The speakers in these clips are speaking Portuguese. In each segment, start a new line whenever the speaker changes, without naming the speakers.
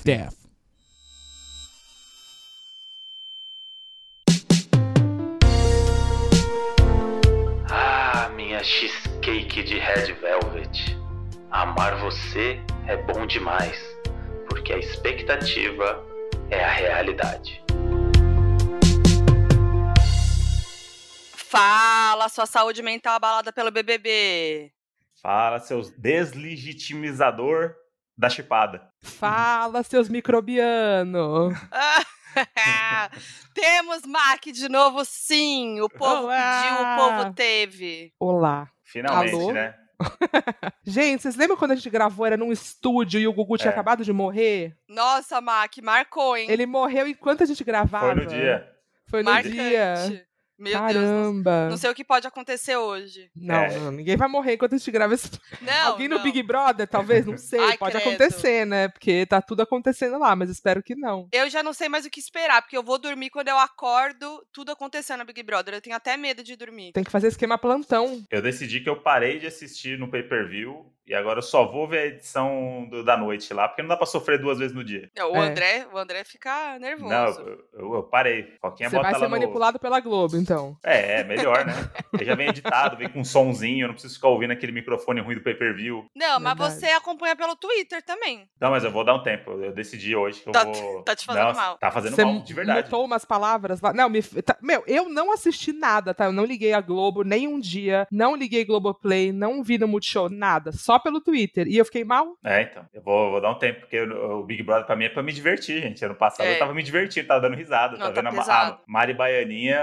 staff.
Ah, minha cheesecake de Red Velvet. Amar você é bom demais, porque a expectativa é a realidade.
Fala, sua saúde mental abalada pelo BBB.
Fala, seus deslegitimizador da chipada.
Fala, seus microbianos!
Temos Mac de novo, sim. O povo
Olá.
pediu, o povo teve.
Olá!
Finalmente,
Alô?
né?
Gente, vocês lembram quando a gente gravou, era num estúdio e o Gugu tinha
É.
acabado de morrer?
Nossa, Mac, marcou, hein?
Ele morreu enquanto a gente gravava.
Foi no
né?
dia.
Foi no
Marcante.
dia.
Meu Deus.
Caramba.
Não, não sei o que pode acontecer hoje.
Não,
É.
não, ninguém vai morrer enquanto a gente grava esse.
Não.
Alguém
não.
no Big Brother, talvez, não sei.
Ai,
Pode
credo.
acontecer, né? Porque tá tudo acontecendo lá, mas espero que não.
Eu já não sei mais o que esperar, porque eu vou dormir quando eu acordo, tudo acontecendo no Big Brother. Eu tenho até medo de dormir.
Tem que fazer esquema plantão.
Eu decidi que eu parei de assistir no pay-per-view e agora eu só vou ver a edição do- da noite lá, porque não dá pra sofrer duas vezes no dia.
Não, O
É.
André, o André fica nervoso.
Não, eu, eu- eu parei. Foquinha
Você
bota
vai
lá
ser
no-
manipulado pela Globo, então.
É, é melhor, né? Ele já vem editado, vem com um sonzinho, eu não preciso ficar ouvindo aquele microfone ruim do pay-per-view.
Não, mas
Verdade.
você acompanha pelo Twitter também.
Não, mas eu vou dar um tempo. Eu decidi hoje que eu
Tá-
vou.
tá te fazendo
Não,
mal.
Tá fazendo
Você
mal, de verdade.
mutou umas palavras lá. Não, me... tá- meu, eu não assisti nada, tá? Eu não liguei a Globo nem um dia, não liguei Globoplay, não vi no Multishow, nada. Só pelo Twitter. E eu fiquei mal?
É, então. Eu vou, vou dar um tempo, porque eu- o Big Brother pra mim é pra me divertir, gente. Ano passado
É.
eu tava me divertindo, tava dando risada,
Não,
tava
tá
vendo a Ma-
pesado.
a Mari Baianinha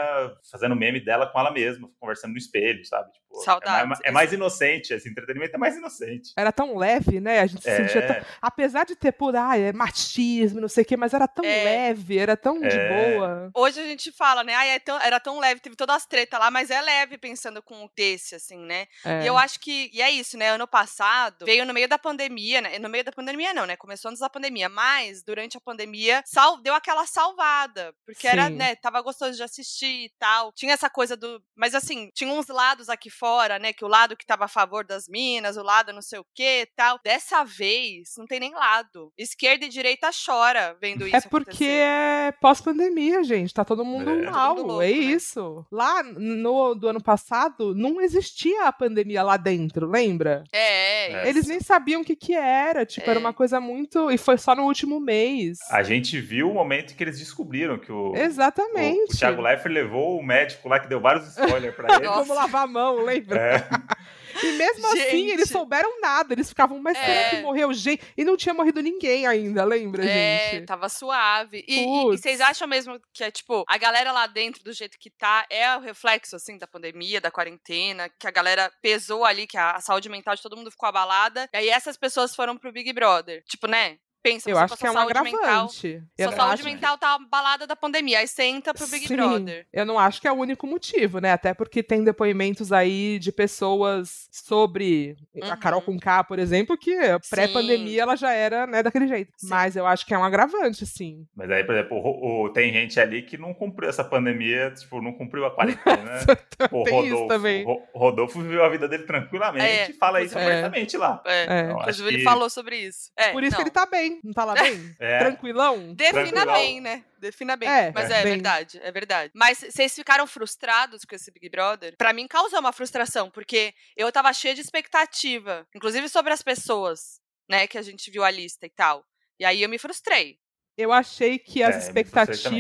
fazendo meme dela com ela mesma, conversando no espelho, sabe? Tipo, é
Saudades.
mais- É, mais inocente, esse entretenimento é mais inocente.
Era tão leve, né? A gente se sentia tão...
É,
Apesar de ter por, ah, é machismo, não sei o quê, mas era tão
É.
leve, era tão de
É.
boa.
Hoje a gente fala, né? Ai, é tão- era tão leve, teve todas as tretas lá, mas é leve pensando com o desse, assim, né?
É.
E eu acho que. E é isso, né? Ano passado veio no meio da pandemia, né? No meio da pandemia, não, né? Começou antes da pandemia, mas durante a pandemia sal- deu aquela salvada. Porque era,
Sim.
né? Tava gostoso de assistir e tal. Tinha essa coisa do. Mas assim, tinha uns lados aqui fora, né? Que o lado que tava a favor das minas, o lado não sei o quê e tal. Dessa vez, não tem nem lado. Esquerda e direita chora vendo isso.
É porque
acontecer.
é pós-pandemia, gente. Tá todo mundo
É. Todo
mal.
mundo louco,
é
né?
isso. Lá no do ano passado, não existia a pandemia lá dentro, lembra?
É, é,
É.
Eles nem sabiam o que que era. Tipo,
É.
era uma coisa muito. E foi só no último mês.
a gente viu o momento que eles descobriram que o. O, o
Exatamente.
Thiago Leifert levou o médico lá que deu vários spoilers pra ele.
Nossa.
Vamos lavar a mão, lembra?
É.
E mesmo assim,
Gente.
eles souberam nada. Eles ficavam, mas será
É.
que morreu gente? E não tinha morrido ninguém ainda, lembra,
É,
gente?
tava suave. E, e- e
Putz.
vocês acham mesmo que é tipo, a galera lá dentro, do jeito que tá, é o reflexo, assim, da pandemia, da quarentena, que a galera pesou ali, que a, a saúde mental de todo mundo ficou abalada. E aí essas pessoas foram pro Big Brother. Tipo, né? Pensa,
Eu
você
acho
com a
que é
sua
um
saúde mental.
agravante. Eu
sua
não
saúde
acho que-
mental tá abalada da pandemia. Aí você entra pro Big
Sim,
Brother.
Eu não acho que é o único motivo, né? Até porque tem depoimentos aí de pessoas sobre a
Uhum.
Carol Conká, por exemplo, que pré-pandemia ela já era, né, daquele jeito.
Sim.
Mas eu acho que é um agravante, sim.
Mas aí, por exemplo, o- o- tem gente ali que não cumpriu essa pandemia, tipo, não cumpriu a quarentena. Tipo, o
tem isso também.
Ro- Rodolfo viveu a vida dele tranquilamente
É,
e fala isso
é.
abertamente lá.
É.
É.
Eu acho
Inclusive, ele
que-
falou sobre isso. É,
Por isso
não.
que ele tá bem, não tá lá bem?
É.
Tranquilão?
Defina
Tranquilão.
bem, né? Defina bem.
É,
Mas
é,
é,
bem.
verdade, é verdade. Mas vocês ficaram frustrados com esse Big Brother? Pra mim causou uma frustração, porque eu tava cheia de expectativa, inclusive sobre as pessoas, né, que a gente viu a lista e tal. E aí eu me frustrei.
Eu achei que as
É, me frustrei também.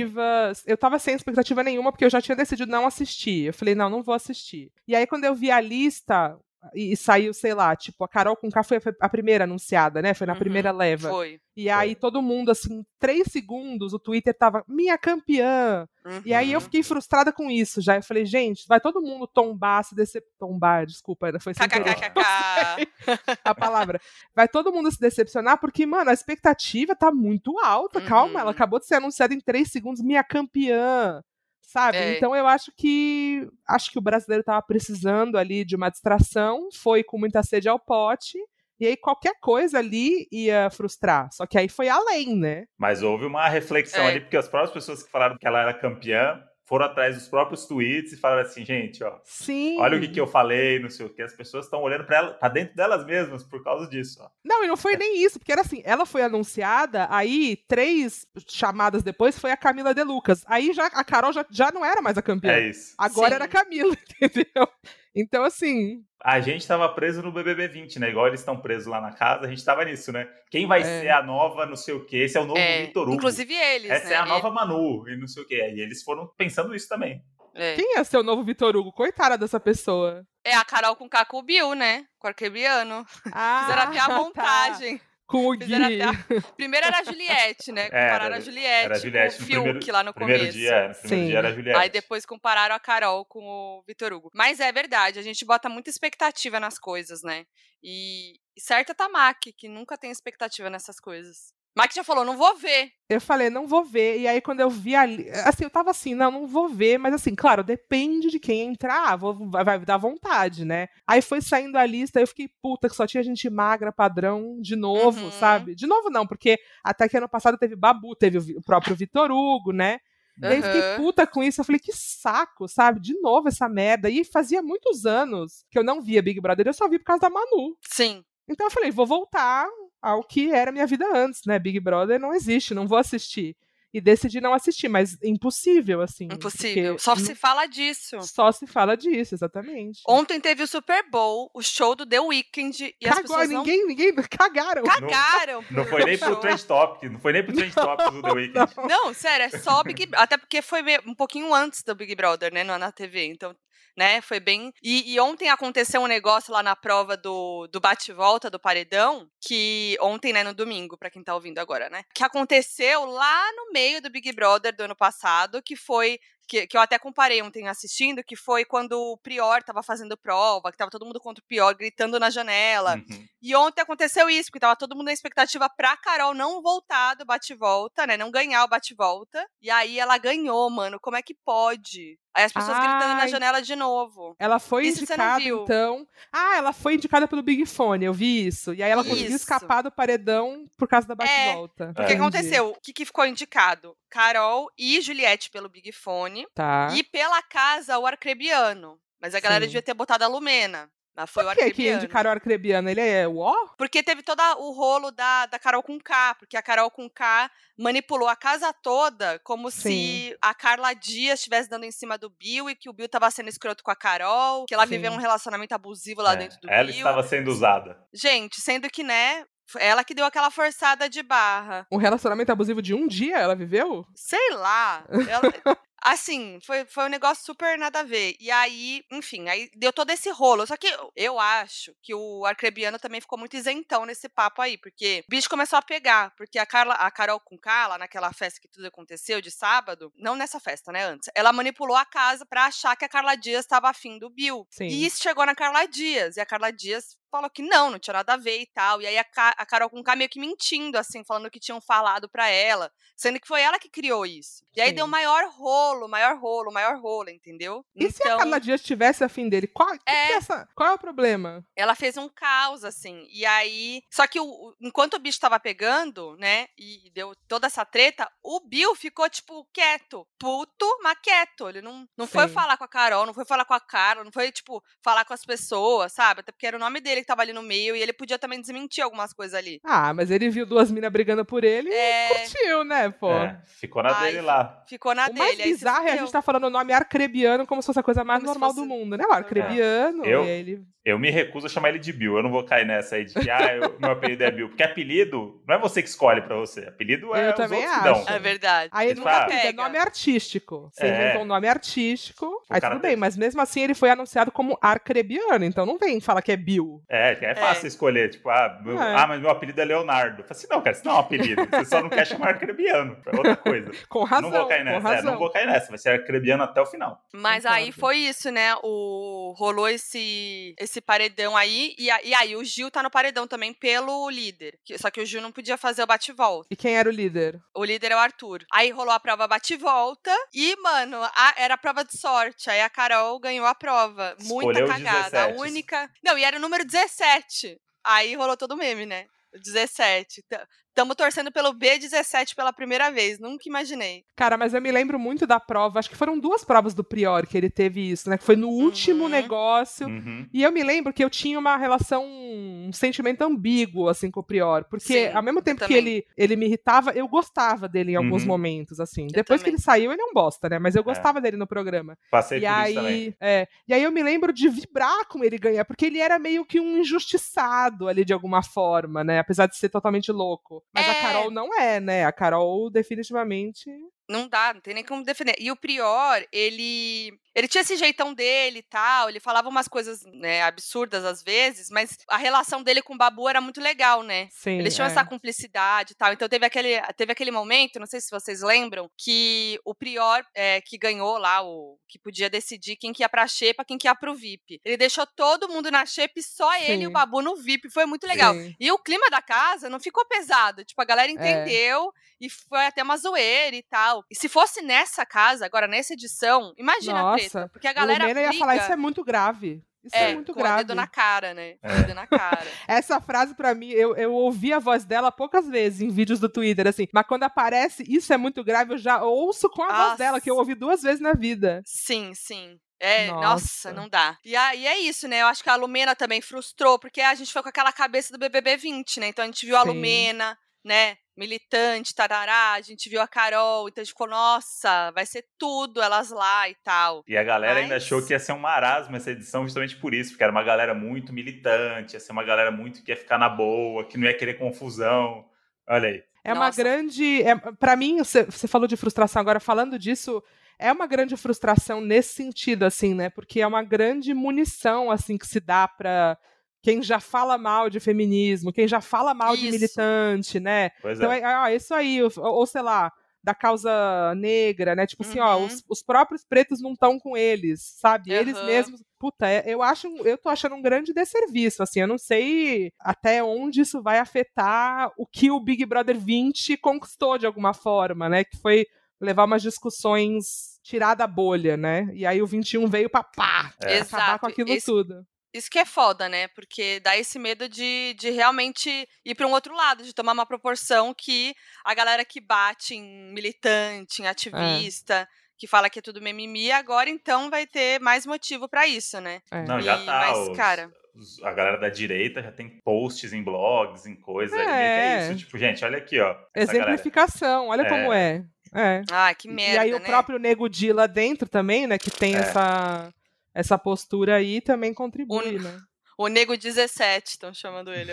expectativas. Eu tava sem expectativa nenhuma, porque eu já tinha decidido não assistir. Eu falei, não, não vou assistir. E aí, quando eu vi a lista. E e saiu, sei lá, tipo, a Carol Conká foi a- a primeira anunciada, né? Foi na
Uhum,
primeira leva.
Foi.
E aí todo mundo, assim, três segundos, o Twitter tava, minha campeã. E aí eu
Uhum.
fiquei frustrada com isso já. Eu falei, gente, vai todo mundo tombar, se decep... Tombar, desculpa, ainda foi sem querer
KKKKK.
a palavra. Vai todo mundo se decepcionar, porque, mano, a expectativa tá muito alta. Calma, ela
Uhum.
acabou de ser anunciada em três segundos, minha campeã. Sabe?
É.
Então eu acho que. Acho que o brasileiro tava precisando ali de uma distração, foi com muita sede ao pote. E aí qualquer coisa ali ia frustrar. Só que aí foi além, né?
Mas houve uma reflexão
É.
ali, porque as próprias pessoas que falaram que ela era campeã foram atrás dos próprios tweets e falaram assim, gente, ó,
Sim.
olha o que, que eu falei, não sei o que. As pessoas estão olhando pra, ela, pra dentro delas mesmas por causa disso, ó.
Não, e não
É.
foi nem isso, porque era assim, ela foi anunciada, aí três chamadas depois foi a Camila De Lucas. Aí já a Carol já, já não era mais a campeã.
É isso.
Agora
Sim.
era a Camila, entendeu? Então, assim,
A gente tava preso no BBB 20, né? Igual eles estão presos lá na casa, a gente tava nisso, né? Quem vai
É.
ser a nova, não sei o que, esse é o novo
É,
Vitor Hugo.
inclusive eles,
Essa
né?
é a nova Manu, e não sei o que. E eles foram pensando isso também.
É.
quem ia ser o novo Vitor Hugo? Coitada dessa pessoa.
É a Carol com Caco Bill, né? Com o arquebiano.
Ah,
Fizeram até a
tá.
montagem.
Com o Gui.
Fizeram até a... Primeiro era a Juliette, né? Compararam
era-
a Juliette,
era a Juliette
com o
no
Fiuk
primeiro-
lá no
Primeiro
começo.
dia, é, no primeiro
Sim.
dia era a Juliette.
Aí depois compararam a Carol com o Vitor Hugo. Mas é verdade, a gente bota muita expectativa nas coisas, né? E e certa tá Mac, que nunca tem expectativa nessas coisas. Mac já falou, não vou ver.
Eu falei, não vou ver. E aí, quando eu vi ali. Assim, eu tava assim, não, não vou ver. Mas, assim, claro, depende de quem entrar. Ah, Vou, vai, vai dar vontade, né? Aí foi saindo a lista. Eu fiquei, puta, que só tinha gente magra, padrão, de novo,
Uhum.
sabe? De novo, não, porque até que ano passado teve Babu, teve o, Vi- o próprio Vitor Hugo, né? E aí eu fiquei
Aham.
puta com isso. Eu falei, que saco, sabe? De novo essa merda. E fazia muitos anos que eu não via Big Brother. Eu só vi por causa da Manu.
Sim.
Então eu falei, vou voltar ao que era minha vida antes, né? Big Brother não existe, não vou assistir. E decidi não assistir, mas impossível, assim.
Impossível.
porque
Só
não-
se fala disso.
só se fala disso, exatamente.
Ontem teve o Super Bowl, o show do The Weeknd, e as
Cagou,
pessoas não
ninguém, ninguém cagaram.
cagaram.
Não foi nem pro
show.
Trend Topic, não foi nem pro Trend Topic do The Weeknd.
Não, sério, é só Big Até porque foi me- um pouquinho antes do Big Brother, né? Na, na TV. Então, né? Foi bem. E, e ontem aconteceu um negócio lá na prova do, do bate-volta do paredão. Que ontem, né? No domingo, pra quem tá ouvindo agora, né? Que aconteceu lá no meio do Big Brother do ano passado, que foi. Que, que eu até comparei ontem assistindo, que foi quando o Prior tava fazendo prova, que tava todo mundo contra o Prior, gritando na janela.
Uhum.
E ontem aconteceu isso, porque tava todo mundo na expectativa pra Carol não voltar do bate-volta, né? Não ganhar o bate-volta. E aí ela ganhou, mano. Como é que pode? Aí as pessoas gritando na
Ai.
janela de novo.
Ela foi
Isso você não
indicada,
viu.
então. Ah, ela foi indicada pelo Big Fone, eu vi isso. E aí ela conseguiu
Isso.
escapar do paredão por causa da bate-volta.
É.
O que
Entendi.
aconteceu? O que, que ficou indicado? Carol e Juliette pelo Big Fone.
Tá.
E pela casa, o Arcrebiano. Mas a galera
Sim.
devia ter botado a Lumena. Mas foi
Por
o
que, que
Arcrebiano.
indicaram o Arcrebiano? Ele é o ó?
Porque teve todo o rolo da, da Carol com K, porque a Carol com K manipulou a casa toda como se a Carla Dias estivesse dando em cima do Bill e que o Bill tava sendo escroto com a Carol, que ela viveu
Sim.
um relacionamento abusivo lá
É,
dentro do
Ela
Bill.
estava sendo usada.
Gente, sendo que, né, foi ela que deu aquela forçada de barra.
Um relacionamento abusivo de um dia ela viveu?
Sei lá. ela- Assim, foi, foi um negócio super nada a ver. E aí, enfim, aí deu todo esse rolo. Só que eu- eu acho que o Arcrebiano também ficou muito isentão nesse papo aí, porque o bicho começou a pegar. Porque a, Carla, a Carol com Carla, naquela festa que tudo aconteceu de sábado, não nessa festa, né, antes, ela manipulou a casa pra achar que a Carla Dias tava afim do Bill.
Sim.
E isso chegou na Carla Dias. E a Carla Dias falou que não, não tinha nada a ver e tal. E aí a, Ca- a Carol com K meio que mentindo, assim, falando que tinham falado pra ela. Sendo que foi ela que criou isso. E aí deu
Sim.
maior rolo, maior rolo, maior rolo, entendeu?
E se a Carla Dias tivesse afim dele, qual que que
Então É.
é, essa- qual é o problema?
ela fez um caos, assim. E aí. Só que o- o- enquanto o bicho tava pegando, né? E deu toda essa treta, o Bill ficou, tipo, quieto. Puto, mas quieto. Ele não, não foi
Sim.
falar com a Carol, não foi falar com a Carla, não foi, tipo, falar com as pessoas, sabe? Até porque era o nome dele que tava ali no meio e ele podia também desmentir algumas coisas ali.
Ah, mas ele viu duas minas brigando por ele e
É.
curtiu, né, pô?
É, ficou na
Ai,
dele lá.
Ficou na
O
dele.
mais
aí se
bizarro é a
fudeu.
gente tá falando o nome arcrebiano como se fosse a coisa mais
Como se
normal do
fosse-
mundo, né? O arcrebiano,
Eu-
e ele...
Eu me recuso a chamar ele de Bill. Eu não vou cair nessa aí de que ah, eu- meu apelido é Bill. Porque apelido não é você que escolhe pra você. Apelido é
Eu
os
também
outros que dão.
acho.
É verdade.
Aí ele
Ele
nunca
fala-
teve, é
Pega.
nome artístico. Você
É.
inventou um nome artístico, aí
cara
tudo bem,
teve-
mas mesmo assim ele foi anunciado como arcrebiano, então não vem falar que é Bill.
É, é fácil escolher, tipo, ah, meu-
É.
ah, mas meu apelido é Leonardo. Eu falei assim, não, cara, isso não é um apelido, você só não quer chamar arcrebiano, é outra coisa.
Com razão,
não vou cair
com
nessa, é,
razão.
não vou cair nessa, vai ser arcrebiano até o final.
Mas aí
Concordo.
foi isso, né? O rolou esse esse paredão aí e, a- e aí o Gil tá no paredão também pelo líder. Que- Só que o Gil não podia fazer o bate-volta.
E quem era o líder?
O líder é o Arthur. Aí rolou a prova bate-volta e, mano, a- era a prova de sorte. Aí a Carol ganhou a prova. Muita
Escolheu o
cagada, a
17.
única. Não, e era o número 17. Aí rolou todo o meme, né? 17. Estamos torcendo pelo B17 pela primeira vez, nunca imaginei.
Cara, mas eu me lembro muito da prova, acho que foram duas provas do Prior que ele teve isso, né? Que foi no último
Uhum.
negócio.
Uhum.
E eu me lembro que eu tinha uma relação, um sentimento ambíguo, assim, com o Prior. Porque
Sim,
ao mesmo tempo que
também.
ele, ele me irritava, eu gostava dele em alguns
Uhum.
momentos, assim. Depois
também.
que ele saiu, ele é um bosta, né? Mas eu gostava dele no programa.
Passei
E
por isso também.
aí, é, e aí eu me lembro de vibrar com ele ganhar, porque ele era meio que um injustiçado ali de alguma forma, né? Apesar de ser totalmente louco. Mas a
É.
Carol não é, né? A Carol definitivamente.
Não dá, não tem nem como defender. E o Prior, ele. Ele tinha esse jeitão dele e tal, ele falava umas coisas né, absurdas às vezes, mas a relação dele com o Babu era muito legal, né?
Sim,
Eles tinham
é.
essa cumplicidade e tal. Então teve aquele, teve aquele momento, não sei se vocês lembram, que o Prior é, que ganhou lá, o que podia decidir quem que ia pra Xepa, quem que ia pro VIP. Ele deixou todo mundo na Xepa e só ele e o
Sim.
Babu no VIP. Foi muito legal.
Sim.
E o clima da casa não ficou pesado. Tipo, a galera
É.
entendeu e foi até uma zoeira e tal. E se fosse nessa casa, agora nessa edição, imagina a
Nossa,
treta. Porque a
A
galera.
Lumena ia
briga,
falar, isso é muito grave. Isso é,
é,
muito
com o
grave.
dedo na cara, né? Com o dedo na cara.
Essa frase, pra mim, eu, eu ouvi a voz dela poucas vezes em vídeos do Twitter, assim. Mas quando aparece, isso é muito grave, eu já ouço com a voz
Nossa.
dela, que eu ouvi duas vezes na vida.
Sim, sim. É, nossa.
Nossa.
não dá. E aí é isso, né? Eu acho que a Lumena também frustrou, porque a gente foi com aquela cabeça do BBB 20, né? Então a gente viu a
Sim.
Lumena, né? Militante, tarará, a gente viu a Carol, então a gente ficou, nossa, vai ser tudo elas lá e tal.
E a galera ainda
Mas-
achou que ia ser um marasmo essa edição justamente por isso, porque era uma galera muito militante, ia ser uma galera muito que ia ficar na boa, que não ia querer confusão. Olha aí.
É uma
Nossa.
grande. É, para mim, você você falou de frustração agora, falando disso, é uma grande frustração nesse sentido, assim, né? Porque é uma grande munição, assim, que se dá pra quem já fala mal de feminismo, quem já fala mal de
Isso.
militante, né?
Pois
Então,
é.
é, ó, isso aí, ou, ou sei lá, da causa negra, né? Tipo assim, ó,
Uhum.
os, os próprios pretos não estão com eles, sabe? Eles
Aham.
mesmos. Puta, é- eu acho, um- eu tô achando um grande desserviço, assim, eu não sei até onde isso vai afetar o que o Big Brother 20 conquistou de alguma forma, né? Que foi levar umas discussões tirar da bolha, né? E aí o 21 veio pra pá,
É.
acabar
Exato,
com aquilo
esse-
tudo.
Isso que é foda, né? Porque dá esse medo de, de realmente ir pra um outro lado, de tomar uma proporção que a galera que bate em militante,
É.
em ativista, que fala que é tudo mimimi, agora então vai ter mais motivo pra isso, né?
É.
Não, já
E-
tá.
mas,
os-
cara-
os- a galera da direita já tem posts em blogs, em coisas.
É.
ali, que é isso. Tipo, gente, olha aqui, ó. Essa galera.
Exemplificação, olha
É.
como é. É.
Ah, que
E-
merda,
e aí o
né?
próprio Nego Di lá dentro também, né, que tem
É.
essa essa postura aí também contribui,
O-
né?
O Nego 17, estão chamando ele.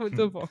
Muito bom.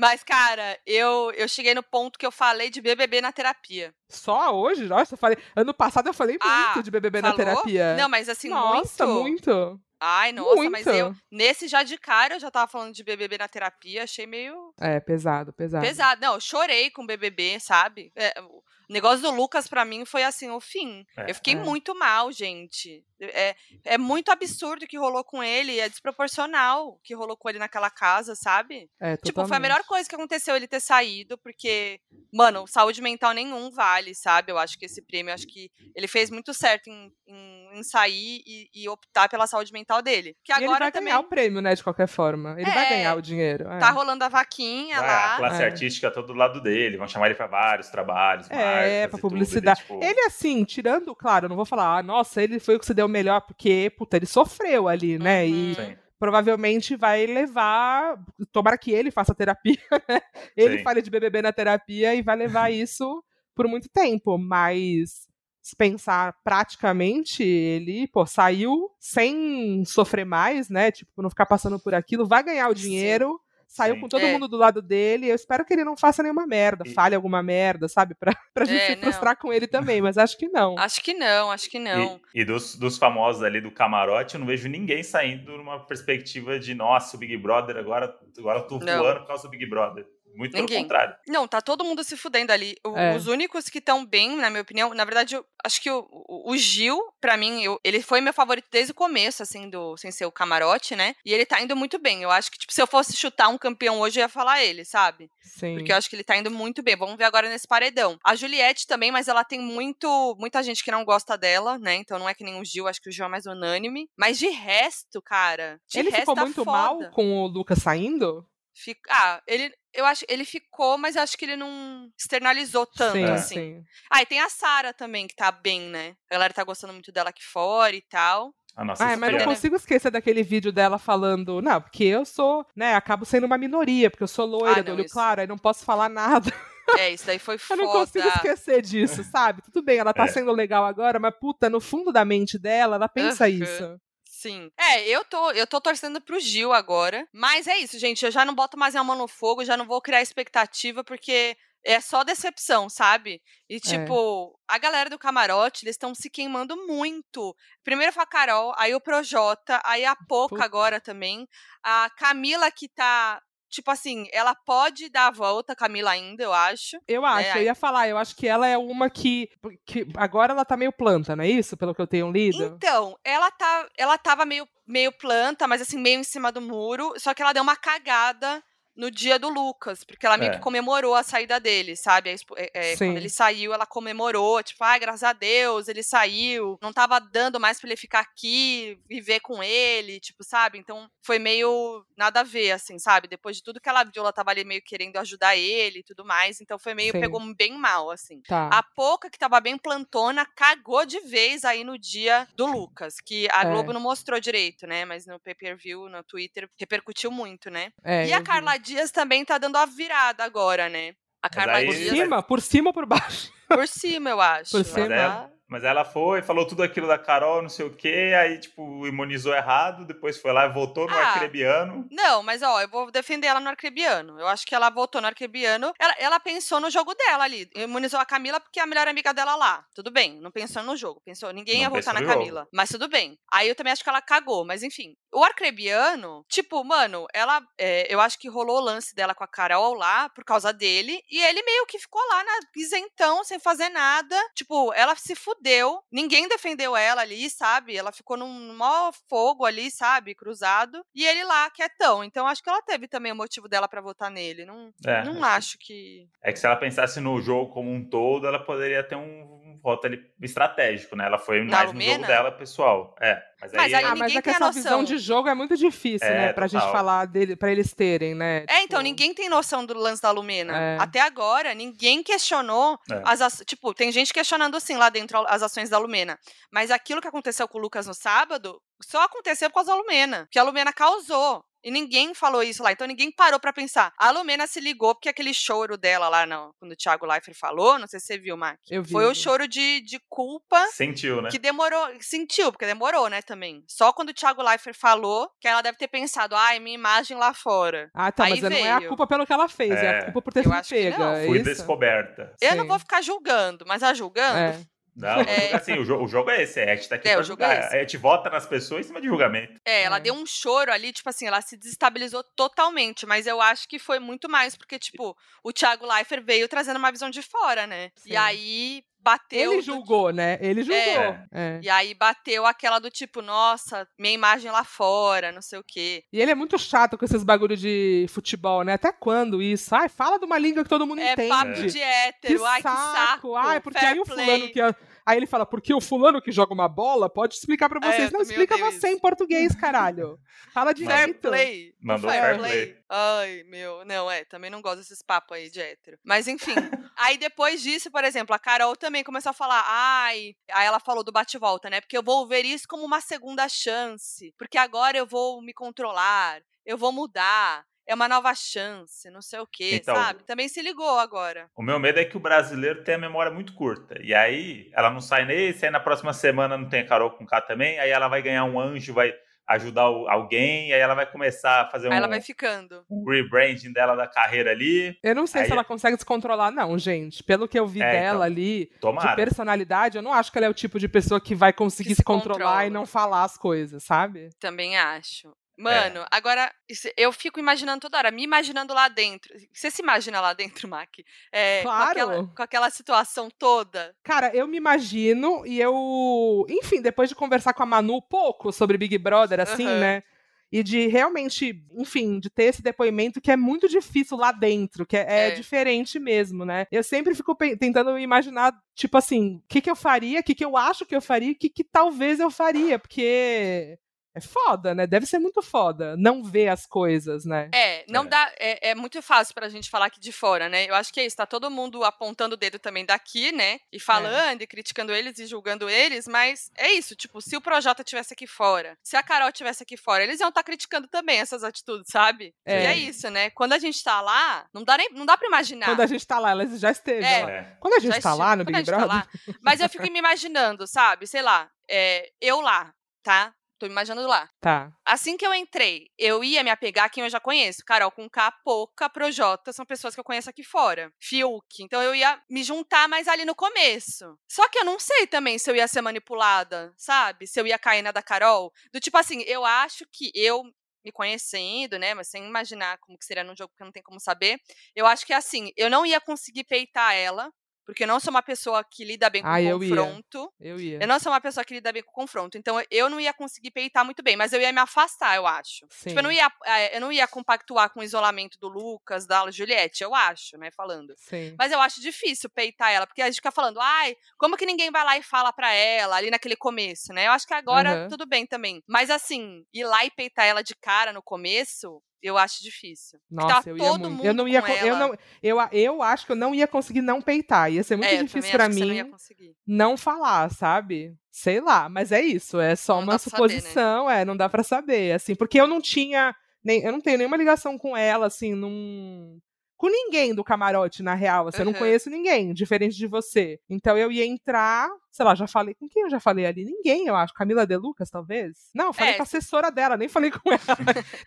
Mas, cara, eu, eu cheguei no ponto que eu falei de BBB na terapia.
Só hoje? Nossa, eu falei, ano passado eu falei
Ah,
muito de BBB na
Falou?
terapia. é.
Não, mas assim,
Nossa, muito.
Ai, nossa, mas
Muito.
eu... Nesse já de cara, eu já tava falando de BBB na terapia, achei meio
É, pesado, pesado.
pesado. Não, eu chorei com o BBB, sabe? É, o negócio do Lucas, pra mim, foi assim, o fim.
É.
eu fiquei
É.
muito mal, gente. É, é muito absurdo o que rolou com ele, é desproporcional o que rolou com ele naquela casa, sabe?
É,
Tipo, foi a
totalmente.
melhor coisa que aconteceu ele ter saído, porque, mano, saúde mental nenhum vale, sabe? Eu acho que esse prêmio, eu acho que ele fez muito certo em, em- em sair e, e optar pela saúde mental dele. Que
E ele
agora
vai
também
ganhar o prêmio, né, de qualquer forma. Ele vai
É.
ganhar o dinheiro. é.
tá rolando a vaquinha
Vai, a
lá.
classe
É.
artística todo do lado dele, vão chamar ele pra vários trabalhos,
É,
marcas
pra
e tudo,
publicidade.
ele, tipo,
Ele, assim, tirando, claro, eu não vou falar, ah, nossa, ele foi o que se deu melhor, porque, puta, ele sofreu ali, né? E
Uhum.
sim.
provavelmente vai levar. Tomara que ele faça terapia, né? Ele
Sim.
fale de BBB na terapia e vai levar isso por muito tempo, mas se pensar praticamente, ele, pô, saiu sem sofrer mais, né? Tipo, não ficar passando por aquilo, vai ganhar o
Sim.
dinheiro. Saiu
Sim.
com todo
É.
mundo do lado dele. Eu espero que ele não faça nenhuma merda,
E-
fale alguma merda, sabe? Pra, pra gente
É,
se
não. Ah,
frustrar com ele também, mas acho que não.
Acho que não, acho que não.
E, e dos, dos famosos ali do camarote, eu não vejo ninguém saindo numa perspectiva de, nossa, o Big Brother, agora, agora eu tô
Não.
voando por causa do Big Brother. Muito pelo
Ninguém.
contrário.
Não, tá todo mundo se fudendo ali. O-
É.
Os únicos que estão bem, na minha opinião, na verdade, eu acho que o, o- o Gil, pra mim, eu- ele foi meu favorito desde o começo, assim, do sem ser o camarote, né? E ele tá indo muito bem. Eu acho que, tipo, se eu fosse chutar um campeão hoje, eu ia falar ele, sabe?
Sim.
Porque eu acho que ele tá indo muito bem. Vamos ver agora nesse paredão. A Juliette também, mas ela tem muito, muita gente que não gosta dela, né? Então não é que nem o Gil, acho que o Gil é mais unânime. Mas de resto, cara. De
ele
resto
ficou
tá
muito
foda.
mal com o Lucas saindo?
Fic- Ah, ele. Eu acho, ele ficou, mas eu acho que ele não externalizou tanto,
sim,
assim.
sim.
Ah, e tem a Sarah também, que tá bem, né? A galera tá gostando muito dela aqui fora e tal.
A nossa
Ai, mas eu não
espiã.
cons-
consigo esquecer daquele vídeo dela falando, não, porque eu sou, né, acabo sendo uma minoria, porque eu sou loira,
Ah,
do
não,
olho
isso.
claro, aí não posso falar nada.
É, isso daí foi
Eu
foda.
não consigo esquecer disso, sabe? Tudo bem, ela tá
É.
sendo legal agora, mas puta, no fundo da mente dela, ela pensa
Aham.
isso.
Sim. É, eu tô, eu tô torcendo pro Gil agora. Mas é isso, gente. Eu já não boto mais a mão no fogo, já não vou criar expectativa, porque é só decepção, sabe? E, tipo, a galera do camarote, eles estão se queimando muito. Primeiro foi a Carol, aí o Projota, aí a Poca
Puta.
agora também. A Camila que tá. Tipo assim, ela pode dar a volta, Camila ainda, eu acho.
Eu acho,
É,
eu ia falar, eu acho que ela é uma que, que. Agora ela tá meio planta, não é isso? Pelo que eu tenho lido?
Então, ela, tá, ela tava meio, meio planta, mas assim, meio em cima do muro. Só que ela deu uma cagada no dia do Lucas, porque ela meio
É.
que comemorou a saída dele, sabe? A expo- é, é,
Sim.
quando ele saiu, ela comemorou, tipo, ai, graças a Deus, ele saiu. Não tava dando mais pra ele ficar aqui, viver com ele, tipo, sabe? Então foi meio nada a ver, assim, sabe? Depois de tudo que ela viu, ela tava ali meio querendo ajudar ele e tudo mais. Então foi meio,
Sim.
pegou bem mal, assim.
Tá.
A pouca que tava bem plantona cagou de vez aí no dia do Lucas, que a
É.
Globo não mostrou direito, né? Mas no pay-per-view, no Twitter, repercutiu muito, né?
É,
e
eu
a
vi.
Carla Dias também tá dando a virada agora, né? A
Mas
Carla
aí-
Por
Dias
cima? Por cima ou por baixo?
por cima, eu acho.
Por cima.
Ela-
Mas ela é foi, falou tudo aquilo da Carol, não sei o quê, aí, tipo, imunizou errado, depois foi lá e voltou no
Ah.
arcrebiano.
Não, mas ó, eu vou defender ela no arquebiano. Eu acho que ela votou no arquebiano. Ela, ela pensou no jogo dela ali. Imunizou a Camila porque é a melhor amiga dela lá. Tudo bem, não pensou no jogo. Pensou, ninguém
Não
ia votar
pensou
na
no jogo.
Camila. Mas tudo bem. Aí eu também acho que ela cagou, mas enfim. O arcrebiano, tipo, mano, ela. é, eu acho que rolou o lance dela com a Carol lá por causa dele. E ele meio que ficou lá na isentão, sem fazer nada. Tipo, ela se fudeu. Ninguém defendeu ela ali, sabe? Ela ficou num maior fogo ali, sabe? Cruzado. E ele lá, quietão. Então acho que ela teve também o motivo dela pra votar nele. Não,
É.
não acho que.
É que se ela pensasse no jogo como um todo, ela poderia ter um, um voto ali estratégico, né? Ela foi
Na
mais no
Lumena?
jogo dela, pessoal. É. Mas aí,
Mas aí
Ah, mas
ninguém
é que
tem
essa
noção.
visão de jogo é muito difícil,
É,
né? Pra gente
total.
falar dele, pra eles terem, né?
É, então,
Tipo,
ninguém tem noção do lance da Lumena.
É.
Até agora, ninguém questionou
É.
as aço- Tipo, tem gente questionando, assim, lá dentro as ações da Lumena. Mas aquilo que aconteceu com o Lucas no sábado só aconteceu por causa da Lumena. Que a Lumena causou. E ninguém falou isso lá. Então ninguém parou pra pensar. A Lumena se ligou porque aquele choro dela lá, no, quando o Thiago Leifert falou, não sei se você viu, Mac.
Eu vi.
Foi o choro de, de culpa
sentiu, né?
que demorou, sentiu, porque demorou, né, também. Só quando o Thiago Leifert falou, que ela deve ter pensado, ai, minha imagem lá fora.
Ah, tá,
Aí
mas não é a
veio.
culpa pelo que ela fez, é, a
É.
culpa por ter
Eu
sido
acho que
pega.
não.
é
Fui
isso?
descoberta.
Eu não
Sim.
vou ficar julgando, mas a
É.
julgando.
Não, mas
É.
jogo assim, o, jo- o jogo é esse, é, a gente tá aqui
É,
pra
o jogo é
julgar.
esse.
A gente vota nas pessoas em cima de julgamento.
É, ela
É.
deu um choro ali, tipo assim, ela se desestabilizou totalmente, mas eu acho que foi muito mais porque, tipo, o Thiago Leifert veio trazendo uma visão de fora, né?
Sim.
E aí bateu. do-
Ele julgou, né? Ele julgou.
É.
é.
E aí bateu aquela do tipo, nossa, minha imagem lá fora, não sei o quê.
E ele é muito chato com esses bagulho de futebol, né? Até quando isso? Ai, fala de uma língua que todo mundo
É
entende.
papo de hétero, ai que saco.
Ai, porque
fair
aí o
play.
fulano que. é Aí ele fala, porque o fulano que joga uma bola pode explicar pra
É,
vocês.
eu
Não,
também
explica
odeio
você em português, caralho. Fala de
Fair
Fair play.
Mandou
Fair
fair
play.
play.
Ai, meu. Não, é, também não gosto desses papos aí de hétero. Mas enfim. aí depois disso, por exemplo, a Carol também começou a falar, ai. Aí ela falou do bate-volta, né? Porque eu vou ver isso como uma segunda chance. Porque agora eu vou me controlar, eu vou mudar. É uma nova chance, não sei o quê,
Então-
sabe? Também se ligou agora.
O meu medo é que o brasileiro tem a memória muito curta. E aí, ela não sai nesse, aí na próxima semana não tem a Carol com K também, aí ela vai ganhar um anjo, vai ajudar o- alguém, aí ela vai começar a fazer um,
Aí ela vai ficando.
um rebranding dela da carreira ali.
Eu não sei se
Aí-
ela consegue descontrolar, não, gente. Pelo que eu vi
É,
dela
então.
ali, de
Tomara.
personalidade, eu não acho que ela é o tipo de pessoa que vai conseguir
Que
se
se
controlar e
controla.
não falar as coisas, sabe?
Também acho. Mano, agora isso- eu fico imaginando toda hora, me imaginando lá dentro. Você se imagina lá dentro, Mac? É,
Claro.
Com aquela, com aquela situação toda.
Cara, eu me imagino e eu. Enfim, depois de conversar com a Manu um pouco sobre Big Brother, assim,
Aham.
né? E de realmente, enfim, de ter esse depoimento que é muito difícil lá dentro, que é, é
É.
diferente mesmo, né? Eu sempre fico pe- tentando imaginar, tipo assim, o que, que eu faria, o que, que eu acho que eu faria, o que, que talvez eu faria, porque. É foda, né? Deve ser muito foda não ver as coisas, né?
É, não
É.
dá. É, é muito fácil pra gente falar aqui de fora, né? Eu acho que é isso. Tá todo mundo apontando o dedo também daqui, né? E falando, e criticando eles e julgando eles, mas é isso. Tipo, se o Projota tivesse aqui fora, se a Carol tivesse aqui fora, eles iam estar criticando também essas atitudes, sabe?
É.
E é isso, né? Quando a gente tá lá, não dá, nem, não dá pra imaginar.
Quando a gente tá lá, elas já esteve.
Ah. É.
lá.
É.
Quando a gente
Já
tá lá
estive-
no
quando a
Big
gente tá
Brother.
lá. Mas eu fico me imaginando, sabe? Sei lá, é, eu lá, tá? Tô me imaginando lá.
Tá.
Assim que eu entrei, eu ia me apegar a quem eu já conheço. Carol com K, Poca, Projota, são pessoas que eu conheço aqui fora. Fiuk. Então eu ia me juntar mais ali no começo. Só que eu não sei também se eu ia ser manipulada, sabe? Se eu ia cair na da Carol. Do tipo assim, eu acho que eu me conhecendo, né, mas sem imaginar como que seria num jogo que não tem como saber. Eu acho que assim, eu não ia conseguir peitar ela, porque eu não sou uma pessoa que lida bem com
Ah, eu ia.
confronto.
Eu ia.
Eu não sou uma pessoa que lida bem com confronto, então eu não ia conseguir peitar muito bem, mas eu ia me afastar, eu acho.
Sim.
Tipo, eu não, ia, eh, eu não ia compactuar com o isolamento do Lucas, da Juliette, eu acho, né, falando.
Sim.
Mas eu acho difícil peitar ela, porque a gente fica falando, ai, como que ninguém vai lá e fala pra ela ali naquele começo, né? Eu acho que agora
Aham.
tudo bem também. Mas assim, ir lá e peitar ela de cara no começo, eu acho difícil. Porque
Nossa,
tava
eu ia
todo
muito.
mundo
Eu não ia,
com
co- eu
ela.
não, eu, a- eu acho que eu não ia conseguir não peitar. Ia ser muito
É, eu também
difícil
acho
pra
que você
mim
não
não,
ia conseguir.
falar, sabe? Sei lá, mas é isso, é só
Não
uma
dá pra saber, né?
suposição, é, não dá pra saber, assim, porque eu não tinha nem, eu não tenho nenhuma ligação com ela assim, num com ninguém do camarote, na real, assim, eu não
Aham.
conheço ninguém, diferente de você. Então eu ia entrar, sei lá, já falei com quem eu já falei ali? Ninguém, eu acho. Camila De Lucas, talvez? Não, eu falei
É.
com a assessora dela, nem falei com ela.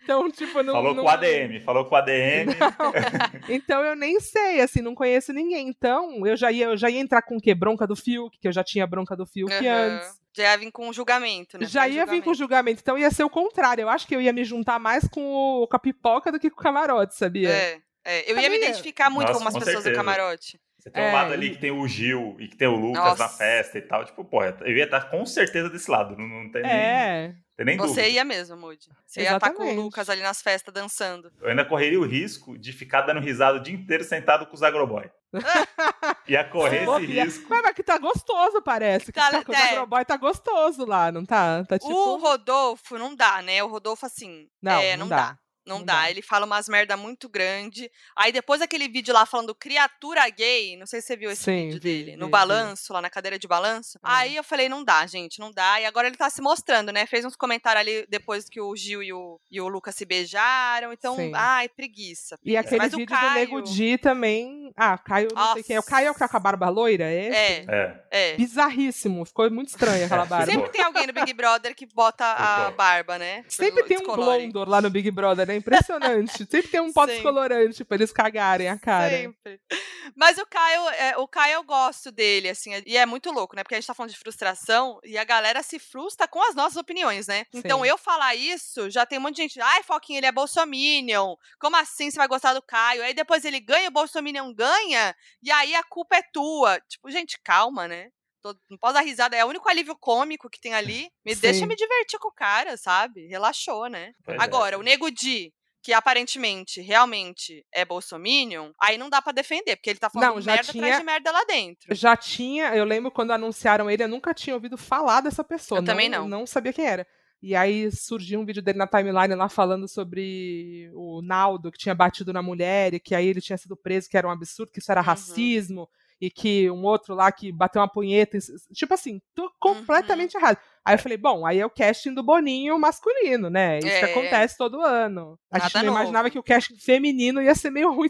Então, tipo, não.
Falou
não...
com o ADM, falou com o ADM.
Então eu nem sei, assim, não conheço ninguém. Então eu já ia, eu já ia entrar com o quê? Bronca do Fiuk, que eu já tinha bronca do Fiuk
Aham.
antes.
Já ia vir com o julgamento, né?
Já ia vir com o julgamento, então ia ser o contrário. Eu acho que eu ia me juntar mais com, o, com a pipoca do que com o camarote, sabia?
É, é, eu ia me
Sabia?
identificar muito
Nossa,
com umas
com
pessoas do
certeza.
camarote.
Você tem um
É,
lado
e-
ali que tem o Gil e que tem o Lucas
Nossa.
na festa e tal. Tipo, porra, eu ia estar com certeza desse lado. Não, não tem, nem,
É,
tem nem
Você
dúvida.
ia mesmo, Moody. Você ia estar com o
Exatamente.
Lucas ali nas festas dançando.
Eu ainda correria o risco de ficar dando risada o dia inteiro sentado com os agroboy. ia correr esse
bobear.
risco.
Mas, mas que tá gostoso, parece. Que
Tá,
tá, o
é.
Agroboy tá gostoso lá, não tá? Tá tipo.
O Rodolfo não dá, né? O Rodolfo, assim.
Não,
é,
não
não dá.
dá.
Não,
Não
dá.
dá.
ele fala umas merda muito grande. Aí depois aquele vídeo lá falando criatura gay, não sei se você viu esse
Sim,
vídeo
vi,
dele, no
vi, É. vi.
balanço, lá na cadeira de balanço. Aí eu falei, não dá, gente, não dá. E agora ele tá se mostrando, né? Fez uns comentários ali depois que o Gil e o, e o Lucas se beijaram. Então,
Sim.
ai, preguiça.
E aquele
Mas o
vídeo do
Caio-
Nego Di também. Ah, Caio, não sei quem é. O Caio é o que é com a barba loira? É? esse?
É,
É.
é.
Bizarríssimo. Ficou muito estranha aquela barba.
Sim.
Sempre tem alguém no Big Brother que bota a
Futebol.
barba, né?
Sempre tem um
Descolore.
blondor lá no Big Brother, né? Impressionante. Sempre tem um pó
Sempre.
descolorante pra eles cagarem a cara.
Sempre. Mas o Caio, é, o Caio eu gosto dele, assim, e é muito louco, né? Porque a gente tá falando de frustração e a galera se frustra com as nossas opiniões, né? Então
Sim.
eu falar isso, já tem um monte de gente, ai, Foquinha, ele é bolsominion. Como assim você vai gostar do Caio? Aí depois ele ganha, o bolsominion ganha, e aí a culpa é tua. Tipo, gente, calma, né? Tô- Não posso dar risada, é o único alívio cômico que tem ali. Me deixa
É, Sim.
me divertir com o cara, sabe? Relaxou, né?
pois é.
Agora, o Nego Di, que aparentemente, realmente é bolsominion, aí não dá pra defender, porque ele tá falando
Não, já
merda atrás
tinha-
de merda lá dentro.
Já tinha, eu lembro quando anunciaram ele, eu nunca tinha ouvido falar dessa pessoa.
Eu também não.
Não sabia quem era. E aí surgiu um vídeo dele na timeline lá falando sobre o Naldo que tinha batido na mulher e que aí ele tinha sido preso, que era um absurdo, que isso era
Uhum.
racismo e que um outro lá que bateu uma punheta. e- Tipo assim, tô
Uhum.
completamente errado. Aí eu falei, bom, aí é o casting do Boninho masculino, né? Isso
É.
que acontece todo ano. A
Nada
gente não
novo.
imaginava que o casting feminino ia ser meio ruim.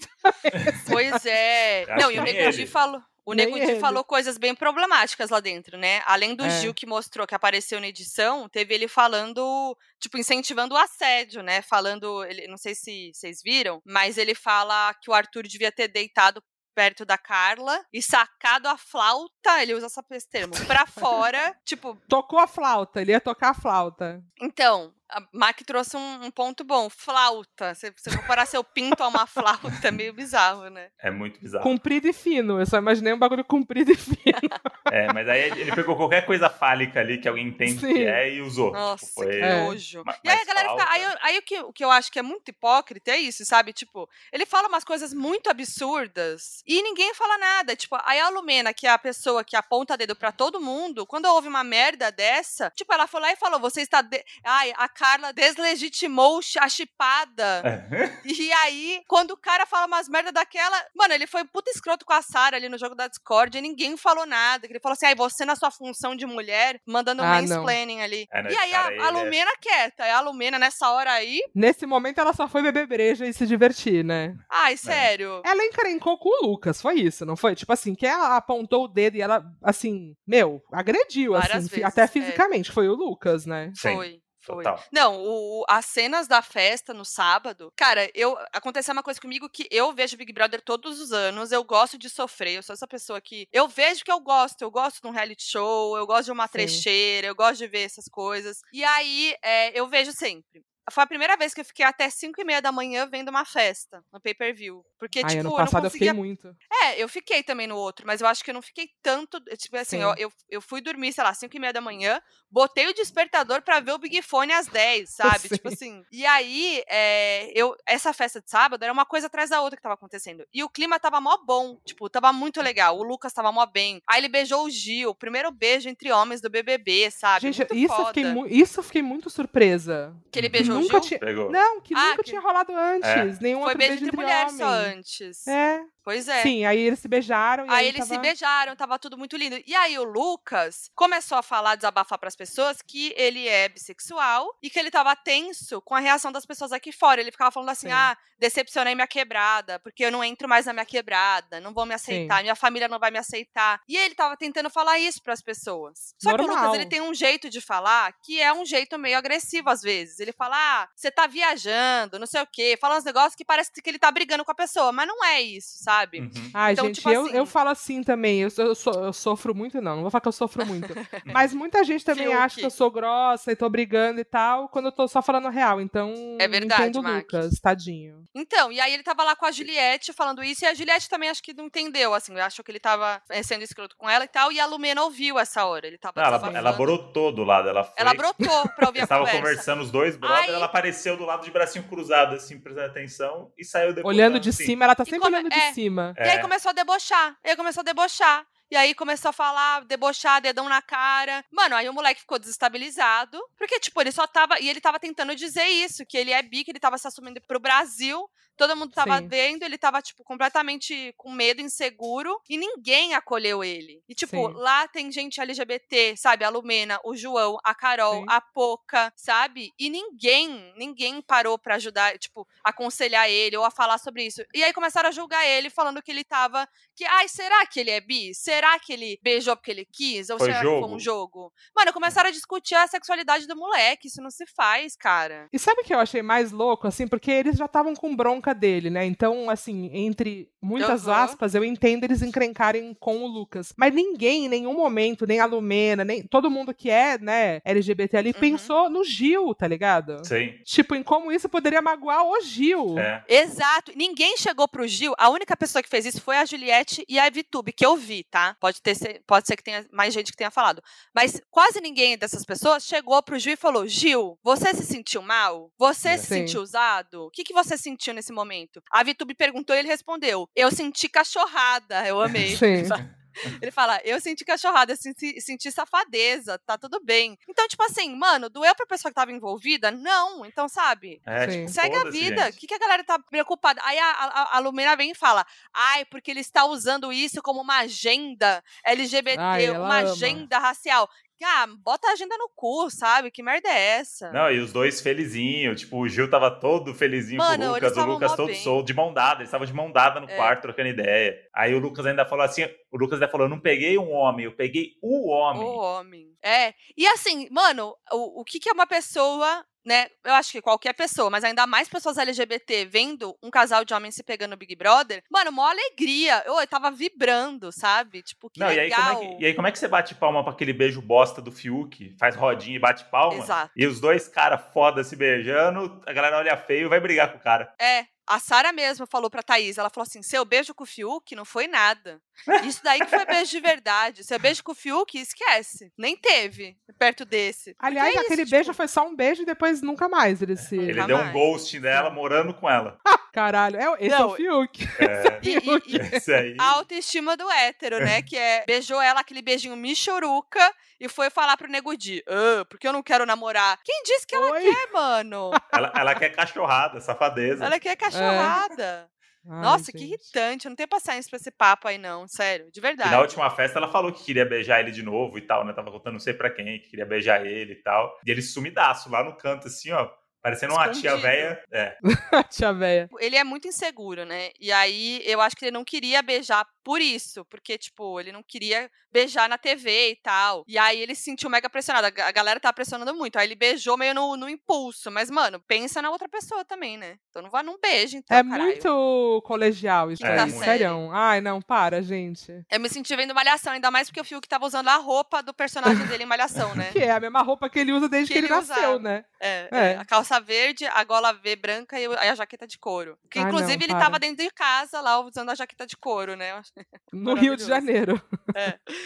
Pois é.
Acho
não,
que
e o
nem
Nego Di
ele.
falou. O
Nem
Nego Di
ele.
falou coisas bem problemáticas lá dentro, né? Além do
É.
Gil que mostrou que apareceu na edição, teve ele falando, tipo, incentivando o assédio, né? Falando, ele, não sei se vocês viram, mas ele fala que o Arthur devia ter deitado perto da Carla e sacado a flauta, ele usa essa- esse termo, pra fora, tipo,
Tocou a flauta, ele ia tocar a flauta.
Então, A Mac trouxe um, um ponto bom, flauta. Você, você comparar seu pinto a uma flauta é meio bizarro, né?
É muito bizarro.
Comprido e fino. Eu só imaginei um bagulho comprido e fino.
É, mas aí ele pegou qualquer coisa fálica ali que alguém entende
Sim.
que é e usou.
Nossa,
Tipo, foi-
que
É.
nojo.
Ma-
E aí a
mas
galera fica.
falta.
Aí, eu- aí o, que, o que eu acho que é muito hipócrita é isso, sabe? Tipo, ele fala umas coisas muito absurdas e ninguém fala nada. Tipo, aí a Lumena, que é a pessoa que aponta dedo pra todo mundo, quando houve uma merda dessa, tipo, ela foi lá e falou: você está. de- Ai, a Carla deslegitimou a chipada.
É.
E aí, quando o cara fala umas merda daquela. Mano, ele foi puta escroto com a Sarah ali no jogo da Discord e ninguém falou nada. Ele falou assim: aí você na sua função de mulher, mandando um
Ah, não.
mansplaining ali.
É, não,
e
esse
aí
cara aí,
a, a
ele é-
Lumena quieta. Aí a Lumena nessa hora aí.
Nesse momento ela só foi beber breja e se divertir, né?
Ai, sério.
Ela encrencou com o Lucas, foi isso, não foi? Tipo assim, que ela apontou o dedo e ela, assim, meu, agrediu,
Várias
assim, fi-
vezes,
até
é.
fisicamente. Foi o Lucas, né?
Sim,
Foi. Foi.
Total.
Não, o- o- as cenas da festa no sábado. Cara, eu aconteceu uma coisa comigo que eu vejo Big Brother todos os anos. Eu gosto de sofrer. Eu sou essa pessoa que. Eu vejo que eu gosto. Eu gosto de um reality show. Eu gosto de uma
Sim.
trecheira. Eu gosto de ver essas coisas. E aí, é, eu vejo sempre. Foi a primeira vez que eu fiquei até 5 e meia da manhã vendo uma festa no pay-per-view. Porque,
Aí
tipo,
ano
eu não
passado eu,
conseguia
fiquei muito.
é, eu fiquei também no outro, mas eu acho que eu não fiquei tanto. eh, Tipo assim,
Sim.
eu, eu, eu fui dormir, sei lá, 5 e meia da manhã, botei o despertador pra ver o Big Fone às 10, sabe? Tipo assim. E aí, é, eu, essa festa de sábado era uma coisa atrás da outra que tava acontecendo. E o clima tava mó bom, tipo, tava muito legal. O Lucas tava mó bem. Aí ele beijou o Gil, o primeiro beijo entre homens do BBB, sabe?
Gente,
muito
isso eu,
foda.
fiquei mu- isso eu fiquei muito surpresa.
Que ele beijou
nunca
o Gil.
tinha.
Pegou.
Não, que
Ah,
nunca
que-
tinha rolado antes. Nenhum
Foi
outro
beijo entre, mulher
homens.
só antes.
É.
Pois é.
Sim, aí eles se beijaram. e
Aí
aí
eles se
tava-
beijaram, tava tudo muito lindo. E aí o Lucas começou a falar, desabafar pras pessoas que ele é bissexual e que ele tava tenso com a reação das pessoas aqui fora. Ele ficava falando assim:
Sim.
"Ah, decepcionei minha quebrada, porque eu não entro mais na minha quebrada, não vão me aceitar, minha família não vai me aceitar". E ele tava tentando falar isso pras pessoas. Só que o Lucas,
Normal.
ele tem um jeito de falar que é um jeito meio agressivo às vezes. Ele fala: "Ah, você tá viajando, não sei o quê". Fala uns negócios que parece que ele tá brigando com a pessoa, mas não é isso, sabe?
Uhum.
Ai,
Então,
gente,
tipo
eu,
assim-
eu falo assim também. Eu, so- eu so- eu sofro muito, não. Não vou falar que eu sofro muito. Mas muita gente também
Fiuk.
acha que eu sou grossa e tô brigando e tal, quando eu tô só falando real. Então.
É verdade,
entendo o
Mac.
Lucas, tadinho.
Então, e aí ele tava lá com a Juliette falando isso, e a Juliette também acho que não entendeu, assim, achou que ele tava eh, sendo escroto com ela e tal, e a Lumena ouviu essa hora. Ele tava
Não, ela,
desabafando.
ela brotou do lado. Ela, foi,
Ela brotou pra ouvir
Eles
a
estavam
conversa.
conversando os dois, brother.
Aí-
Ela apareceu do lado de bracinho cruzado, assim, prestando atenção, e saiu depois.
Olhando de
falando assim,
cima, ela tá
E
sempre
como-
olhando
é.
de cima.
E aí
é,
começou a debochar, e aí começou a debochar. E aí começou a falar, debochar, dedão na cara. Mano, aí o moleque ficou desestabilizado. Porque, tipo, ele só tava. E ele tava tentando dizer isso: que ele é bi, que ele tava se assumindo pro Brasil. Todo mundo tava
Sim.
vendo, ele tava, tipo, completamente com medo, inseguro. E ninguém acolheu ele. E, tipo,
Sim.
lá tem gente LGBT, sabe? A Lumena, o João, a Carol,
Sim.
a Poca, sabe? E ninguém, ninguém parou pra ajudar, tipo, aconselhar ele ou a falar sobre isso. E aí começaram a julgar ele, falando que ele tava. Que, ai, será que ele é bi? Será que ele beijou porque ele quis? Ou
Foi
será que foi um
jogo.
jogo? Mano, começaram a discutir a sexualidade do moleque. Isso não se faz, cara.
E sabe o que eu achei mais louco, assim? Porque eles já estavam com bronca dele, né? Então, assim, entre muitas
Aham.
aspas, eu entendo eles encrencarem com o Lucas. Mas ninguém, em nenhum momento, nem a Lumena, nem todo mundo que é, né, LGBT ali,
Uhum.
pensou no Gil, tá ligado?
Sim.
Tipo, em como isso poderia magoar o Gil.
É.
Exato. Ninguém chegou pro Gil. A única pessoa que fez isso foi a Juliette e a Vitube, que eu vi, tá? Pode, ter, ser- pode ser que tenha mais gente que tenha falado. Mas quase ninguém dessas pessoas chegou pro Gil e falou: Gil, você se sentiu mal? Você se
É, Sim.
sentiu usado? O que, que você sentiu nesse momento? A Vitube perguntou e ele respondeu: Eu senti cachorrada. Eu amei.
Sim.
Ele fala, eu senti cachorrada, eu senti, senti safadeza, tá tudo bem. Então, tipo assim, mano, doeu pra pessoa que tava envolvida? Não, então, sabe?
É,
Sim.
tipo,
Segue a
foda-se,
vida. O
gente.
que, que a galera tá preocupada? Aí a, a, a Lumena vem e fala: ai, porque ele está usando isso como uma agenda LGBT,
Ai, ela
uma
ama.
agenda racial. Ah, bota a agenda no cu, sabe? Que merda é essa?
Não, e os dois felizinhos, tipo, o Gil tava todo felizinho
Mano,
com o
eles
Lucas, o
estavam mó
Lucas todo
bem.
solto, de mão dada, eles estavam de mão dada no
É.
quarto trocando ideia. Aí o Lucas ainda falou assim, o Lucas ainda falou, eu não peguei um homem, eu peguei o homem.
O homem. É. E assim, mano, o, o que, que é uma pessoa né? Eu acho que qualquer pessoa, mas ainda mais pessoas LGBT vendo um casal de homens se pegando no Big Brother, mano, uma alegria. Eu, eu tava vibrando, sabe? Tipo, que
Não, e aí,
legal.
como é que, e aí como é que você bate palma pra aquele beijo bosta do Fiuk? Faz rodinha e bate palma?
Exato.
E os dois caras foda se beijando, a galera olha feio e vai brigar com o cara.
É, a Sara mesma falou pra Thaís, ela falou assim, seu beijo com o Fiuk não foi nada. Isso daí que foi beijo de verdade. Seu beijo com o Fiuk, esquece. Nem teve perto desse. Porque
Aliás,
é isso,
aquele
tipo,
beijo foi só um beijo e depois nunca mais eles se.
Ele
Nunca
deu um
mais.
ghosting nela, morando com ela.
Caralho, é, esse é o
Não,
Fiuk.
É,
E, e- e
isso aí.
a autoestima do hétero, né? Que é, beijou ela aquele beijinho michuruca e foi falar pro Nego Di, "Ah, porque eu não quero namorar. Quem disse que ela
Oi.
quer, mano?
Ela, ela quer cachorrada, safadeza.
Ela quer cachorrada.
É. Ai,
Nossa, que
gente.
irritante. Eu não tenho paciência pra esse papo aí, não. Sério, de
E na
verdade.
última festa ela falou que queria beijar ele de novo e tal, né? Tava contando não sei pra quem, que queria beijar ele e tal. E ele sumidaço lá no canto, assim, ó. Parecendo uma tia
Escondido.
velha. É.
Tia véia.
Ele é muito inseguro, né? E aí eu acho que ele não queria beijar por isso, porque, tipo, ele não queria beijar na TV e tal. E aí ele se sentiu mega pressionado. A ga- a galera tava pressionando muito. Aí ele beijou meio no, no impulso. Mas, mano, pensa na outra pessoa também, né? Então não vá num beijo, então.
É
caralho.
muito colegial isso
Quinta
aí,
série.
sério. Ai, não, para, gente.
Eu me senti vendo Malhação, ainda mais porque o Fiuk tava usando a roupa do personagem dele em Malhação, né?
Que é a mesma roupa que ele usa desde que,
Que
ele,
ele
nasceu,
usava.
né?
É,
É.
é, a calça verde, a gola V branca e o- a jaqueta de couro. Que,
Ah, não,
inclusive, ele
para.
tava dentro de casa lá usando a jaqueta de couro, né?
No Rio de
Maravilhoso.
Janeiro.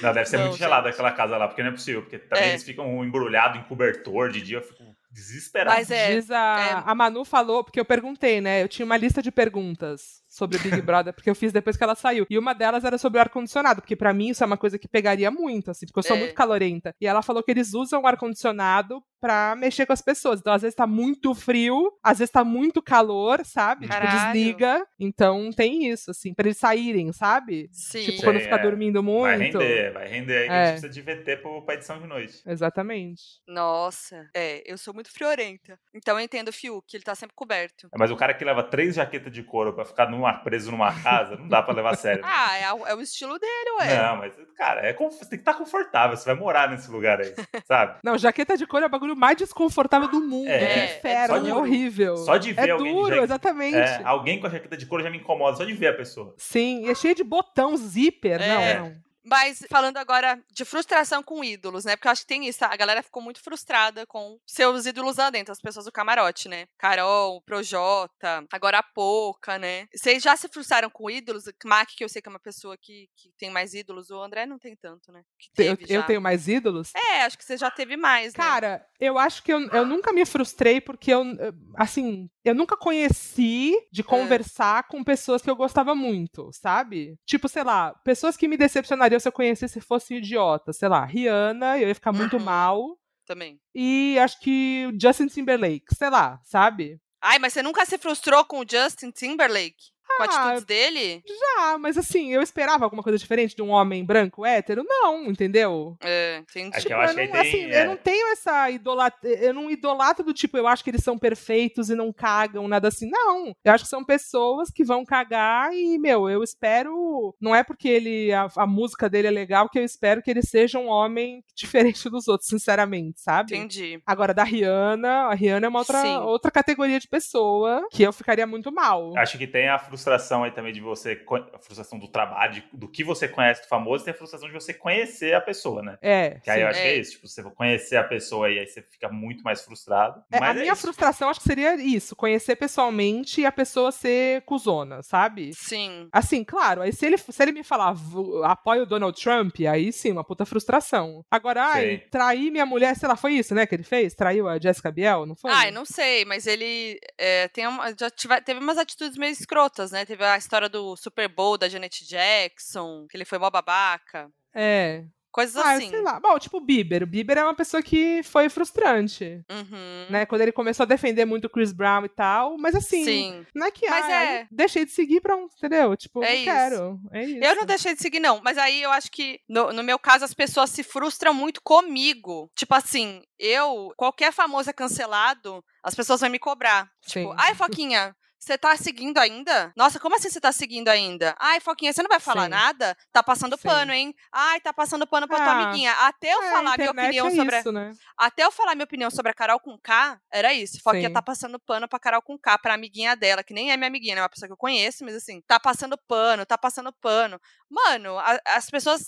Não, deve ser
Não,
muito
gente.
gelada aquela casa lá, porque não é possível. Porque também
É.
eles ficam embrulhados em cobertor de dia, eu fico desesperado.
Mas é.
Diz a,
é.
a Manu falou, porque eu perguntei, né? Eu tinha uma lista de perguntas sobre o Big Brother, porque eu fiz depois que ela saiu. E uma delas era sobre o ar-condicionado, porque pra mim isso é uma coisa que pegaria muito, assim, porque eu sou
É.
muito calorenta. E ela falou que eles usam o ar-condicionado pra mexer com as pessoas. Então, às vezes tá muito frio, às vezes tá muito calor, sabe? Tipo,
Caralho.
desliga. Então tem isso, assim, pra eles saírem, sabe?
Sim.
Tipo, quando
Sim,
ficar
é.
dormindo muito.
Vai render, vai render aí que a
É.
gente precisa de VT pro- pra edição de noite.
Exatamente.
Nossa, é, eu sou muito friorenta. Então eu entendo o Fiuk, ele tá sempre coberto.
Mas o cara que leva três jaquetas de couro pra ficar numa, preso numa casa, não dá pra levar a sério. né?
Ah, é, a- é o estilo dele, ué.
Não, mas, cara, é conf- você tem que estar confortável, você vai morar nesse lugar aí, sabe?
Não, jaqueta de couro é o bagulho mais desconfortável do mundo.
É,
É,
é
inferno,
só de-
é horrível.
Só de ver
É
alguém
duro,
de jaqueta,
exatamente.
é, alguém com a jaqueta de couro já me incomoda, só de ver a pessoa.
Sim, e é cheio de botão zíper.
É.
Não, não.
Mas falando agora de frustração com ídolos, né? Porque eu acho que tem isso, a galera ficou muito frustrada com seus ídolos lá dentro, as pessoas do camarote, né? Carol, Projota, agora a Poca, né? Vocês já se frustraram com ídolos? Mac, que eu sei que é uma pessoa que, que tem mais ídolos, o André não tem tanto, né? Que
Te- Eu,
teve
eu
já.
tenho mais ídolos?
É, acho que você já teve mais, né?
Cara, eu acho que eu, eu nunca me frustrei porque eu, eh, assim, eu nunca conheci
É.
de conversar com pessoas que eu gostava muito, sabe? Tipo, sei lá, pessoas que me decepcionariam se eu conhecesse fossem idiotas. Sei lá, Rihanna, eu ia ficar muito
Uhum.
mal.
Também.
E acho que Justin Timberlake, sei lá, sabe?
Ai, mas você nunca se frustrou com o Justin Timberlake? Com
Ah,
atitudes dele?
Ah, mas assim, eu esperava alguma coisa diferente de um homem branco hétero? Não, entendeu?
É, entendi.
É que
Tipo,
eu acho que
eu
aí
não,
tem.
assim,
é,
eu não tenho essa idolatria, eu não idolatro do tipo, eu acho que eles são perfeitos e não cagam, nada assim. Não, eu acho que são pessoas que vão cagar e, meu, eu espero, não é porque ele, a, a música dele é legal que eu espero que ele seja um homem diferente dos outros, sinceramente, sabe?
Entendi.
Agora, da Rihanna, a Rihanna é uma
Sim.
outra, outra categoria de pessoa que eu ficaria muito mal.
Acho que tem a frustração aí também de você, co- a frustração do trabalho, de- do que você conhece do famoso, tem a frustração de você conhecer a pessoa, né?
É.
Que aí
sim.
eu acho que
É.
é isso, tipo, você conhecer a pessoa e aí você fica muito mais frustrado.
É, a
mas é
minha
isso.
frustração acho que seria isso, conhecer pessoalmente e a pessoa ser cuzona, sabe?
Sim.
Assim, claro, aí se ele, se ele me falar "Vo- apoio o Donald Trump, aí sim, uma puta frustração. Agora, ai,
Sim.
trair minha mulher, sei lá, foi isso, né, que ele fez? Traiu a Jessica Biel, não foi?
Ai, não sei, mas ele é, tem uma- já tive- teve umas atitudes meio escrotas, né? Teve a história do Super Bowl da Janet Jackson, que ele foi mó babaca.
É.
Coisas
Ah,
assim.
sei lá. Bom, tipo o Bieber. O Bieber é uma pessoa que foi frustrante,
Uhum.
né? Quando ele começou a defender muito o Chris Brown e tal. Mas assim,
Sim.
não é que
Mas
ai,
é.
ai, deixei de seguir, pronto, entendeu? Tipo,
É
não
isso.
quero. É isso.
Eu não deixei de seguir, não. Mas aí eu acho que, no, no meu caso, as pessoas se frustram muito comigo. Tipo assim, eu, qualquer famoso é cancelado, as pessoas vão me cobrar.
Sim.
Tipo, ai, Foquinha, Você tá seguindo ainda? Nossa, como assim você tá seguindo ainda? Ai, Foquinha, você não vai falar
Sim.
nada? Tá passando
Sim.
pano, hein? Ai, tá passando pano pra tua
Ah,
amiguinha. Até eu
É, a
falar minha
internet
opinião
é
sobre.
Isso, né?
Até eu falar minha opinião sobre a Carol com K, era isso. Foquinha
Sim.
tá passando pano pra Carol com K, pra amiguinha dela, que nem é minha amiguinha, né? É uma pessoa que eu conheço, mas assim, tá passando pano, tá passando pano. Mano, a- as pessoas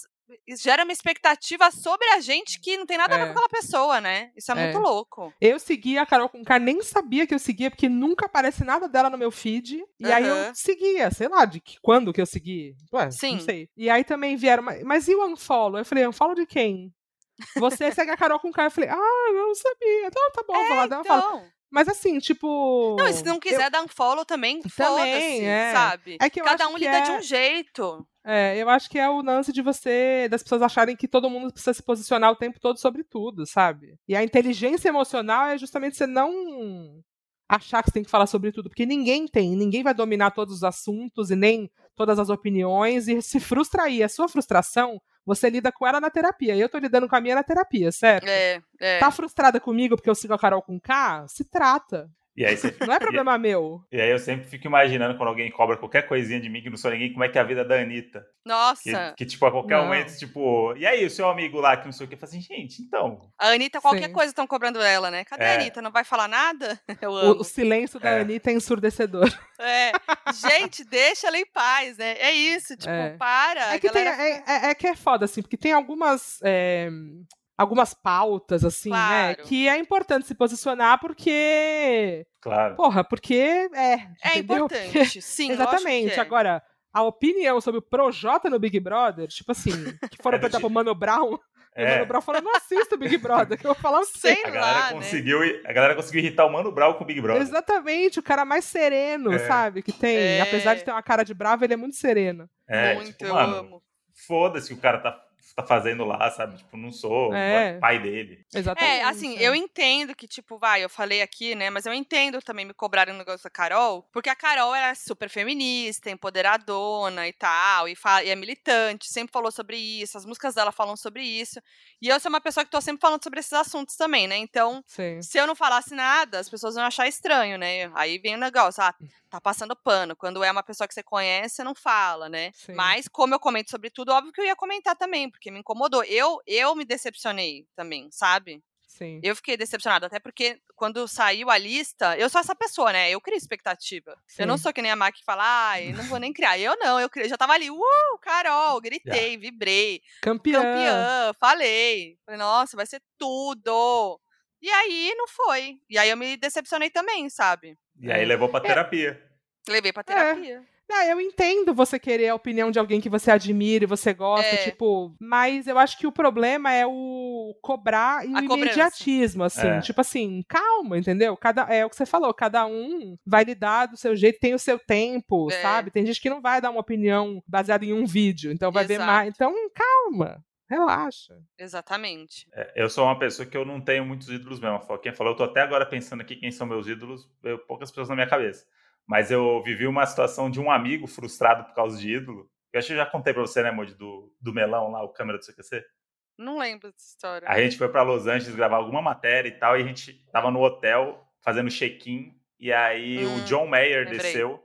geram uma expectativa sobre a gente que não tem nada a ver
É.
com aquela pessoa, né? Isso é,
É.
muito louco.
Eu seguia a Carol com K, nem sabia que eu seguia, porque nunca aparece nada dela no meu feed. E aí
Aham.
eu seguia, sei lá, de que, quando que eu segui. Ué,
Sim.
Não sei. E aí também vieram. "Ma- Mas e o unfollow? Eu falei, unfollow de quem? Você segue a Carol com K. Eu falei, ah, eu não sabia. Então tá bom, vou lá dar uma fala.
Então,
Mas assim, tipo.
não, e se não
eu-
quiser dar um follow também, foda-se,
é.
sabe?
É que eu
Cada
acho
um
que
lida
é-
de um jeito.
É, eu acho que é o lance de você, das pessoas acharem que todo mundo precisa se posicionar o tempo todo sobre tudo, sabe? E a inteligência emocional é justamente você não achar que você tem que falar sobre tudo, porque ninguém tem, ninguém vai dominar todos os assuntos e nem todas as opiniões e se frustra aí. A sua frustração, você lida com ela na terapia. Eu tô lidando com a minha na terapia, certo?
É, é.
Tá frustrada comigo porque eu sigo a Carol com K? Se trata.
E aí, você-
Não é problema meu.
e aí eu sempre fico imaginando quando alguém cobra qualquer coisinha de mim que não sou ninguém, como é que é a vida da Anitta. Que,
Nossa,
que, tipo, a qualquer
Não.
momento, tipo, e aí, o seu amigo lá que não sei o que, fala assim, gente, então.
a Anitta, qualquer
Sim.
coisa estão cobrando ela, né? Cadê a
É.
Anitta? Não vai falar nada? Eu amo.
O, o silêncio da
É.
Anitta é ensurdecedor.
É, gente, deixa ela em paz, né? É isso, tipo,
É.
para.
É que,
a galera...
tem, é, é- é que é foda, assim, porque tem algumas. é, algumas pautas, assim,
Claro.
né? Que é importante se posicionar porque.
Claro.
Porra, porque é.
É
entendeu?
importante, sim. lógico que
Exatamente.
é.
Agora, a opinião sobre o Projota no Big Brother, tipo assim, que foram
É do
perguntar pro
tipo-
Mano Brown, o
é.
Mano Brown falou: não assista o Big Brother, que eu vou falar o
Sei
quê?
A
lá,
galera,
né?
conseguiu, a galera conseguiu irritar o Mano Brown com o Big Brother.
Exatamente, o cara mais sereno,
É.
sabe? Que tem.
É.
Apesar de ter uma cara de bravo, ele é muito sereno.
É,
Muito,
tipo,
eu
mano,
amo.
foda-se o que o cara tá, tá fazendo lá, sabe? Tipo, não sou
É.
pai dele.
Exatamente.
É, assim, eu entendo que, tipo, vai, eu falei aqui, né? Mas eu entendo também me cobrarem o negócio da Carol, porque a Carol era super feminista, empoderadona e tal, e, fa- e é militante, sempre falou sobre isso, as músicas dela falam sobre isso. E eu sou uma pessoa que tô sempre falando sobre esses assuntos também, né? Então,
Sim.
se eu não falasse nada, as pessoas vão achar estranho, né? Aí vem o negócio, ah,
Hum.
tá passando pano. Quando é uma pessoa que você conhece, você não fala, né?
Sim.
Mas como eu comento sobre tudo, óbvio que eu ia comentar também, porque me incomodou. Eu, eu me decepcionei também, sabe?
Hum. Sim.
Eu fiquei decepcionada, até porque quando saiu a lista, eu sou essa pessoa, né? Eu crio expectativa. Eu não
Sim.
sou que nem a Mac que fala, ai, não vou nem criar. Eu não, eu criei, já tava ali, uh, Carol, gritei, vibrei
Campeã.
campeã, falei. Falei, nossa, vai ser tudo. E aí não foi. E aí eu me decepcionei também, sabe?
E aí
É.
levou pra terapia.
Levei pra
É.
terapia.
Não, eu entendo você querer a opinião de alguém que você admira e você gosta,
É.
tipo, mas eu acho que o problema é o cobrar e
A
o
cobrança.
imediatismo, assim,
É.
tipo assim, calma, entendeu? Cada é o que você falou, cada um vai lidar do seu jeito, tem o seu tempo,
É.
sabe? Tem gente que não vai dar uma opinião baseada em um vídeo, então vai ver
Exato.
mais, então calma, relaxa.
Exatamente.
É, Eu sou uma pessoa que eu não tenho muitos ídolos mesmo. Foi Quem falou, eu tô até agora pensando aqui quem são meus ídolos, eu- poucas pessoas na minha cabeça. Mas eu vivi uma situação de um amigo frustrado por causa de ídolo. Eu acho que eu já contei pra você, né, Moody, do, do melão lá, o câmera do CQC.
Não lembro dessa história.
A gente foi pra Los Angeles gravar alguma matéria e tal, e a gente tava no hotel fazendo check-in, e aí
Hum,
o John Mayer
lembrei.
desceu,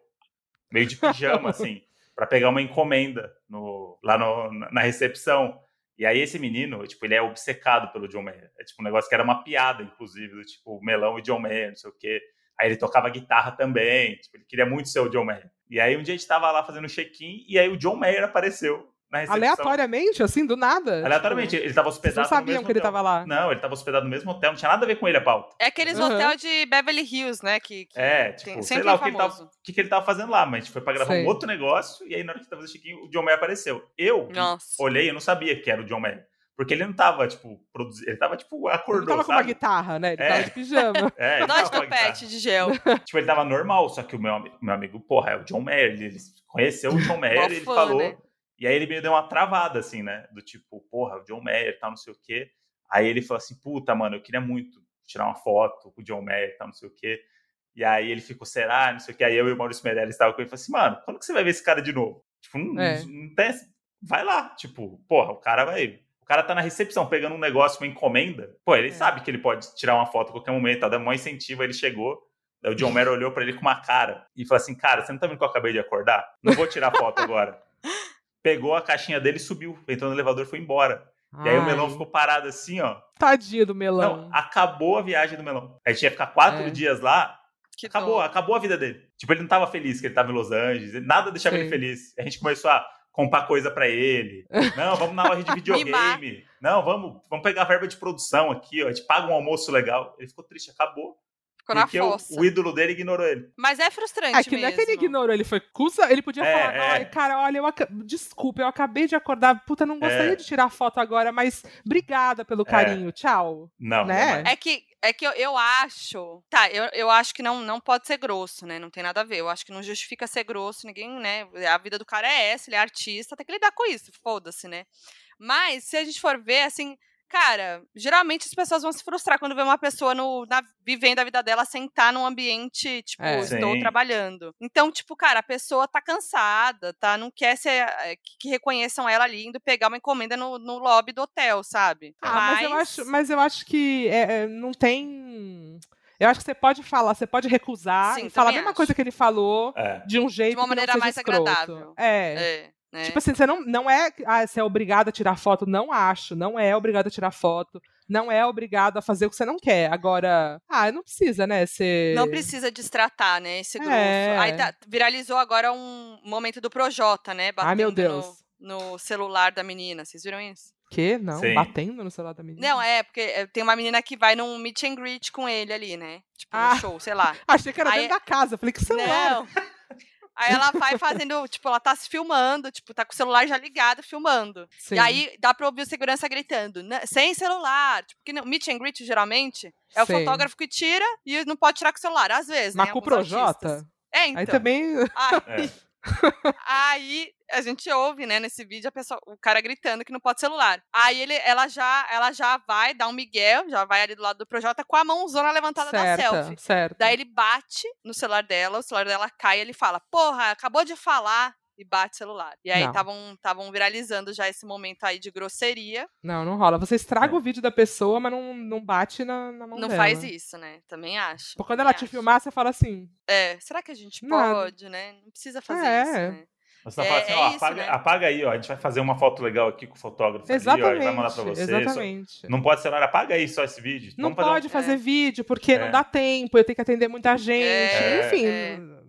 meio de pijama, assim, pra pegar uma encomenda no- lá no- na recepção. E aí esse menino, tipo, ele é obcecado pelo John Mayer. É tipo um negócio que era uma piada, inclusive, do tipo, Melão e John Mayer, não sei o quê. Aí ele tocava guitarra também, tipo, ele queria muito ser o John Mayer. E aí um dia a gente tava lá fazendo check-in, e aí o John Mayer apareceu na recepção.
Aleatoriamente, assim, do nada. tipo,
Uhum.
Aleatoriamente, ele tava
vocês não
hospedado no
sabiam
mesmo
que ele
hotel.
tava lá.
Não, ele tava hospedado no mesmo hotel, não tinha nada a ver com ele a pauta.
É aqueles
Aham.
hotel de Beverly Hills, né? Que, que
É, tipo,
tem-
sei
sempre
lá
é
o que ele, tava,
famoso.
o que que ele tava fazendo lá, mas a gente foi pra gravar
Sei.
um outro negócio, e aí na hora que tava fazendo check-in, o John Mayer apareceu. Eu
Nossa.
olhei, eu não sabia que era o John Mayer. Porque ele não tava, tipo, produzindo. Ele tava, tipo,
Ele
acordou,
não tava com uma
sabe?
guitarra, né? Ele
É.
tava de pijama.
É, ele
Nós
tava com a guitarra.
topete de gel.
Tipo, ele tava normal, só que o meu, ami- meu amigo, porra, é o John Mayer. Ele, ele conheceu o John Mayer,
Mó
ele
fã,
falou.
né?
E aí ele meio deu uma travada, assim, né? Do tipo, porra, o John Mayer, tal, não sei o quê. Aí ele falou assim, puta, mano, eu queria muito tirar uma foto com o John Mayer, tal, não sei o quê. E aí ele ficou, será, não sei o quê. Aí eu e o Maurício Meirelles estava com ele e falei assim, mano, quando que você vai ver esse cara de novo? Tipo, não,
É.
não tem... Vai lá, tipo, porra, o cara vai... O cara tá na recepção pegando um negócio, uma encomenda. Pô, ele
É.
sabe que ele pode tirar uma foto a qualquer momento, tá dando maior incentivo, aí ele chegou. Daí o John Mayer olhou pra ele com uma cara e falou assim: Cara, você não tá vendo que eu acabei de acordar? Não vou tirar foto agora. Pegou a caixinha dele e subiu. Entrou no elevador e foi embora. E aí o
Ai,
melão ficou parado assim, ó.
Tadinho do
Não,
melão.
acabou a viagem do melão. A gente ia ficar quatro
É.
dias lá,
Que
acabou,
dó.
acabou a vida dele. Tipo, ele não tava feliz que ele tava em Los Angeles, ele- nada deixava
Sim.
ele feliz. A gente começou a comprar coisa pra ele. Não, vamos na loja de
Mimar.
videogame. Não, vamos, vamos pegar a verba de produção aqui, ó. A gente paga um almoço legal. Ele ficou triste, acabou.
Ficou na
porque o,
fossa.
o ídolo dele ignorou ele.
Mas é frustrante
É que
mesmo.
não é que ele ignorou, ele foi cusa. Ele podia
É,
falar,
é.
ai, cara, olha, eu aca- desculpa, eu acabei de acordar. Puta, não gostaria
É.
de tirar foto agora, mas obrigada pelo carinho. Tchau.
Não.
Né?
jamais.
É que, é que eu, eu acho. Tá, eu, eu acho que não, não pode ser grosso, né? Não tem nada a ver. Eu acho que não justifica ser grosso, ninguém, né? A vida do cara é essa, ele é artista, tem que lidar com isso, foda-se, né? Mas, se a gente for ver, assim. Cara, geralmente as pessoas vão se frustrar quando vê uma pessoa no, na- vivendo a vida dela sentar num ambiente, tipo,
É.
estou
Sim.
trabalhando. Então, tipo, cara, a pessoa tá cansada, tá? Não quer ser, eh, que, que reconheçam ela ali indo pegar uma encomenda no, no lobby do hotel, sabe?
Ah, mas, eu acho, mas eu acho que é, é, não tem. Eu acho que você pode falar, você pode recusar
Sim,
e falar a
também
mesma
acho.
coisa que ele falou
É.
de um jeito.
De uma
que não
maneira
seja
mais
escroto.
agradável.
É.
É, né?
Tipo assim, você não, não é. que, Ah, você é obrigado a tirar foto. Não acho. Não é obrigado a tirar foto. Não é obrigado a fazer o que você não quer. Agora. Ah, não precisa, né? Ser...
Não precisa destratar, né? Esse grosso.
É.
Aí tá- viralizou agora um momento do Projota, né?
Ai,
batendo
meu
no-
Deus.
No, celular da menina. Vocês viram isso?
Quê? Não?
Sim.
Batendo no celular da menina?
Não, é, porque é, tem uma menina que vai num meet and greet com ele ali, né? Tipo,
Ah. então
no show, sei lá.
Achei que era
Aí- é
dentro da casa. Falei, que celular?
Não. Aí ela vai fazendo, tipo, ela tá se filmando, tipo, tá com o celular já ligado, filmando.
Sim.
E aí dá pra ouvir o segurança gritando, "Né, sem celular. Tipo, que não, meet and greet, geralmente, é o
Sim.
fotógrafo que tira e não pode tirar com o celular, às vezes.
Mas
né,
com o
alguns artistas.
Projota?
É, então.
Aí tá também.
Ai,
É.
Aí a gente ouve, né, nesse vídeo, a pessoa, o cara gritando que não pode celular. Aí ele, ela, já, ela já vai dar um miguel, já vai ali do lado do Projota com a mãozona levantada da selfie.
Certa, certo.
Daí ele bate no celular dela, o celular dela cai e ele fala, porra, acabou de falar. E bate o celular. E aí
Não.
estavam viralizando já esse momento aí de grosseria.
Não, não rola. Você
É.
estraga o vídeo da pessoa, mas não, não bate na, na mão
Não
dela.
faz isso, né? Também acho.
Porque quando
também
ela te
acho.
filmar, você fala assim.
É, será que a gente
Nada.
pode, né? Não precisa fazer
É.
isso, né?
Você tá
É-
falando assim,
é
ó,
isso,
apaga,
né?
apaga aí, ó. A gente vai fazer uma foto legal aqui com o fotógrafo ali, ó. Ele
Exatamente.
vai mandar pra você. só-
exatamente.
Não pode celular, apaga aí só esse vídeo.
Não
Vamos fazer um-
pode fazer vídeo, porque não
É.
dá tempo, eu tenho que atender muita gente.
É,
Enfim.
é.
hum,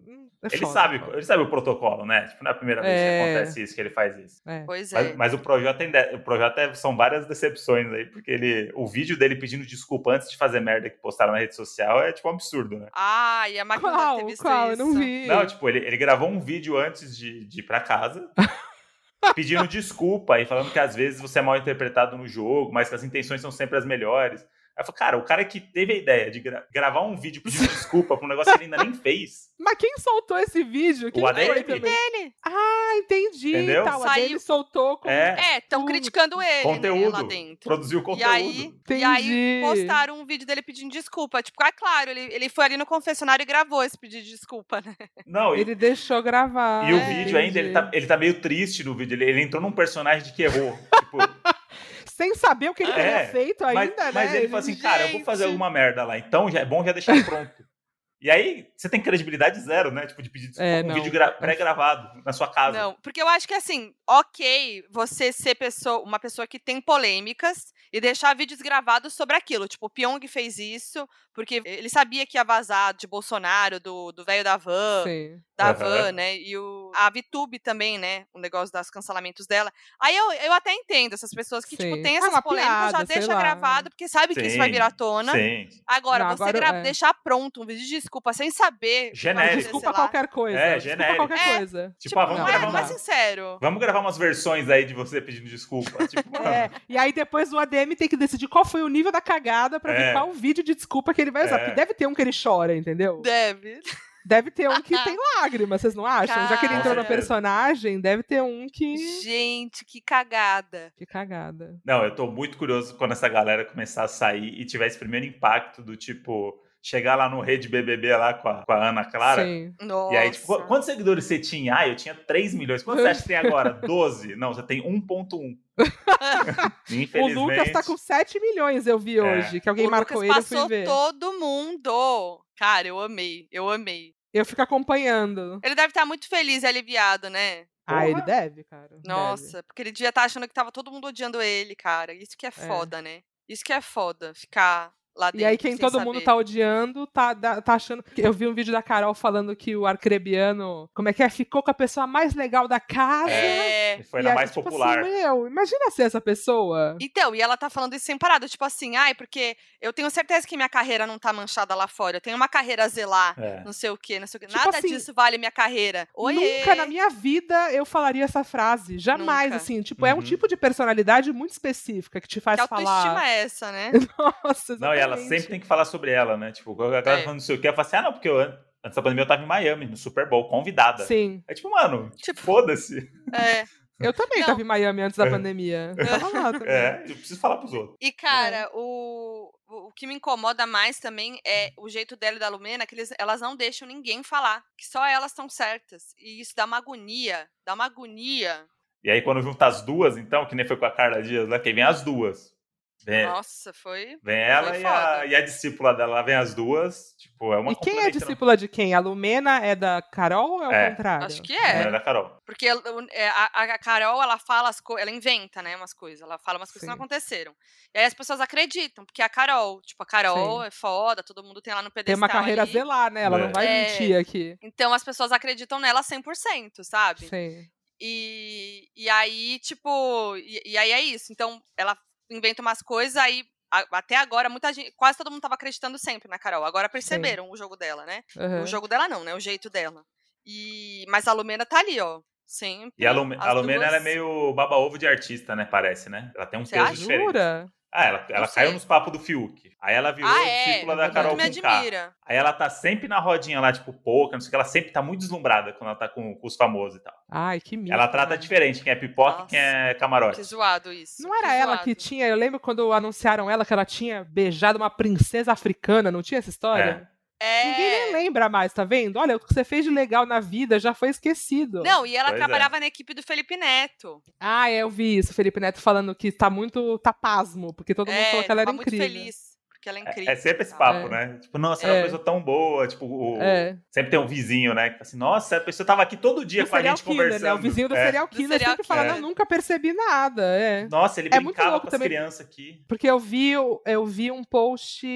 é
Ele
foda.
sabe, ele sabe o protocolo, né? Tipo, não é a primeira vez
É.
que acontece isso, que ele faz isso.
É.
Pois é.
Mas, mas o projeto tem de- o projeto é- são várias decepções aí, porque ele, o vídeo dele pedindo desculpa antes de fazer merda que postaram na rede social é tipo um absurdo, né?
Ah, e a máquina deve ter
Qual?
visto
Qual? Eu
isso.
não vi.
Não, tipo, ele, ele gravou um vídeo antes de, de ir pra casa, pedindo desculpa e falando que às vezes você é mal interpretado no jogo, mas que as intenções são sempre as melhores. Aí eu falo, cara, o cara que teve a ideia de gra- gravar um vídeo pedindo desculpa pra um negócio que ele ainda nem fez.
Mas quem soltou esse vídeo? Quem
ADM.
foi também?
Ele.
Ah, entendi.
Entendeu?
Tá, o
Saiu-
ADM soltou com
É,
É, estão
Tudo.
criticando ele né, lá
conteúdo.
dentro.
Produziu
E
conteúdo.
aí, e aí
Entendi.
postaram um vídeo dele pedindo desculpa. Tipo, ah, claro, ele, ele foi ali no confessionário e gravou esse pedido de desculpa, né?
Não, e-
Ele deixou gravar.
É. E o
Ah,
vídeo ainda, ele tá,
entendi.
ele tá meio triste no vídeo. Ele, ele entrou num personagem de que errou. tipo,
Sem saber o que ele
É,
teria feito
mas,
ainda, né?
mas ele falou assim, cara, eu vou fazer
gente.
alguma merda lá, então já é bom já deixar pronto. E aí, você tem credibilidade zero, né? Tipo, de pedir desculpa
É,
com
não.
um vídeo gra- pré-gravado na sua casa.
Não, porque eu acho que assim, ok você ser pessoa, uma pessoa que tem polêmicas e deixar vídeos gravados sobre aquilo. Tipo, o Pyong fez isso porque ele sabia que ia vazar de Bolsonaro, do do velho da van,
Sim.
da
Aham.
Van, né? E o, a VTube também, né? O negócio dos cancelamentos dela. Aí eu, eu até entendo essas pessoas que, tipo,
Sim.
tem
Ah,
essas
uma
polêmicas, já
piada, sei
deixa
lá.
gravado, porque sabe que isso vai
Sim,
vir à tona.
Sim. Tipo,
Agora,
Não,
você
agora,
gra-
é.
deixar pronto um vídeo de desculpa sem saber. o que vai
Genérico.
acontecer
Desculpa
lá.
qualquer coisa.
É,
desculpa
genérico.
qualquer
É.
coisa.
Tipo, ah, vamos
não, é,
gravar
não é
uma...
assim.
sincero.
Vamos gravar umas versões aí de você pedindo desculpa. Tipo,
É, e aí depois o ADM tem que decidir qual foi o nível da cagada pra ver
É.
qual vídeo de desculpa que ele vai usar.
É.
Porque deve ter um que ele chora, entendeu?
Deve.
Deve ter um que tem lágrima, vocês não acham? Já que ele entrou no
Cara.
personagem, deve ter um que.
Gente, que cagada.
Que cagada.
Não, eu tô muito curioso quando essa galera começar a sair e tiver esse primeiro impacto do tipo. chegar lá no Rede BBB lá com a, com a Ana Clara.
Sim.
Nossa.
E aí, tipo, qu- quantos seguidores você tinha? Ah, eu tinha 3 milhões. Quantos você acha que tem agora? 12? Não, você tem 1.1.
O
Infelizmente.
Lucas tá com 7 milhões, eu vi
É.
hoje, que alguém
o
marcou
Lucas
ele, eu
passou
fui ver.
todo mundo. Cara, eu amei, eu amei.
Eu fico acompanhando.
Ele deve estar muito feliz e aliviado, né?
Ah, ele
Porra.
deve, cara. deve.
Nossa, porque ele devia estar achando que tava todo mundo odiando ele, cara. Isso que é foda, né? Isso que é foda, ficar lá dentro.
E aí quem
sem
todo mundo
saber.
tá odiando, tá, dá- tá achando... Eu vi um vídeo da Carol falando que o arcrebiano, como é que é? Ficou com a pessoa mais legal da casa.
É.
Foi
E
na
aí,
mais
tipo
popular.
Assim, meu, imagina ser essa pessoa.
Então, e ela tá falando isso sem parada, tipo assim, ai, porque eu tenho certeza que minha carreira não tá manchada lá fora. Eu tenho uma carreira a zelar,
É.
não sei o quê, não sei o quê.
Tipo
Nada
assim,
disso vale minha carreira. Oiê!
Nunca na minha vida eu falaria essa frase. Jamais,
Nunca.
assim. Tipo, é um
Uhum.
tipo de personalidade muito específica que te faz
Que autoestima
falar.
é essa, né?
Nossa,
Não, e ela
exatamente.
sempre tem que falar sobre ela, né? Tipo, a galera
É.
falando não sei o que, ela fala assim, ah, não, porque eu, antes da pandemia eu tava em Miami, no Super Bowl, convidada.
Sim.
É tipo, mano,
Tipo-
foda-se.
É.
Eu também
Não.
tava em Miami antes da
É.
pandemia. Eu tava lá também.
É, eu preciso falar pros outros.
E, cara, o, o o que me incomoda mais também é o jeito dela e da Lumena, que eles, elas não deixam ninguém falar, que só elas estão certas. E isso dá uma agonia, dá uma agonia.
E aí, quando junta as duas, então, que nem foi com a Carla Dias, lá, que vem as duas.
É.
Vem,
Nossa, foi.
vem ela
foi
e a,
foda.
e a discípula dela, lá vem as duas. Tipo, é uma
E quem é
complementa,
discípula de quem? A Lumena é da Carol ou é o
É.
contrário?
Acho que
não. Não
é.
é da Carol.
Porque el- o- é, a, a Carol, ela fala as coisas, ela inventa, né, umas coisas. Ela fala umas coisas que não
Sim.
aconteceram. E aí as pessoas acreditam, porque é a Carol, tipo, a Carol é foda, todo mundo tem lá no pedestal.
Tem uma carreira a
ali.
zelar, né? Ela
É.
não vai
É.
mentir aqui.
Então as pessoas acreditam nela 100%, sabe?
Sim.
E, e aí, tipo, e, e aí é isso. Então, ela inventa umas coisas, aí a- até agora, muita gente, quase todo mundo tava acreditando sempre na Carol. Agora perceberam o jogo dela, né?
Aham.
É.
O jogo dela não, né? O jeito dela. E, mas a Lumena tá ali, ó. Sempre.
E a, Lume, a
as
Lumena, ela é
duas-
meio baba-ovo de artista, né? Parece, né? Ela tem um
Você
peso
acha?
diferente.
Jura?
Ah, ela, ela
sei.
caiu nos papos do Fiuk. Aí ela virou
Ah, é.
discípula da
muito
Carol
Muito me
com K.
admira.
Aí ela tá sempre na rodinha lá, tipo, pouca, não sei o que. Ela sempre tá muito deslumbrada quando ela tá com, com os famosos e tal.
Ai, que mico.
Ela trata
né?
diferente quem é pipoca e quem
Nossa,
é
Que
camarote.
zoado isso.
Não era ela que
zoado.
tinha. Eu lembro quando anunciaram ela que ela tinha beijado uma princesa africana, não tinha essa história?
É.
Ninguém nem lembra mais, tá vendo? Olha, o que você fez de legal na vida já foi esquecido.
Não, e ela
Pois é.
trabalhava na equipe do Felipe Neto.
Ah, é, eu vi isso, Felipe Neto falando que tá muito. tá pasmo, porque todo mundo
é,
falou que ela era
tava muito
incrível.
feliz. Porque ela é
É-
incrível.
É sempre esse
sabe?
papo,
É.
né? Tipo, nossa, era
É.
uma pessoa tão boa. Tipo, o-
É.
sempre tem um vizinho, né? Que fala assim, nossa, a pessoa tava aqui todo dia
do
com a
serial
gente
killer, né? O
conversando.
vizinho do
É.
serial
Do
killer
serial
sempre fala,
killer.
não, nunca percebi nada, é.
Nossa, ele
É muito
brincava
louco
com as
também.
crianças aqui.
Porque eu vi, eu vi um post,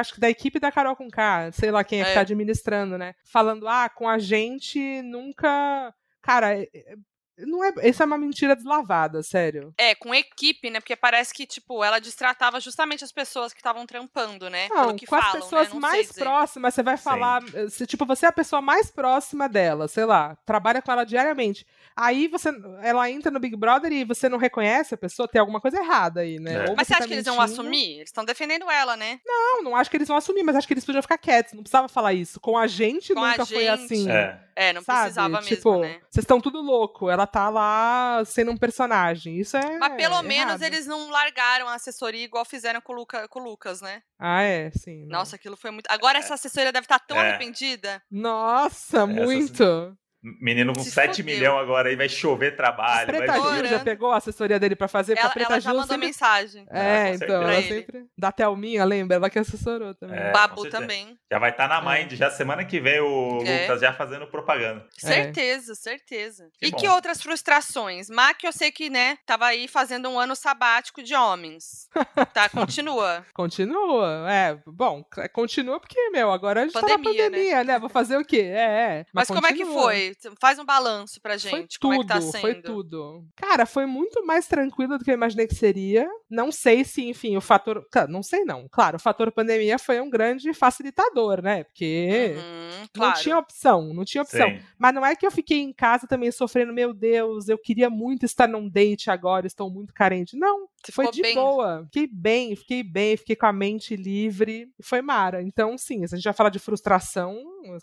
acho que da equipe da Carol com K, sei lá quem é, que
É.
tá administrando, né? Falando, ah, com a gente nunca. Cara, é- é- não é. Isso é uma mentira deslavada, sério.
É, com equipe, né? Porque parece que, tipo, ela destratava justamente as pessoas que estavam trampando, né?
Não,
Pelo que
com as
falam,
pessoas
né? Não sei
mais
dizer.
próximas, você vai falar. Se, tipo, você é a pessoa mais próxima dela, sei lá, trabalha com ela diariamente. Aí você, ela entra no Big Brother e você não reconhece a pessoa, tem alguma coisa errada aí, né?
É.
Ou
Mas você
tá
acha que eles um vão
mentindo.
assumir? Eles estão defendendo ela, né?
Não, não acho que eles vão assumir, mas acho que eles podiam ficar quietos. Não precisava falar isso. Com a gente
Com a
nunca foi
gente.
assim.
É.
É, não
sabe?
precisava mesmo,
tipo,
né?
vocês estão tudo louco. Ela tá lá sendo um personagem. Isso é.
Mas pelo menos
errado.
eles não largaram a assessoria igual fizeram com o, Luca- com o Lucas, né?
Ah, é, sim. não. É.
Nossa, aquilo foi muito. Agora essa assessoria deve estar tão
É.
arrependida.
Nossa, muito.
Menino com
Se
7
fudeu.
milhões agora aí vai chover trabalho. Vai
Preta Gil
chover.
já
Chorando.
pegou a assessoria dele pra fazer, porque
Ela,
a Preta
ela já
Gil
mandou
sempre...
mensagem.
É,
É, com
então,
certeza.
ela
Pra ele.
sempre. Da Thelminha, lembra? Ela que assessorou também.
É, com
Babu
certeza.
também.
Já vai estar na mind, já semana que vem o
É.
Lucas já fazendo propaganda.
É.
Certeza, certeza.
Que
e
bom.
que outras frustrações? Mac, eu sei que, né, tava aí fazendo um ano sabático de homens. Tá, continua.
Continua, é. Bom, c- continua porque, meu, agora a gente tá
Pandemia,
na
né?
pandemia, né? Vou fazer o quê? É, é.
Mas, como é que
continua.
foi? Faz um balanço pra gente.
foi tudo,
como é que tá sendo?
foi tudo. Cara, foi muito mais tranquilo do que eu imaginei que seria. Não sei se, enfim, o fator. Claro, Não sei, não. Claro, o fator pandemia foi um grande facilitador, né? Porque.
Uhum,
Não
claro.
tinha opção, não tinha opção.
Sim.
Mas não é que eu fiquei em casa também sofrendo, meu Deus, eu queria muito estar num date agora, estou muito carente. Não,
Você
foi
ficou
de
bem.
boa. Fiquei bem, fiquei bem, fiquei com a mente livre. E foi mara. Então, sim, se a gente vai falar de frustração,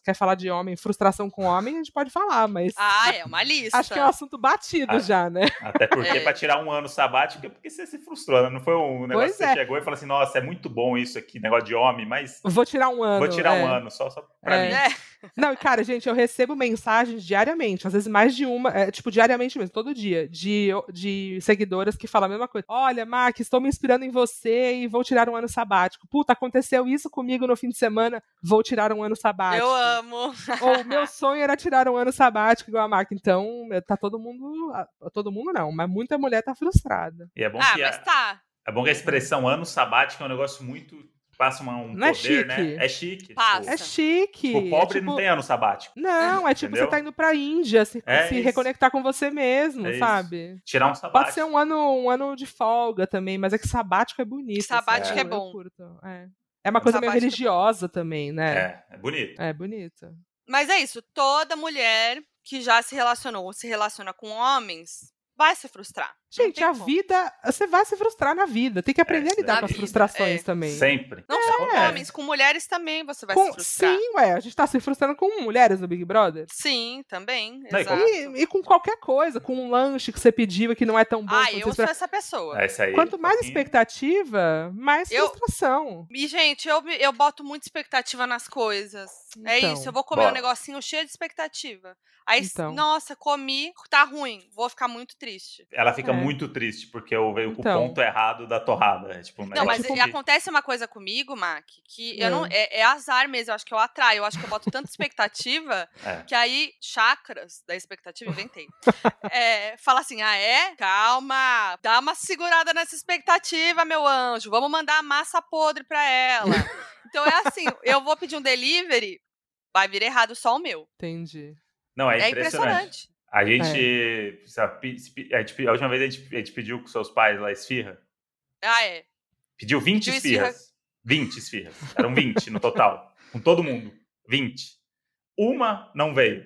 quer falar de homem, frustração com homem, a gente pode falar, mas.
Ah, é uma lista.
Acho que é um assunto batido
Ah.
já, né?
Até porque,
É.
pra tirar um ano sabático, é porque você se frustrou, né? Não foi um negócio
Pois
que você
é.
chegou e falou assim, nossa, é muito bom isso aqui, negócio de homem, mas
Vou tirar um ano.
vou tirar
é.
um ano, só, só pra
É.
mim.
É,
Não, e cara, gente, eu recebo mensagens diariamente, às vezes mais de uma, é, tipo, diariamente mesmo, todo dia, de, de seguidoras que falam a mesma coisa. Olha, Mark, estou me inspirando em você e vou tirar um ano sabático. Puta, aconteceu isso comigo no fim de semana, vou tirar um ano sabático.
eu amo.
Ou meu sonho era tirar um ano sabático igual a Mark. Então, é, tá todo mundo. ah, Todo mundo não, mas muita mulher tá frustrada.
E é bom,
Ah,
que
mas
a,
tá.
é bom que a expressão ano sabático é um negócio muito. passa uma- um
Não é
poder,
chique.
né? É chique.
Passa.
É
Tipo,
chique.
o pobre
é tipo-
não tem ano sabático.
Não, é tipo,
Entendeu?
você tá indo pra Índia, se,
É
se
isso.
reconectar com você mesmo,
É isso.
sabe?
Tirar um
Pode
sabático.
ser um ano, um ano de folga também, mas é que sabático é bonito.
Sabático
sabe?
é bom.
Eu curto, é. É uma coisa meio
Sabático é
religiosa também, né?
É, é bonito.
É, bonito.
Mas é isso. Toda mulher que já se relacionou ou se relaciona com homens vai se frustrar. Não
Gente,
tem
a
como.
vida. Você vai se frustrar na vida. Tem que aprender
É isso
a lidar
daí.
com as
Na vida,
frustrações
é.
também.
Sempre. É.
Não
Isso
só um com
acontece.
homens, com mulheres também você vai se
é. Com,
frustrar.
sim, ué. A gente tá se frustrando com mulheres do Big Brother.
Sim, também.
Não, e
exato.
como- É
E, e com qualquer coisa, com um lanche que você pediu e que não é tão bom.
Ah,
quanto
eu
você
sou
espera.
essa pessoa.
É isso aí.
Quanto mais
Assim,
expectativa, mais
Eu-
frustração.
E, gente, eu, me- eu boto muita expectativa nas coisas. é
Então.
isso, eu vou comer um
Bora.
negocinho cheio de expectativa. Aí, s-
Então.
nossa, comi, tá ruim, vou ficar muito triste.
Ela fica
É.
muito triste porque eu veio com o
Então.
ponto errado da torrada. É tipo um
Não,
negócio
mas
que-
acontece uma coisa comigo, Mac, que eu não.
Hum.
É, é azar mesmo, eu acho que eu atraio. Eu acho que eu boto tanta expectativa
É.
que aí, chakras da expectativa, inventei. É, fala assim: ah, é? Calma, dá uma segurada nessa expectativa, meu anjo. Vamos mandar a massa podre pra ela. então é assim: eu vou pedir um delivery, vai vir errado só o meu.
Entendi.
Não, é,
É impressionante.
impressionante. A
É.
gente, sei lá, pe- se pe- a gente pe- A última vez a gente, a gente pediu com seus pais lá esfirra.
Ah, é.
Pediu 20
Pediu esfirra.
esfirras. 20 esfirras. Eram 20 no total. Com todo mundo. 20. Uma não veio.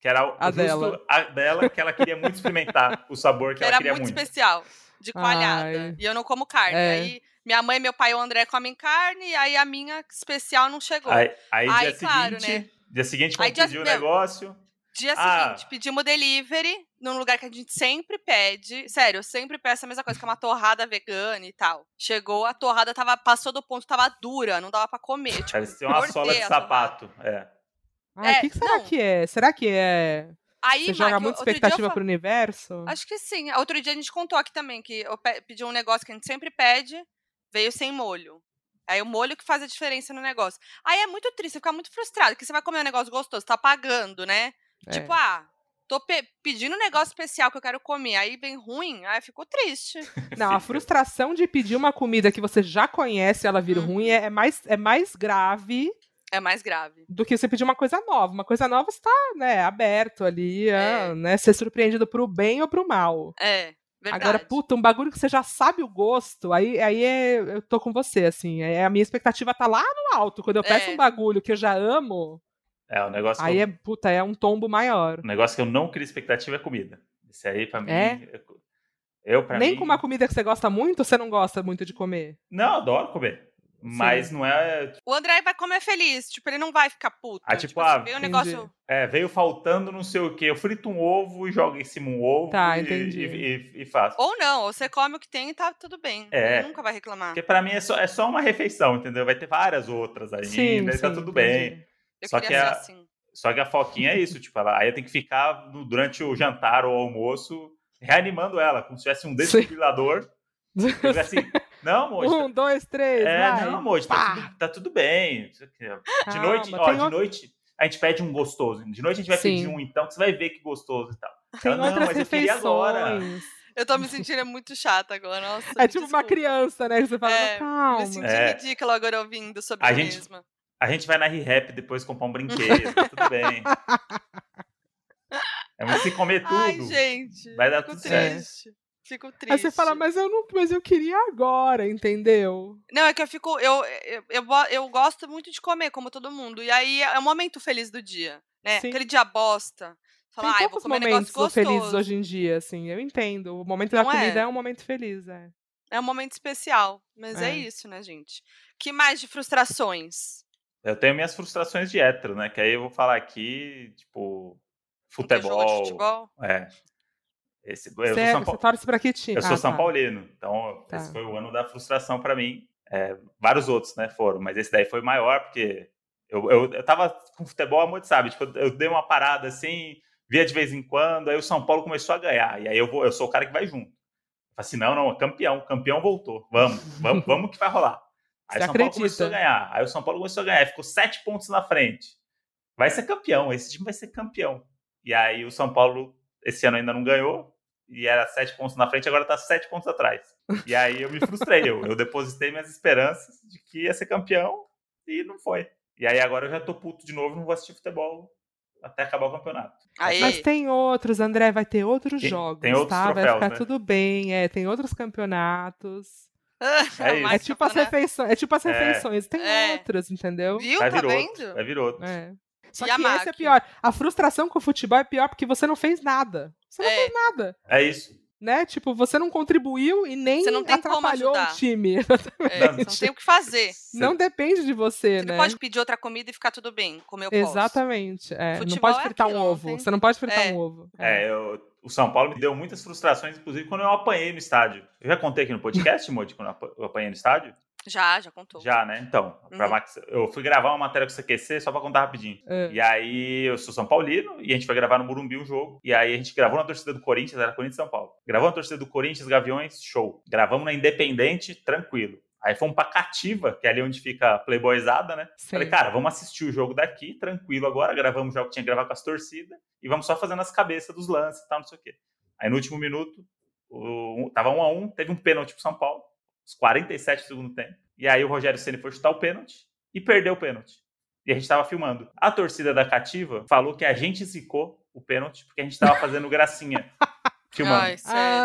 Que era o-
A
justo
dela.
a dela, que ela queria muito experimentar o sabor que
era
ela queria
muito,
muito.
especial, de coalhada.
Ai.
E eu não como carne.
É.
Aí minha mãe, meu pai e o André comem carne, aí a minha especial não chegou.
Aí, aí
Aí,
dia
claro, né?
seguinte, dia seguinte,
Aí
quando
dia- tipo,
pediu o
não.
negócio,
Dia
Ah.
seguinte, pedimos delivery num lugar que a gente sempre pede. Sério, eu sempre peço a mesma coisa, que é uma torrada vegana e tal. Chegou, a torrada tava, passou do ponto, tava dura, não dava pra comer. Tipo,
parecia uma
Cortei
sola de
a
sapato. É.
Ah, o
É,
que, que será
não.
que é? Será que é.
aí,
Você
Mac,
joga
eu-
muita
outro dia eu
expectativa
fa- Ah,
pro
Hum.
universo?
Acho que sim. Outro dia a gente contou aqui também que eu pe- pedi um negócio que a gente sempre pede, veio sem molho. Aí o molho que faz a diferença no negócio. Aí é muito triste, você fica muito frustrado, porque você vai comer um negócio gostoso, tá pagando, né?
É.
Tipo, ah, tô pe- pedindo um negócio especial que eu quero comer, aí vem ruim, aí ficou triste.
Não, a frustração de pedir uma comida que você já conhece e ela vira
Uhum.
ruim é, é mais, é mais grave
É mais grave.
do que você pedir uma coisa nova. Uma coisa nova está né, aberto ali, a, né, ser surpreendido pro bem ou pro mal.
É, verdade.
Agora, puta, um bagulho que você já sabe o gosto, aí, aí é- eu tô com você, assim. É, a minha expectativa tá lá no alto. Quando eu peço
É.
um bagulho que eu já amo,
É, o negócio
aí
que eu-
é, puta, é um tombo maior.
O negócio que eu não crio expectativa é comida. Esse aí, pra mim.
É?
eu- Eu, pra
Nem
mim.
com uma comida que você gosta muito, você não gosta muito de comer.
Não, eu adoro comer. Mas não é.
O André vai comer feliz, tipo, ele não vai ficar puto.
Ah, tipo, ah,
veio um
entendi.
negócio.
é, veio faltando não sei o quê. Eu frito um ovo e jogo em cima um ovo.
Tá,
e,
entendi.
E, e- e faço.
Ou não, ou você come o que tem e tá tudo bem.
É.
Ele nunca vai reclamar.
Porque pra mim é só, é só uma refeição, entendeu? Vai ter várias outras ainda, e tá tudo bem.
entendi.
Eu
só
queria
que
ser
a-
assim.
Só que a Foquinha é isso, tipo, ela, aí eu tenho que ficar no- durante o jantar ou almoço reanimando ela, como se tivesse um desfibrilador. Eu digo assim, não, amor, tá-
Um, dois, três,
É,
vai.
não, amor, tá
Pá!
tudo, tá tudo bem. De
Calma,
noite, ó,
tem
de
outro-
noite a gente pede um gostoso. De noite a gente vai
Sim.
pedir um, então, que você vai ver que gostoso e tal.
Tem
Ela, não,
outras
mas eu queria agora.
refeições.
Eu tô me sentindo muito chata agora, nossa.
É
me
tipo uma
desculpa.
criança, né? Que você fala,
É,
calma.
Me senti
É.
ridícula agora ouvindo sobre
A
mim
gente-
mesma.
A gente vai na R-Rap depois comprar um brinquedo, tá tudo bem. É muito se comer tudo.
Ai, gente.
Vai É. dar
fico
tudo certo.
triste. Fico triste.
Aí você fala, mas eu não, mas eu queria agora, entendeu?
Não, é que eu fico. Eu, eu, eu, bo- eu gosto muito de comer, como todo mundo. E aí é o momento feliz do dia, né?
Sim.
Aquele dia bosta. Falar, ah,
Tem
eu vou
poucos
comer um negócio
momentos felizes
gostoso.
hoje em dia, assim, eu entendo. O momento
Não
da
é?
comida é um momento feliz, é.
É um momento especial. Mas é.
É.
isso, né, gente? Que mais de frustrações?
Eu tenho minhas frustrações de hétero, né? Que aí eu vou falar aqui, tipo, futebol.
Um de futebol?
É. Esse, eu sou
Você,
São
você
Paulo.
torce pra que time?
Eu sou
Ah,
São
tá.
Paulino, então
Tá.
esse foi o ano da frustração pra mim. É, vários outros, né, foram, mas esse daí foi o maior, porque eu, eu, eu tava com futebol, amor, tu sabe? Tipo, eu, eu dei uma parada assim, via de vez em quando, aí o São Paulo começou a ganhar, e aí eu, vou, eu sou o cara que vai junto. Eu falei assim, não, não, campeão, campeão voltou, vamos, vamos, vamos que vai rolar. Aí o São
Você
Paulo
acredita.
começou a ganhar, aí o São Paulo começou a ganhar, ficou sete pontos na frente. Vai ser campeão, esse time vai ser campeão. E aí o São Paulo esse ano ainda não ganhou, e era sete pontos na frente, agora tá sete pontos atrás. E aí eu me frustrei, eu, eu depositei minhas esperanças de que ia ser campeão e não foi. E aí agora eu já tô puto de novo, não vou assistir futebol até acabar o campeonato.
Aí,
Mas tem outros, André, vai ter outros
Tem-
jogos,
tem outros
tá? vai
troféus,
ficar
né?
tudo bem, é, tem outros campeonatos.
É isso.
é,
mais
tipo as
campeonato.
refeições, é tipo as
É.
refeições, tem
né? É.
outros, entendeu?
Viu?
Vai
tá
vir outro,
vendo?
vai vir outro.
É. Só
E
que
a
esse é
Mac?
pior. A frustração com o futebol é pior porque você não fez nada. Você não
É.
fez nada,
É isso.
né? Tipo, você não contribuiu e nem
Você não tem como
atrapalhou o
ajudar.
time.
É, você não tem o que fazer.
Cê-
Não depende de você,
Você
né?
pode pedir outra comida e ficar tudo bem, como eu posso.
Exatamente. é. Não
Futebol
pode
é
fritar
aquilo,
um
não
ovo.
tem-
Você não pode fritar
É.
um ovo.
É, eu- o São Paulo me deu muitas frustrações, inclusive quando eu apanhei no estádio. Eu já contei aqui no podcast, Modi, quando eu apa- eu apanhei no estádio?
Já, já contou.
Já, né? Então, pra
Uhum.
Max, eu fui gravar uma matéria com o CQC só pra contar rapidinho.
É.
E aí, eu sou São Paulino e a gente foi gravar no Morumbi um jogo. E aí, a gente gravou na torcida do Corinthians, era Corinthians e São Paulo. Gravou na torcida do Corinthians, Gaviões, show. Gravamos na Independente, tranquilo. Aí fomos pra Cativa, que é ali onde fica a Playboyzada, né?
Sim.
Falei, cara, vamos assistir o jogo daqui, tranquilo agora. Gravamos já o que tinha que gravar com as torcidas e vamos só fazendo as cabeças dos lances e tal, não sei o quê. Aí no último minuto, o, tava um a um, teve um pênalti pro São Paulo, os 47 do segundo tempo. E aí o Rogério Ceni foi chutar o pênalti e perdeu o pênalti. E a gente tava filmando. A torcida da Cativa falou que a gente zicou o pênalti porque a gente tava fazendo gracinha. filmando.
Ai,
Ah,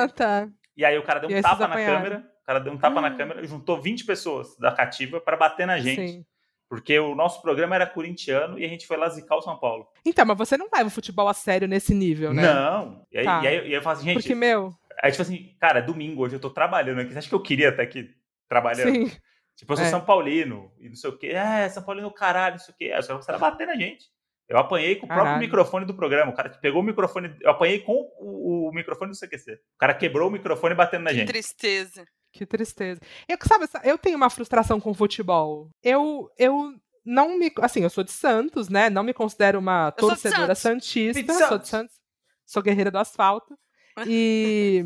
sério.
tá.
E aí o cara deu
E
um
aí vocês
tapa na
apanharam. Ah.
câmera, o cara deu um tapa na câmera, juntou 20 pessoas da Cativa pra bater na gente.
Sim.
Porque o nosso programa era corintiano e a gente foi lá zicar o São Paulo.
Então, mas você não leva o futebol a sério nesse nível, né?
Não! E aí,
Tá.
e aí- e aí eu falo assim, gente,
Porque, meu,
aí tipo assim, cara, domingo hoje eu tô trabalhando aqui. Você acha que eu queria estar aqui trabalhando?
sim.
Tipo, eu sou
É.
São Paulino e não sei o quê. É, São Paulino, caralho, não sei o quê. Aí os caras começaram a bater na gente. Eu apanhei com o próprio
Caralho.
microfone do programa. O cara que pegou o microfone. Eu apanhei com o, o microfone do CQC. O cara quebrou o microfone batendo na
Que
gente.
tristeza.
Que tristeza. Eu, sabe, essa- eu tenho uma frustração com o futebol. Eu, eu não me. Assim, eu sou de Santos, né? Não me considero uma
Eu sou de
torcedora
Santos.
santista.
Fui de
Sou de
Santos.
Santos. Sou guerreira do asfalto. E.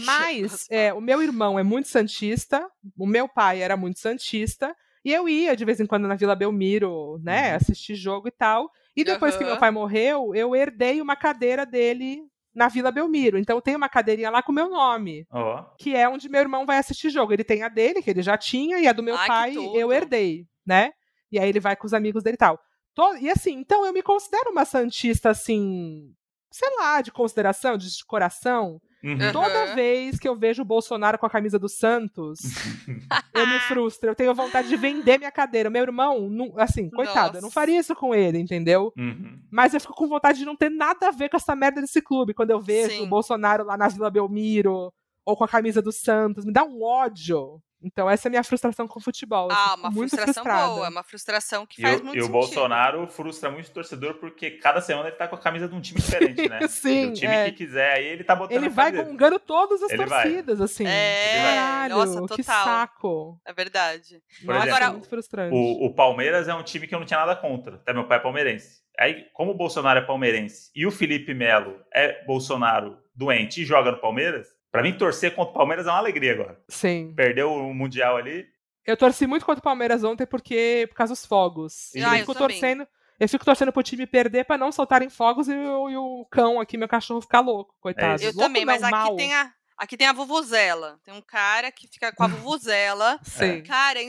Mas é, o meu irmão é muito santista, o meu pai era muito santista, e eu ia de vez em quando na Vila Belmiro, né,
Uhum.
assistir jogo e tal. E depois que
Aham.
meu pai morreu, eu herdei uma cadeira dele na Vila Belmiro. Então tem uma cadeirinha lá com o meu nome,
Ó,
que é onde meu irmão vai assistir jogo. Ele tem a dele, que ele já tinha, e a do meu
Ai, que
pai eu
tudo.
herdei, né? E aí ele vai com os amigos dele e tal. To- E assim, então eu me considero uma santista assim, sei lá, de consideração, de de coração.
uhum.
É.
Toda
Aham.
vez que eu vejo o Bolsonaro com a camisa do Santos, eu me frustro. Eu tenho vontade de vender minha cadeira. Meu irmão, não- assim, coitado, eu não
Nossa.
faria isso com ele, entendeu?
Uhum.
Mas eu fico com vontade de não ter nada a ver com essa merda desse clube. Quando eu vejo
Sim.
o Bolsonaro lá na Vila Belmiro, ou com a camisa do Santos, me dá um ódio. Então, essa é a minha frustração com o futebol. Eu
Ah,
fico
uma
muito
frustração
frustrada.
boa, uma frustração que
E,
faz
o-
muito
e o
sentido.
Bolsonaro frustra muito o torcedor porque cada semana ele tá com a camisa de um time diferente, né?
Sim,
o time
é.
que quiser, aí ele tá botando
Ele
a
vai
cadeira.
gongando todas as
Ele vai.
torcidas, assim.
É,
Caralho,
nossa,
que
total.
saco.
É verdade.
Por
Nossa,
exemplo,
é muito frustrante.
O, o Palmeiras é um time que eu não tinha nada contra. Até meu pai é palmeirense. Aí, como o Bolsonaro é palmeirense e o Felipe Melo é Bolsonaro doente e joga no Palmeiras, pra mim torcer contra o Palmeiras é uma alegria agora.
Sim.
Perdeu o Mundial ali.
Eu torci muito contra o Palmeiras ontem porque por causa dos fogos.
Ah,
eu
eu
fico
também.
torcendo, eu fico torcendo pro time perder pra não soltarem fogos e, o- e o cão aqui, meu cachorro, ficar louco,
É
coitado.
isso.
Eu
Louco
também,
não,
mas aqui
mal.
tem, a, aqui tem a vuvuzela. Tem um cara que fica com a vuvuzela.
Sim.
Cara, é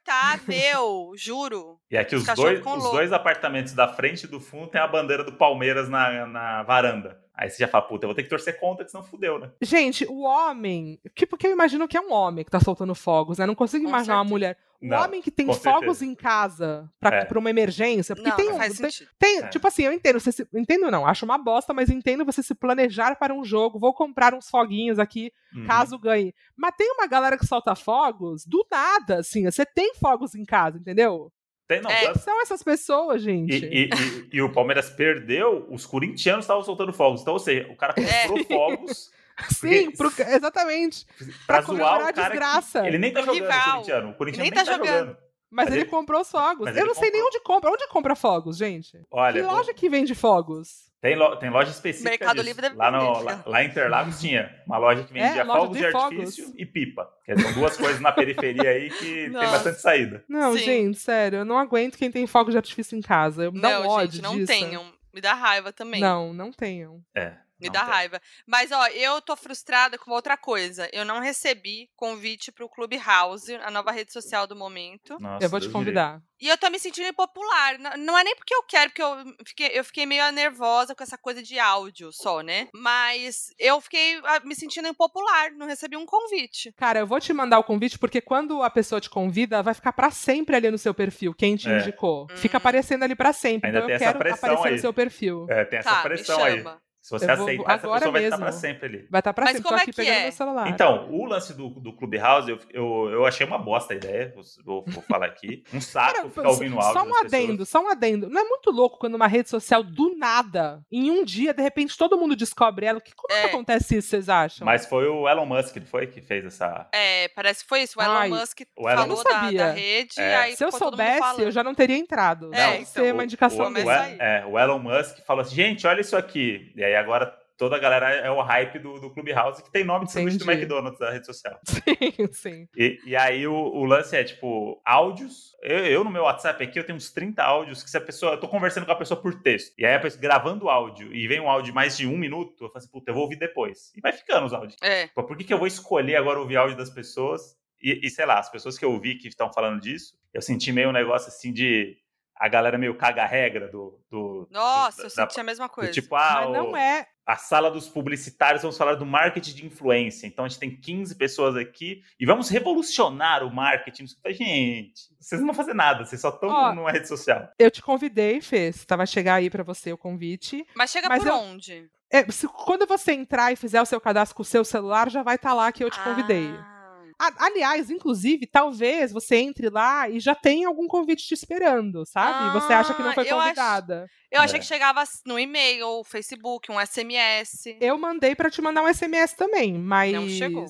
insuportável, juro.
E aqui os,
cachorros
dois,
ficam
os
loucos.
dois apartamentos da frente e do fundo tem a bandeira do Palmeiras na, na varanda. Aí você já fala, puta, eu vou ter que torcer contra, que senão fudeu, né?
Gente, o homem. Que, porque eu imagino que é um homem que tá soltando fogos, né? Não consigo
Com
imaginar uma
certeza.
mulher. Um
Não,
homem que tem
com
fogos
certeza.
em casa pra,
É.
pra uma emergência. Porque
não,
tem
não
um.
faz
tem-
sentido.
Tem,
É.
tipo assim, eu entendo, você se- entendo não, acho uma bosta, mas entendo você se planejar para um jogo, vou comprar uns foguinhos aqui,
Uhum.
caso ganhe. Mas tem uma galera que solta fogos do nada, assim. Você tem fogos em casa, entendeu?
Tem, não,
É.
tá-
Quem são essas pessoas, gente?
E, e- e- e o Palmeiras perdeu, os corintianos estavam soltando fogos. Então, ou seja, o cara
É.
comprou fogos
Sim, pro- exatamente.
pra
Pra
zoar
comemorar
o cara.
a
que-
desgraça.
Ele nem tá
Do
jogando o
rival.
corintiano. O corintiano nem,
Nem
tá,
tá
jogando.
Mas,
Mas
ele,
ele-
comprou os fogos.
mas
Eu
ele
não sei nem
comprou.
onde compra. Onde compra fogos, gente?
Olha,
que loja que vende fogos?
tem, lo- tem loja específica
Mercado
disso.
Livre é deve
lá, no,
vender,
lá, lá em Interlagos tinha uma loja que vendia
É, loja
fogos
de
de
fogos.
artifício e pipa. Que são duas coisas na periferia aí que tem
Nossa.
bastante saída.
Não,
Sim.
gente, sério, eu não aguento quem tem fogo de artifício em casa. Eu me dá um
não,
ódio
gente, não
disso.
tenham. Me dá raiva também.
Não, não tenham.
É.
Me
não
dá
tem.
raiva. Mas, ó, eu tô frustrada com outra coisa. Eu não recebi convite pro Clubhouse, a nova rede social do momento.
Nossa,
eu vou
Deus me
te
livre.
convidar.
E eu tô me sentindo impopular. N- Não é nem porque eu quero, porque eu fiquei, eu fiquei meio nervosa com essa coisa de áudio só, né? Mas eu fiquei ah, me sentindo impopular, não recebi um convite.
Cara, eu vou te mandar o convite, porque quando a pessoa te convida, vai ficar pra sempre ali no seu perfil, quem te
É.
indicou.
Hum.
Fica aparecendo ali pra sempre.
Ainda
então
tem
eu
essa
quero
pressão
aparecer
aí.
no seu perfil.
É, tem essa
tá,
pressão
me
aí.
chama.
Se você
Eu vou-
aceitar, essa
agora
pessoa vai estar pra
mesmo.
sempre ali.
Vai estar pra
Mas
sempre.
como
tô
é
aqui
que
pegando
é?
meu celular.
Então, o lance do, do Clubhouse, eu, eu, eu achei uma bosta a ideia, vou, vou- vou falar aqui. Um saco
Cara,
ficar ouvindo áudio
só um
das pessoas.
adendo, só um adendo. Não é muito louco quando uma rede social, do nada, em um dia, de repente, todo mundo descobre ela. Que, como
É.
que acontece isso, vocês acham?
Mas foi o Elon Musk, não foi? Que fez essa...
É, parece que foi isso. O Elon
Ai,
Musk
o Elon-
falou
Eu não
da, da
sabia.
rede.
É.
Aí
Se eu
ficou todo mundo
soubesse, eu
falando.
já não teria entrado.
É,
Deve
então,
ser uma indicação
o,
minha.
começa
o El-
aí.
é, o Elon Musk falou assim, gente, olha isso aqui. E aí agora toda a galera é o hype do, do Clubhouse, que tem nome de sanduíche do
Entendi.
McDonald's da rede social.
é-
Sim, sim.
E, e aí o, o lance é, tipo, áudios. Eu, eu, no meu WhatsApp aqui, eu tenho uns 30 áudios que se a pessoa. Eu tô conversando com a pessoa por texto. E aí a pessoa gravando áudio e vem um áudio de mais de um minuto, eu falo assim, puta, eu vou ouvir depois. E vai ficando os áudios.
É.
Pô, por que, que eu vou escolher agora ouvir áudio das pessoas? E, e, sei lá, as pessoas que eu ouvi que estão falando disso, eu senti meio um negócio assim de. A galera meio caga a regra do. do
Nossa,
do-
eu
da-
senti a mesma
do
coisa.
tipo, ah,
Mas não
o-
é.
a sala dos publicitários, vamos falar do marketing de influência. Então a gente tem 15 pessoas aqui e vamos revolucionar o marketing. Você fala, Gente, vocês não vão fazer nada, vocês só estão
Ó.
numa rede social.
Eu te convidei, Fê. Tá, vai chegar aí pra você o convite.
Mas chega
Mas
por
eu-
onde?
É, se- quando você entrar e fizer o seu cadastro com o seu celular, já vai estar lá que eu te convidei.
Ah,
A- aliás, inclusive, talvez você entre lá e já tenha algum convite te esperando, sabe?
Ah,
você acha que não foi
eu acho-
convidada.
eu achei
É.
que chegava no e-mail, ou Facebook, um SMS.
Eu mandei pra te mandar um SMS também, mas.
chegou.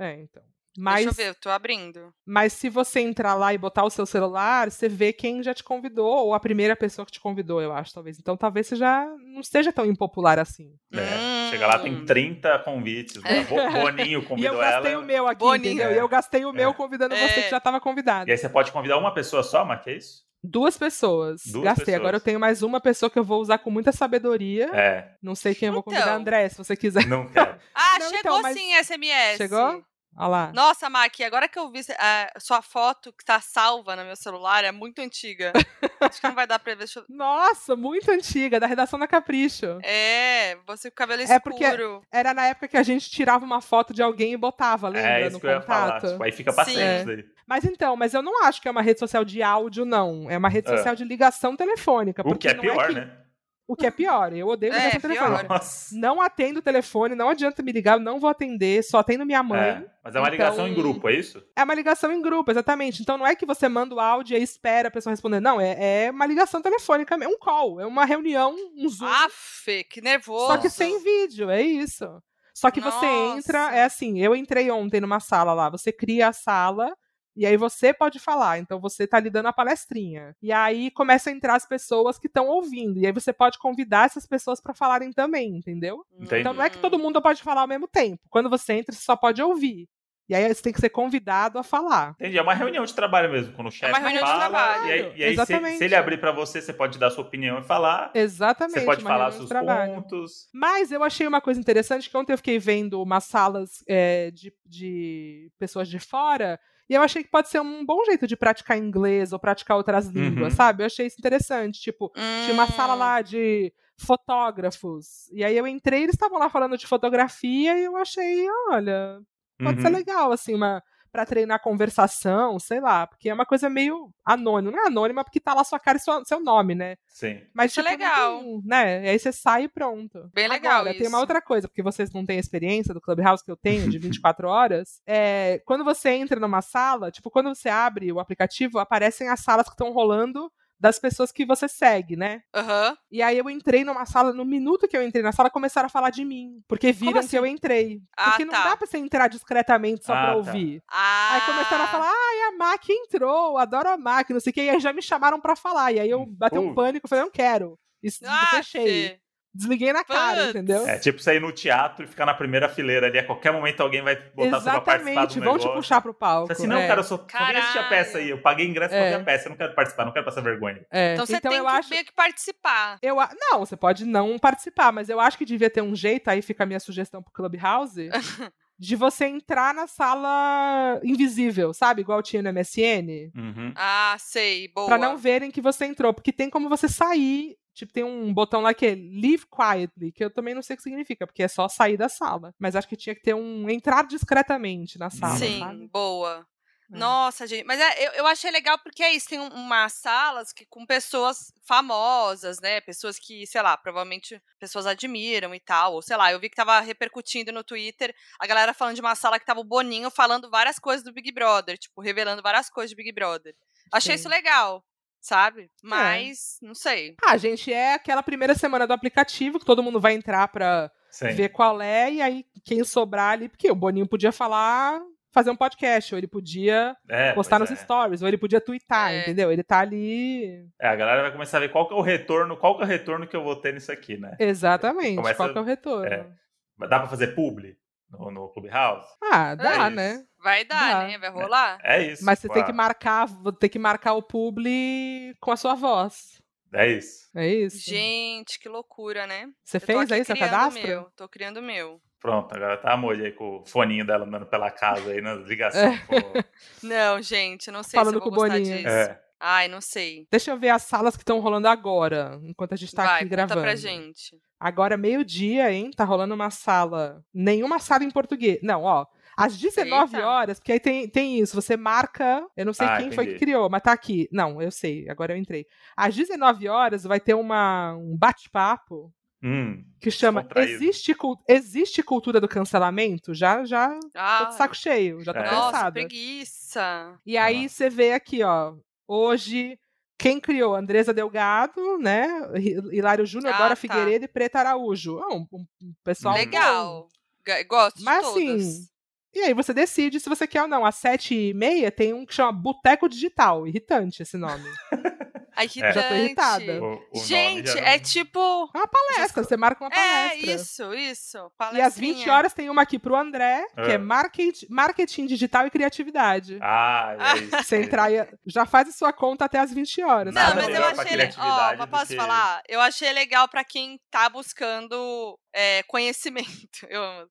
É, então. Mas,
Deixa eu ver, eu tô abrindo.
mas se você entrar lá e botar o seu celular, você vê quem já te convidou, ou a primeira pessoa que te convidou, eu acho, talvez. Então talvez você já não seja tão impopular assim.
É,
Hum.
Chega lá, tem 30 convites. né? Bo- Boninho
E eu
convidou
gastei um o
ela. né?
meu aqui,
Boninho.
entendeu? E eu gastei o meu convidando
É.
você que já tava
E
convidado.
aí você pode convidar uma pessoa só, mas que é isso?
Duas pessoas.
Duas
gastei.
pessoas.
Agora eu tenho mais uma pessoa que eu vou usar com muita sabedoria.
É,
Não sei quem eu vou convidar,
Então.
André, se você quiser.
não quero.
Ah,
Não,
chegou
então, mas-
sim SMS.
Chegou? Olha lá.
Nossa, Maqui, agora que eu vi a sua foto que tá salva no meu celular, é muito antiga. Acho que não vai dar pra ver. Deixa eu-
Nossa, muito antiga, da redação da Capricho.
É, você com o cabelo
É porque-
escuro.
Era na época que a gente tirava uma foto de alguém e botava, lembra?
é isso
no
que eu ia falar.
contato.
Tipo, aí fica pra
Sim.
sempre isso daí.
Mas então, mas eu não acho que é uma rede social de áudio, não. É uma rede
É.
social de ligação telefônica.
O que
porque
é
não
pior,
que-
né?
O que é pior. Eu odeio
É,
ligação
pior.
telefônica.
Nossa.
Não atendo o telefone, não adianta me ligar, eu não vou atender, só atendo minha mãe.
É, Mas é uma
Então-
ligação em grupo, é isso?
É uma ligação em grupo, exatamente. Então não é que você manda o áudio e aí espera a pessoa responder. Não, é, é uma ligação telefônica, é um call, é uma reunião, um Zoom.
Ah, Aff, que nervoso.
Só que sem vídeo, é isso. Só que você
Nossa.
entra, é assim, eu entrei ontem numa sala lá, você cria a sala e aí você pode falar, então você tá ali dando a palestrinha. E aí começa a entrar as pessoas que estão ouvindo, e aí você pode convidar essas pessoas pra falarem também, entendeu?
Entendi.
Então não é que todo
Uhum.
mundo pode falar ao mesmo tempo. Quando você entra, você só pode ouvir. E aí você tem que ser convidado a falar.
Entendi, é uma reunião de trabalho mesmo, quando o chefe
É uma reunião de
fala,
trabalho.
E aí, e aí se,
Exatamente.
se ele abrir pra você, você pode dar sua opinião e falar.
Exatamente.
Você pode
uma
falar
reunião
seus
de trabalho.
pontos.
Mas eu achei uma coisa interessante que ontem eu fiquei vendo umas salas é, de, de pessoas de fora e eu achei que pode ser um bom jeito de praticar inglês ou praticar outras línguas,
Uhum.
sabe? Eu achei isso interessante. Tipo, tinha uma sala
Hum.
lá de fotógrafos e aí eu entrei eles estavam lá falando de fotografia e eu achei, olha, pode ser
Uhum.
legal assim uma para treinar conversação, sei lá, porque é uma coisa meio anônima. Não é anônima porque tá lá sua cara e sua- seu nome, né?
Sim.
Mas
Isso é
tipo, não
legal.
tem, né? E aí você sai e pronto.
Bem legal
Agora, tem
isso.
uma outra coisa, porque vocês não têm a experiência do Clubhouse que eu tenho, de 24 horas. É, quando você entra numa sala, tipo, quando você abre o aplicativo, aparecem as salas que estão rolando das pessoas que você segue, né?
Aham.
E aí eu entrei numa sala, no minuto que eu entrei na sala, começaram a falar de mim. Porque viram
assim?
que eu entrei.
Ah,
porque não
tá.
dá pra você entrar discretamente só
Ah,
pra
tá.
ouvir.
Ah,
Aí começaram a falar, ai, a Mac entrou, adoro a Mac, não sei o que. E aí já me chamaram pra falar. E aí eu bati um
Putz.
pânico, falei, não quero. Isso
Ah,
fechei.
Fê.
Desliguei na cara,
Putz.
entendeu?
É tipo você ir no teatro e ficar na primeira fileira ali. A qualquer momento alguém vai botar você pra participar
Exatamente,
do
vão
negócio.
te puxar pro palco.
Assim, não,
é,
cara, eu só, só vim assistir a peça aí. Eu paguei ingresso pra
É.
ver a peça. Eu não quero participar, não quero passar vergonha.
é.
Então você tem
eu
que
acho.
meio que participar.
Eu, a- não, você pode não participar, mas eu acho que devia ter um jeito, aí fica a minha sugestão pro Clubhouse, de você entrar na sala invisível, sabe? Igual tinha no MSN.
Uhum.
Ah, sei, boa.
Pra não verem que você entrou, porque tem como você sair. Tipo, tem um botão lá que é Leave Quietly, que eu também não sei o que significa, porque é só sair da sala. Mas acho que tinha que ter um entrar discretamente na sala,
Sim,
sabe?
boa.
É.
Nossa, gente, mas é, eu, eu achei legal porque é isso, tem um- umas salas que, com pessoas famosas, né? Pessoas que, sei lá, provavelmente pessoas admiram e tal. Ou sei lá, eu vi que tava repercutindo no Twitter a galera falando de uma sala que tava o Boninho falando várias coisas do Big Brother, tipo, revelando várias coisas de Big Brother. Achei
Sim.
isso legal,
É.
sabe? Mas, não sei.
Ah, gente, é aquela primeira semana do aplicativo que todo mundo vai entrar pra
Sim.
ver qual é, e aí quem sobrar ali, porque o Boninho podia falar, fazer um podcast, ou ele podia
É,
postar
pois
nos
é.
stories, ou ele podia twittar,
É.
entendeu? Ele tá ali.
É, a galera vai começar a ver qual que é o retorno, qual que é o retorno que eu vou ter nisso aqui, né?
Exatamente.
Começa-
Qual que é o retorno?
é. Dá pra fazer publi no, no Clubhouse?
Ah, dá,
É
isso.
né?
Vai dar,
Dá.
né? Vai rolar?
É isso.
Mas você
pô,
tem
ah,
que marcar, tem que marcar o publi com a sua voz.
É isso.
É isso?
Gente, que loucura, né?
você
Eu tô
fez
aqui
aí seu
criando o
cadastro?
Meu, tô criando o meu.
Pronto, agora tá a Molly aí com o foninho dela andando pela casa aí né, na ligação. com-
Não, gente, não sei
Falando
se eu vou
com o
gostar
Boninho.
disso.
É.
Ai, não sei.
Deixa eu ver as salas que estão rolando agora, enquanto a gente tá
Vai,
aqui
conta
gravando.
pra gente.
Agora, é meio-dia, hein? Tá rolando uma sala. Nenhuma sala em português. Não, ó. Às 19
Eita.
horas, porque aí tem, tem isso, você marca. Eu não sei
Ah,
quem foi que
entendi.
criou, mas tá aqui. Não, eu sei, agora eu entrei. Às 19 horas vai ter uma, um bate-papo
Hum,
que chama
Descontraído.
Existe, Cul- Existe Cultura do Cancelamento? Já, já tô
Ah,
de saco cheio, já tô
É.
nossa,
cansada.
preguiça.
E aí
Ah.
você vê aqui, ó, hoje quem criou? Andresa Delgado, né? Hi- Hilário Júnior,
Ah,
Dora
tá.
Figueiredo e Preta Araújo. É um, um- um pessoal bom.
Legal. Ga- Gosto
Mas,
de todos.
assim, E aí você decide se você quer ou não. Às sete e meia tem um que chama Boteco Digital. Irritante esse nome.
Ai, irritante.
Já tô irritada.
o- o nome
Gente,
já não-
é tipo...
É uma palestra, você marca uma
É,
palestra.
isso, isso.
E às 20 horas tem uma aqui pro André, que é
É.
market- marketing digital e criatividade.
Ah, é isso.
Você entrar e já faz a sua conta até às 20 horas.
Nada
Não, mas eu
melhor pra
achei. le- Ó,
criatividade
mas
do
posso
que-
falar? Eu achei legal pra quem tá buscando é, conhecimento. Eu amo.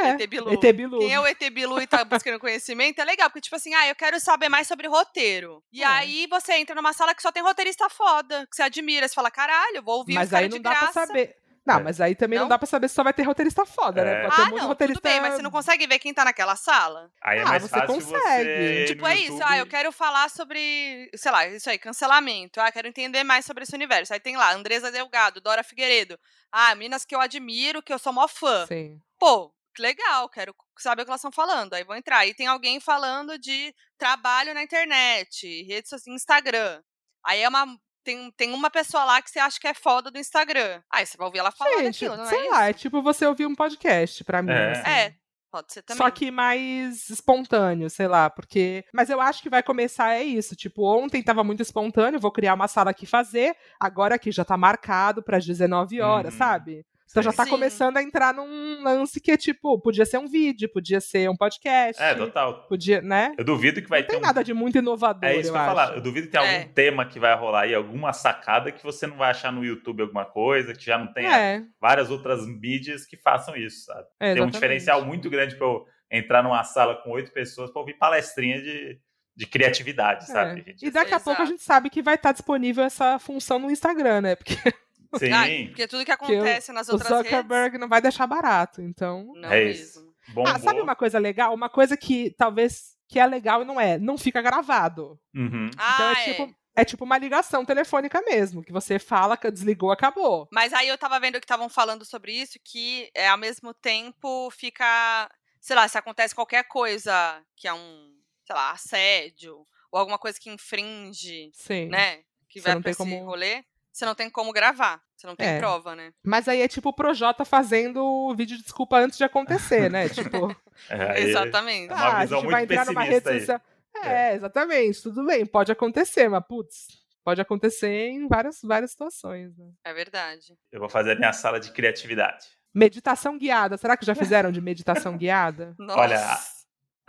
É.
ET Bilu.
ET Bilu.
Quem é o ET Bilu e tá buscando conhecimento é legal, porque, tipo assim, ah, eu quero saber mais sobre roteiro. E
É.
aí você entra numa sala que só tem roteirista foda, que você admira, você fala, caralho, vou ouvir
mas
os um cara
aí não
de
dá
graça.
pra saber. Não,
É.
mas aí também não?
Não?
dá pra saber se só vai ter roteirista foda, né?
É.
Vai ter
Ah,
muito
não, tudo
roteirista.
bem, mas você não consegue ver quem tá naquela sala?
Aí é
Ah,
mais
você
fácil
consegue.
você. ir
Tipo,
no
é isso, ah, eu
YouTube.
quero falar sobre, sei lá, isso aí, cancelamento. Ah, quero entender mais sobre esse universo. Aí tem lá, Andresa Delgado, Dora Figueiredo. Ah, minas que eu admiro, que eu sou mó fã.
Sim.
pô, que legal, quero saber o que elas estão falando. Aí vou entrar. E tem alguém falando de trabalho na internet, redes sociais, Instagram. Aí é uma. Tem, tem uma pessoa lá que você acha que é foda do Instagram. Aí você vai ouvir ela falar
Gente,
daquilo, não
sei
é
lá, é
isso?
tipo você ouvir um podcast pra mim.
É.
assim.
É, pode ser também.
Só que mais espontâneo, sei lá, porque. Mas eu acho que vai começar, é isso. Tipo, ontem tava muito espontâneo, vou criar uma sala aqui fazer, agora aqui já tá marcado pras 19 horas,
Uhum.
sabe? Então já tá
Sim.
começando a entrar num lance que é tipo, podia ser um vídeo, podia ser um podcast.
É, total.
Podia, né?
Eu duvido que vai
não
ter
tem
um
nada de muito inovador,
É isso que
eu
eu ia
acho.
falar. Eu duvido que tenha
É.
algum tema que vai rolar aí, alguma sacada que você não vai achar no YouTube alguma coisa, que já não tem
É,
várias outras mídias que façam isso, sabe?
é
Tem um
exatamente.
diferencial muito grande pra eu entrar numa sala com oito pessoas pra ouvir palestrinha de, de criatividade, sabe? gente?
É. E daqui a
Exato.
pouco a gente sabe que vai estar disponível essa função no Instagram, né? Porque
Sim,
Ah, porque tudo que
eu-
acontece nas
o
outras
Zuckerberg não vai deixar barato, então.
redes. Não
É isso.
mesmo.
bom.
Ah, sabe uma coisa legal? Uma coisa que talvez que é legal e não é. Não fica gravado.
Uhum.
Ah,
então
é.
é tipo. É tipo uma ligação telefônica mesmo, que você fala, que desligou, acabou.
Mas aí eu tava vendo que estavam falando sobre isso, que é, ao mesmo tempo fica. Sei lá, se acontece qualquer coisa que é um, sei lá, assédio, ou alguma coisa que infringe,
Sim.
né? Que
Você
vai
não
pra
tem
esse
como-
rolê, você não tem como gravar. Você não tem
É.
prova, né?
Mas aí é tipo o Projota fazendo o vídeo de desculpa antes de acontecer, né? tipo,
É, aí-
Exatamente.
É uma
ah, a
visão
gente vai
muito
entrar numa rede
pessimista aí.
social. É, exatamente, tudo bem, pode acontecer, mas putz, pode acontecer em várias, várias situações. né?
É verdade.
Eu vou fazer a minha sala de criatividade.
Meditação guiada, será que já fizeram de meditação guiada?
Nossa.
Olha,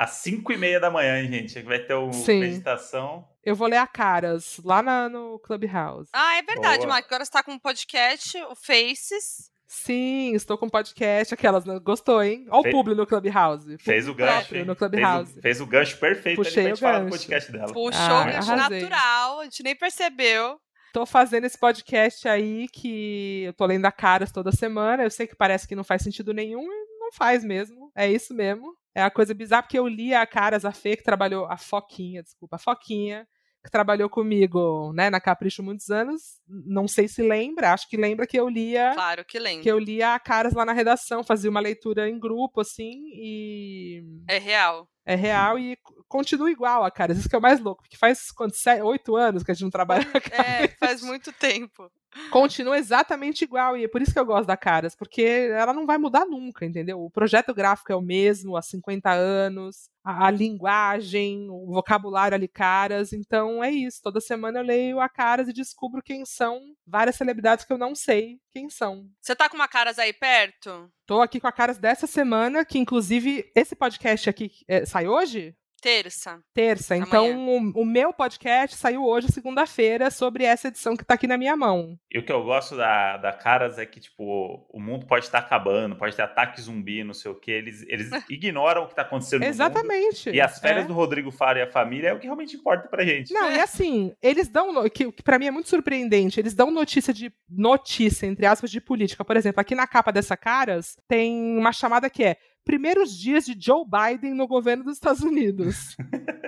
Às 5 e meia da manhã, hein, gente, vai ter o
Sim.
meditação.
Eu vou ler a Caras, lá na- no Clubhouse.
Ah, é verdade,
Boa.
Marco. Agora você tá com um podcast, o Faces.
Sim, estou com podcast, aquelas, né? gostou, hein? Olha o
Fe-
público no Clubhouse.
Fez o gancho.
próprio
hein?
no
fez,
Clubhouse.
o, fez o gancho perfeito ali
Puxei
pra
o
gente falar do
gancho.
podcast dela.
Puxou
Ah,
o gancho
arrasei.
natural, a gente nem percebeu.
Tô fazendo esse podcast aí que eu tô lendo a caras toda semana. Eu sei que parece que não faz sentido nenhum, e não faz mesmo. É isso mesmo. É a coisa bizarra, porque eu li a caras, a Fê, que trabalhou, a Foquinha, desculpa, a Foquinha, que trabalhou comigo, né, na Capricho muitos anos. Não sei se lembra, acho que lembra que eu lia
Claro que lembro.
É? que eu lia a caras lá na redação, fazia uma leitura em grupo, assim, e
É real.
é real e c- continua igual a caras. Isso que é o mais louco, porque faz quanto, se- oito anos que a gente não trabalha na
É, faz muito tempo.
continua exatamente igual. E é por isso que eu gosto da Caras, porque ela não vai mudar nunca, entendeu? O projeto gráfico é o mesmo há 50 anos, a, a linguagem, o vocabulário ali, Caras. Então é isso. Toda semana eu leio a Caras e descubro quem são várias celebridades que eu não sei quem são.
Você tá com uma caras aí perto?
Tô aqui com a Caras dessa semana, que inclusive esse podcast aqui eh, sai hoje?
Terça.
Terça. Então, o, o meu podcast saiu hoje, segunda-feira, sobre essa edição que tá aqui na minha mão.
E o que eu gosto da, da Caras é que, tipo, o- o mundo pode estar acabando, pode ter ataque zumbi, não sei o quê. Eles, eles ignoram o que está acontecendo no mundo.
Exatamente.
Uhum. E as férias
É.
do Rodrigo Faro e a família é o que realmente importa pra gente.
Não,
É.
e assim, eles dão, no- que, que para mim é muito surpreendente, eles dão notícia de notícia entre aspas de política. Por exemplo, aqui na capa dessa caras tem uma chamada que é Primeiros dias de Joe Biden no governo dos Estados Unidos.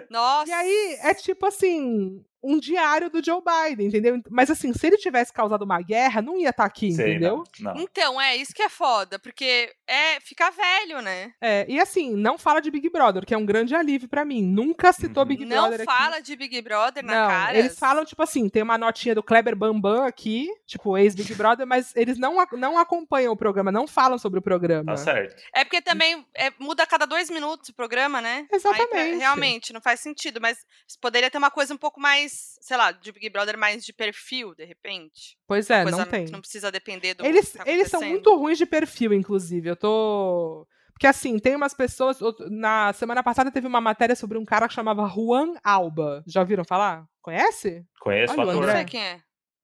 Nossa.
e aí é tipo assim, um diário do Joe Biden, entendeu? Mas assim, se ele tivesse causado uma guerra, não ia estar aqui,
Sei,
entendeu?
Não, não.
Então, é isso que é foda, porque é ficar velho, né?
É, e assim, não fala de Big Brother, que é um grande alívio pra mim. Nunca citou
Uhum.
Big
não
Brother aqui.
fala de Big Brother na
Não,
cara.
eles falam, tipo assim, tem uma notinha do Kleber Bambam aqui, tipo, ex-Big Brother, mas eles não, ac- não acompanham o programa, não falam sobre o programa.
Tá certo.
É porque também é, muda a cada dois minutos o programa, né? Aí pra-
Exatamente.
realmente, não faz sentido, mas poderia ter uma coisa um pouco mais, sei lá, de Big Brother mais de perfil, de repente.
Pois é,
coisa
não
que
tem.
não tá precisa depender do
Eles,
que tá
eles são
acontecendo.
muito ruins de perfil, inclusive. Eu tô. Porque assim, tem umas pessoas. outro- Na semana passada teve uma matéria sobre um cara que chamava Juan Alba. Já ouviram falar? Conhece?
Conheço
Olha,
o ator.
Não
André.
sei quem é.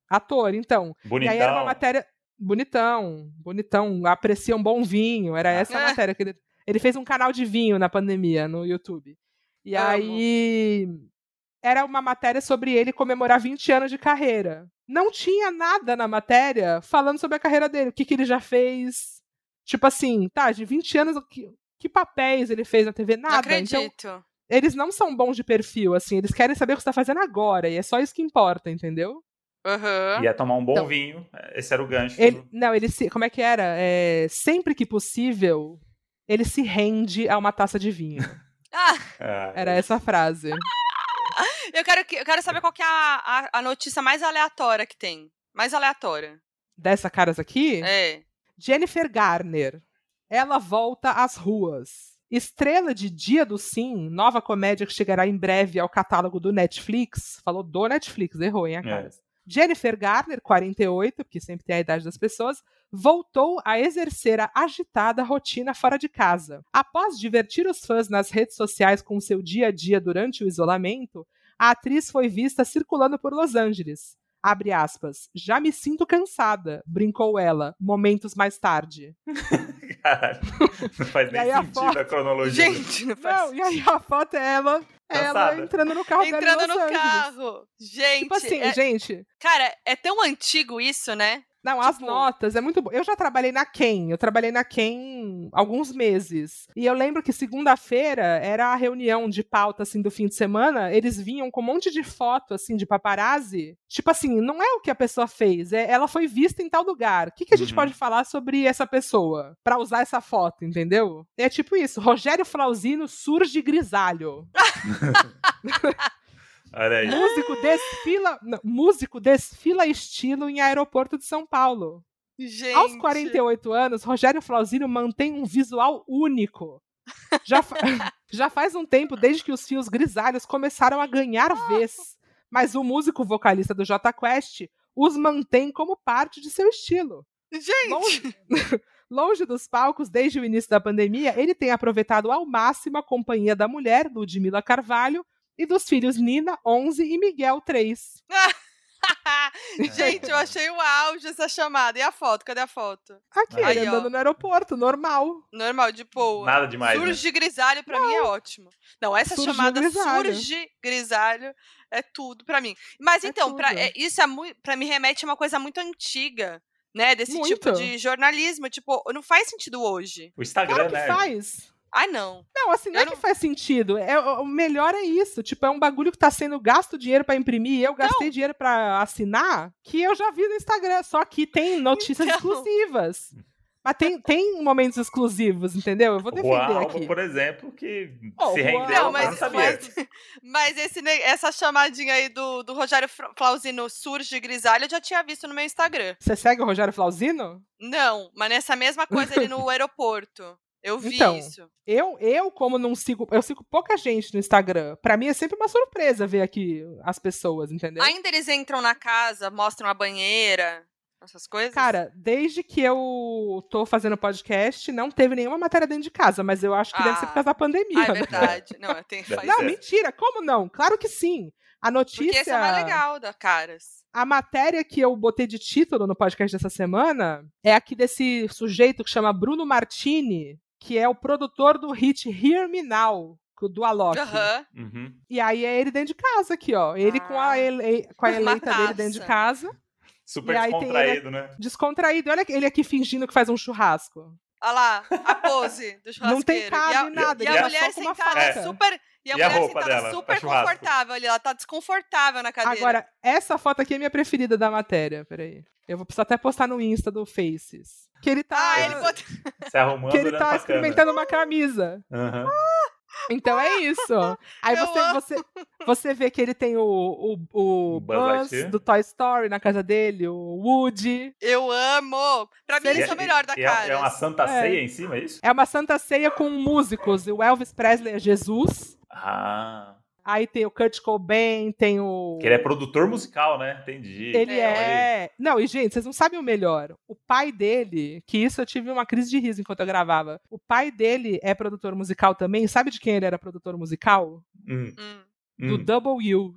Ator, então. E
Bonitão.
aí era uma matéria bonitão, bonitão, aprecia um bom vinho, era essa a
É.
matéria que ele, ele fez um canal de vinho na pandemia no YouTube. E
Amo.
aí era uma matéria sobre ele comemorar 20 anos de carreira. Não tinha nada na matéria falando sobre a carreira dele, o que, que ele já fez. Tipo assim, tá, de 20 anos, o que, que papéis ele fez na TV?
não
Nada.
acredito.
Então, eles não são bons de perfil, assim, eles querem saber o que você tá fazendo agora, e é só isso que importa, entendeu?
Aham.
Ia tomar um bom
Então-
vinho. Esse era o gancho.
Ele- não, ele se. Como é que era? É, sempre que possível, ele se rende a uma taça de vinho.
Ah,
Ah,
Era essa a frase.
eu quero, que- eu quero saber qual que é a, a- a notícia mais aleatória que tem. Mais aleatória.
Dessa caras aqui.
É.
Jennifer Garner. Ela volta às ruas. Estrela de Dia do Sim, nova comédia que chegará em breve ao catálogo do Netflix. Falou do Netflix, errou,
É.
hein, a cara. Jennifer Garner, 48, porque sempre tem a idade das pessoas, voltou a exercer a agitada rotina fora de casa. Após divertir os fãs nas redes sociais com seu dia a dia durante o isolamento, a atriz foi vista circulando por Los Angeles. Abre aspas. Já me sinto cansada, brincou ela, momentos mais tarde.
Caralho. Não faz
E
nem
aí a
sentido
foto-
a cronologia.
Gente, não faz
Não, e aí a foto é ela, ela
Cansada.
entrando no carro dela em
Entrando
Los
no
Angeles.
carro. Gente,
Tipo assim,
é-
gente.
cara, é tão antigo isso, né?
Não, as notas, é muito bom. Eu já trabalhei na Ken, eu trabalhei na Ken alguns meses. E eu lembro que segunda-feira era a reunião de pauta, assim, do fim de semana. Eles vinham com um monte de foto, assim, de paparazzi. Tipo assim, não é o que a pessoa fez, é ela foi vista em tal lugar. O que, que a gente
Uhum.
pode falar sobre essa pessoa? Pra usar essa foto, entendeu? É tipo isso, Rogério Flauzino surge grisalho.
Olha aí.
Músico desfila, não, músico desfila estilo em aeroporto de São Paulo.
Gente.
Aos 48 anos, Rogério Flauzino mantém um visual único. Já, fa- já faz um tempo desde que os fios grisalhos começaram a ganhar vez, mas o músico vocalista do Jota Quest os mantém como parte de seu estilo.
Gente.
Longe, longe dos palcos, desde o início da pandemia, ele tem aproveitado ao máximo a companhia da mulher, Ludmila Carvalho, e dos filhos Nina, 11, e Miguel, 3.
Gente, eu achei o auge essa chamada. E a foto? Cadê a foto?
Aqui,
Aí,
ele
ó.
andando no aeroporto, normal.
Normal, de boa.
Nada demais. né?
surge grisalho pra mim é ótimo. Não, essa
Surge
chamada
grisalho.
surge grisalho é tudo pra mim. Mas
É
então, pra,
tudo.
é- isso é muito, para me remete a uma coisa muito antiga, né, desse tipo
Muito.
de jornalismo, tipo, não faz sentido hoje.
O Instagram,
Claro que
né?
faz.
Ah, não.
Não, assim, não
Eu
é
não-
que faz sentido. É, o o melhor é isso. Tipo, é um bagulho que tá sendo gasto dinheiro pra imprimir. Eu gastei dinheiro pra assinar, que eu já vi no Instagram. Só que tem notícias
Então.
exclusivas. Mas tem, tem momentos exclusivos, entendeu? Eu vou
O
defender
Juan Alba,
aqui.
por exemplo, que
Ó,
se
o Juan
rendeu,
Alba,
eu
Não,
não,
mas,
sabia.
mas, mas esse, ne- essa chamadinha aí do, do Rogério Fra- Flauzino surge grisalho, eu já tinha visto no meu Instagram.
Você segue o Rogério Flauzino?
Não, mas nessa mesma coisa ele no aeroporto. Eu vi
Então,
isso.
Eu, eu, como não sigo, eu sigo pouca gente no Instagram. Pra mim é sempre uma surpresa ver aqui as pessoas, entendeu?
Ainda eles entram na casa, mostram a banheira, essas coisas?
Cara, desde que eu tô fazendo podcast, não teve nenhuma matéria dentro de casa, mas eu acho que deve ser
Ah.
por causa da pandemia,
Ah, é
né?
verdade. Não, tem
Deve
faz
Não,
ser.
sentido.
mentira, como não? Claro que sim. A notícia,
é. Porque esse é mais legal da Caras.
a matéria que eu botei de título no podcast dessa semana é aqui desse sujeito que chama Bruno Martini, que é o produtor do hit Hear Me Now, do Alok.
Aham.
Uhum.
E aí é ele dentro de casa aqui, ó. Ele com,
Ah.
a ele- com a
Uma
eleita dele dentro de
taça.
casa,
Super
E aí tem
descontraído, né?
descontraído. Olha ele aqui fingindo que faz um churrasco.
Olha lá, a pose do churrasqueiro.
Não tem carne,
e a,
nada.
E
ele
a
tá
mulher
só com uma
sentada
faca.
super... E a
É. E a
mulher
roupa
sentada
dela,
super
a churrasco.
confortável ali. Ela tá desconfortável na cadeira.
Agora, essa foto aqui é minha preferida da matéria. Peraí. Eu vou precisar até postar no Insta do Faces. Que ele tá.
Ah, ele botou...
Se arrumando,
que ele
olhando
tá
pra câmera.
experimentando uma camisa.
Aham.
Então é isso. Aí
Eu
você,
amo.
você, você vê que ele tem o, o, o
O Buzz
Buzz
Lightyear.
do Toy Story na casa dele, o Woody.
Eu amo! Pra mim,
Seria-
isso é o melhor da
E é,
Caras.
é uma santa
É.
ceia em cima, é isso?
É uma santa ceia com músicos. O Elvis Presley é Jesus.
Ah.
Aí tem o Kurt Cobain, tem o.
Que ele é produtor musical, né? Entendi.
Ele
Olha aí.
é. Não, e gente, vocês não sabem o melhor. O pai dele, que isso eu tive uma crise de riso enquanto eu gravava. O pai dele é produtor musical também. Sabe de quem ele era produtor musical?
Hum,
Hum.
Do
hum.
Double U.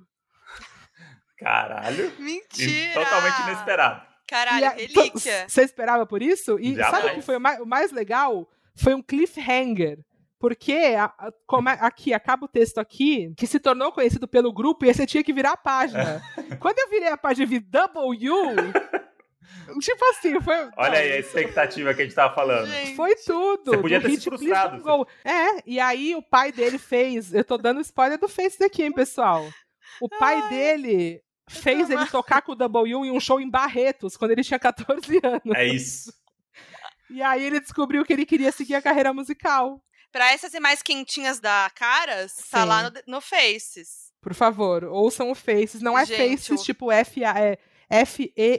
Caralho. E
Mentira!
Totalmente inesperado.
E é,
Caralho,
a-
relíquia.
Você esperava por isso? E
Jamais.
sabe o que foi o mais, o mais legal? Foi um cliffhanger. Porque a- a- como é- aqui, acaba o texto aqui, que se tornou conhecido pelo grupo e aí você tinha que virar a página. Quando eu virei a página e vi Double U, tipo assim, foi.
Olha aí a expectativa que a gente tava falando.
Gente,
Foi tudo.
Você podia ter
do
se
hit, please
frustrado,
don't
você-
go. É, e aí o pai dele fez. Eu tô dando spoiler do Face daqui, hein, pessoal. O pai dele fez ele tocar com o Double U em um show em Barretos, quando ele tinha 14 anos.
É isso.
E aí ele descobriu que ele queria seguir a carreira musical.
Pra essas e mais quentinhas da Caras, tá
Sim.
lá no, no Faces.
Por favor, ouçam o Faces. Não é
Gente,
Faces
o-
tipo F A é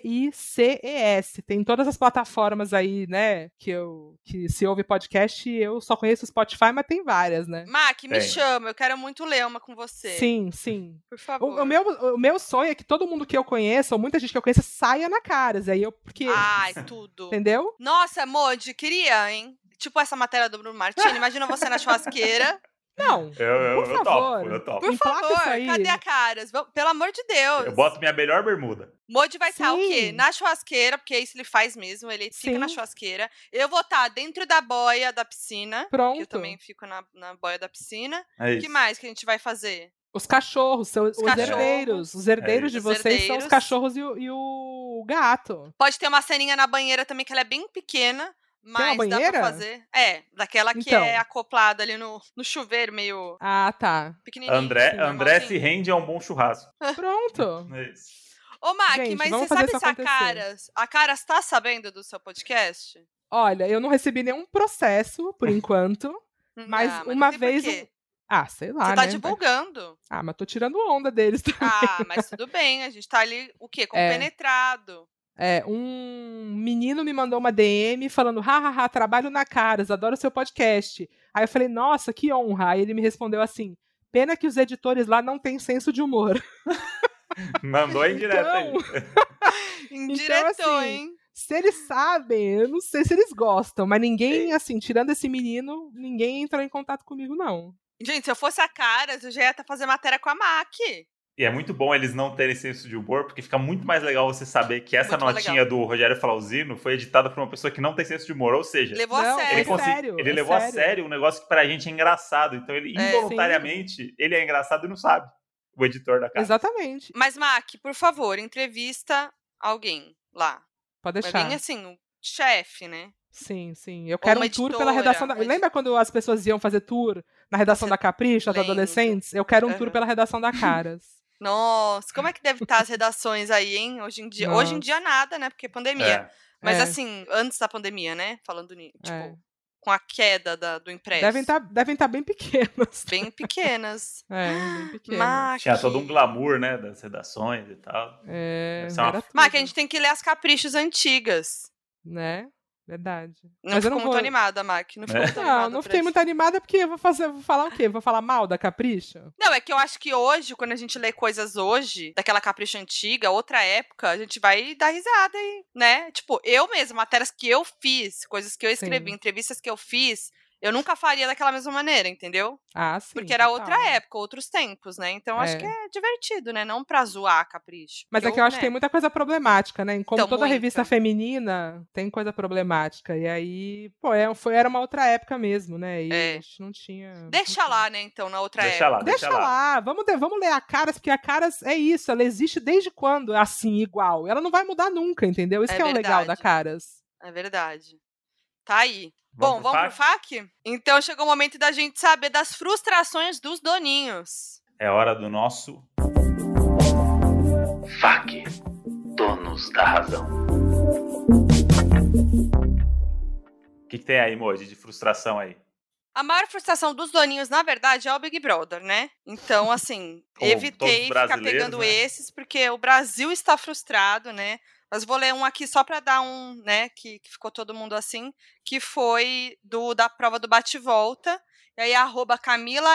F-E-I-C-E-S. Tem todas as plataformas aí, né? Que, eu, que se ouve podcast, eu só conheço o Spotify, mas tem várias, né?
Mac, me
Tem.
chama, eu quero muito ler uma com você.
Sim, sim.
Por favor.
O, o meu, o meu sonho é que todo mundo que eu conheça, ou muita gente que eu conheça, saia na Caras. Aí eu, porque.
Ai, tudo.
Entendeu?
Nossa, Modi, queria, hein? Tipo essa matéria do Bruno Martini, imagina você na churrasqueira.
Não.
Eu, eu,
Por
eu
favor.
topo, eu topo.
Por
Emplaca
favor,
isso aí.
cadê a caras? Vam- Pelo amor de Deus.
Eu boto minha melhor bermuda.
Modi vai estar o quê?
Sim.
Na churrasqueira, porque isso ele faz mesmo, ele fica na
Sim.
churrasqueira. Eu vou estar dentro da boia da piscina, que eu
Pronto.
também fico na, na boia da piscina.
É
O
isso.
que mais que a gente vai fazer?
Os cachorros, são os,
cachorros.
herdeiros. Os herdeiros
É
de
isso.
vocês são os
Herdeiros.
cachorros e, o- e o gato.
Pode ter uma ceninha na banheira também, que ela é bem pequena. Mas dá pra
banheira?
fazer. É, daquela que
Então.
é acoplada ali no, no chuveiro, meio
Ah, tá.
pequenininho.
André,
assim,
André se
normalzinho.
rende a um bom churrasco.
Pronto.
É isso.
Ô, Mac,
Gente,
mas
vamos
você
fazer
sabe
isso
se a
acontecer.
Caras. A Caras tá sabendo do seu podcast?
Olha, eu não recebi nenhum processo por enquanto. Mas
Ah,
uma
não tem por
vez
quê.
Ah, sei lá,
Você tá
né?
divulgando.
Ah, mas tô tirando onda deles.
Ah, mas tudo bem, a gente tá ali, o quê? Compenetrado.
É, um menino me mandou uma DM falando: hahaha, trabalho na Caras, adoro seu podcast. Aí eu falei: nossa, que honra. Aí ele me respondeu assim: pena que os editores lá não têm senso de humor.
Mandou em direto aí.
Então,
Indiretou,
assim,
hein?
se eles sabem, eu não sei se eles gostam, mas
É.
ninguém, assim, tirando esse menino, ninguém entrou em contato comigo, não.
Gente, se eu fosse a Caras, eu já ia estar fazendo matéria com a Mac.
E é muito bom eles não terem senso de humor, porque fica muito mais legal você saber que essa
Muito mais
notinha do Rogério Flauzino foi editada por uma pessoa que não tem senso de humor. Ou seja,
Levou
Não,
a
é
sério.
ele, consegui-
sério,
ele
é
levou
sério.
a sério um negócio que pra gente é engraçado. Então ele,
É.
involuntariamente, ele é engraçado e não sabe. O editor
Tá.
da casa.
Exatamente.
Mas, Mac, por favor, entrevista alguém lá.
Pode
Mas
deixar.
bem assim, o chefe, né?
Sim, sim. Eu quero um
uma
tour pela redação da.
editora, uma
Lembra quando as pessoas iam fazer tour na redação da Capricho, as
Lembro.
adolescentes? Eu quero um tour
Aham.
pela redação da Caras.
Nossa, como é que deve estar as redações aí, hein? Hoje em dia. Hoje em
Nossa.
dia nada, né? Porque pandemia.
É.
Mas
É.
assim, antes da pandemia, né? Falando nisso, tipo,
É.
com a queda da- do impresso.
Devem estar devem tá bem pequenas.
Bem pequenas.
É, bem pequenas.
Mac.
Tinha todo um glamour, né? Das redações e tal.
É,
Deve ser uma-
era tudo,
Mac, a gente tem que ler as caprichos antigas.
Né? Verdade.
Não
Mas eu
ficou
não
muito
vou-
animada, Mac. Não ficou
É?
muito animada
Não, não
por
fiquei
isso.
muito animada porque eu vou, fazer, vou falar o quê? Vou falar mal da Capricho?
Não, é que eu acho que hoje, quando a gente lê coisas hoje, daquela capricha antiga, outra época, a gente vai dar risada aí, né? Tipo, eu mesma, matérias que eu fiz, coisas que eu escrevi,
Sim.
entrevistas que eu fiz, eu nunca faria daquela mesma maneira, entendeu?
Ah, sim.
Porque era
total.
outra época, outros tempos, né? Então acho
É.
que é divertido, né? Não pra zoar capricho. né,
Mas é que eu acho que tem muita coisa problemática, né? Em Como
Então,
toda
muita.
revista feminina tem coisa problemática. E aí, pô, é, foi, era uma outra época mesmo, né? E
É.
a gente não tinha.
Deixa lá, né, então, na outra
Deixa
época.
lá, deixa,
Deixa lá, Vamos, ter- vamos ler a Caras, porque a Caras é isso, ela existe desde quando, assim, igual. Ela não vai mudar nunca, entendeu? Isso
É
que é o legal
verdade.
da Caras.
É verdade. Tá aí. Bom,
pro
vamos pro FAC? Então chegou o momento da gente saber das frustrações dos doninhos.
É hora do nosso.
FAC Donos da Razão.
O que, que tem aí, Moji, de frustração aí?
A maior frustração dos doninhos, na verdade, é o Big Brother, né? Então, assim,
Como todos
evitei ficar
brasileiros,
pegando
né?
esses, porque o Brasil está frustrado, né? Mas vou ler um aqui só para dar um, né, que, que ficou todo mundo assim, que foi do da prova do bate-volta. E aí, arroba Camila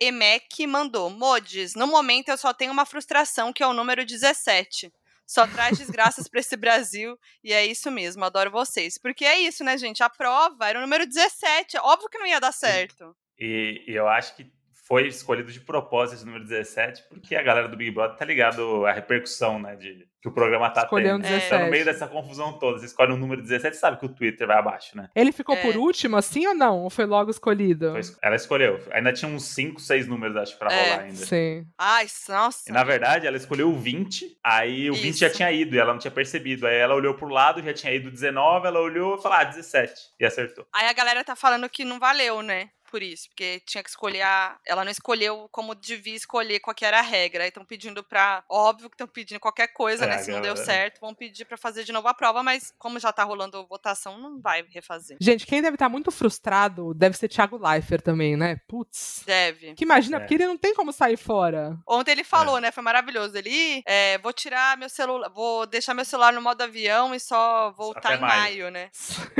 Emec mandou, Modis, no momento eu só tenho uma frustração, que é o número 17. Só traz desgraças para esse Brasil e é isso mesmo, adoro vocês. Porque é isso, né, gente? A prova era o número 17. Óbvio que não ia dar certo.
E, e eu acho que foi escolhido de propósito esse número 17, porque a galera do Big Brother tá ligado à repercussão, né? De, que o programa tá
Escolheu um
tendo.
É.
17.
Tá no meio dessa confusão toda. Você escolhe um número 17, sabe que o Twitter vai abaixo, né?
Ele ficou
É.
por último, assim ou não? Ou foi logo escolhido?
Foi es- ela escolheu. Ainda tinha uns 5, 6 números, acho, pra
É.
rolar ainda.
Sim.
Ai, s- nossa.
E, na verdade, ela escolheu o 20, aí o 20 já
Isso.
tinha ido e ela não tinha percebido. Aí ela olhou pro lado, já tinha ido 19, ela olhou e falou, ah, 17. E acertou.
Aí a galera tá falando que não valeu, né? Por isso, porque tinha que escolher. A... Ela não escolheu como devia escolher qual que era a regra. Aí estão pedindo pra. Óbvio que estão pedindo qualquer coisa,
É,
né?
a
Se não deu
galera-
certo, vão pedir pra fazer de novo a prova, mas como já tá rolando votação, não vai refazer.
Gente, quem deve estar muito frustrado deve ser Thiago Leifert também, né? Putz.
Deve.
Que imagina,
É.
porque ele não tem como sair fora.
Ontem ele falou, né? Foi maravilhoso. Ele, "Ih, é, vou tirar meu celular, vou deixar meu celular no modo avião e só voltar
Até
em
maio."
maio, né?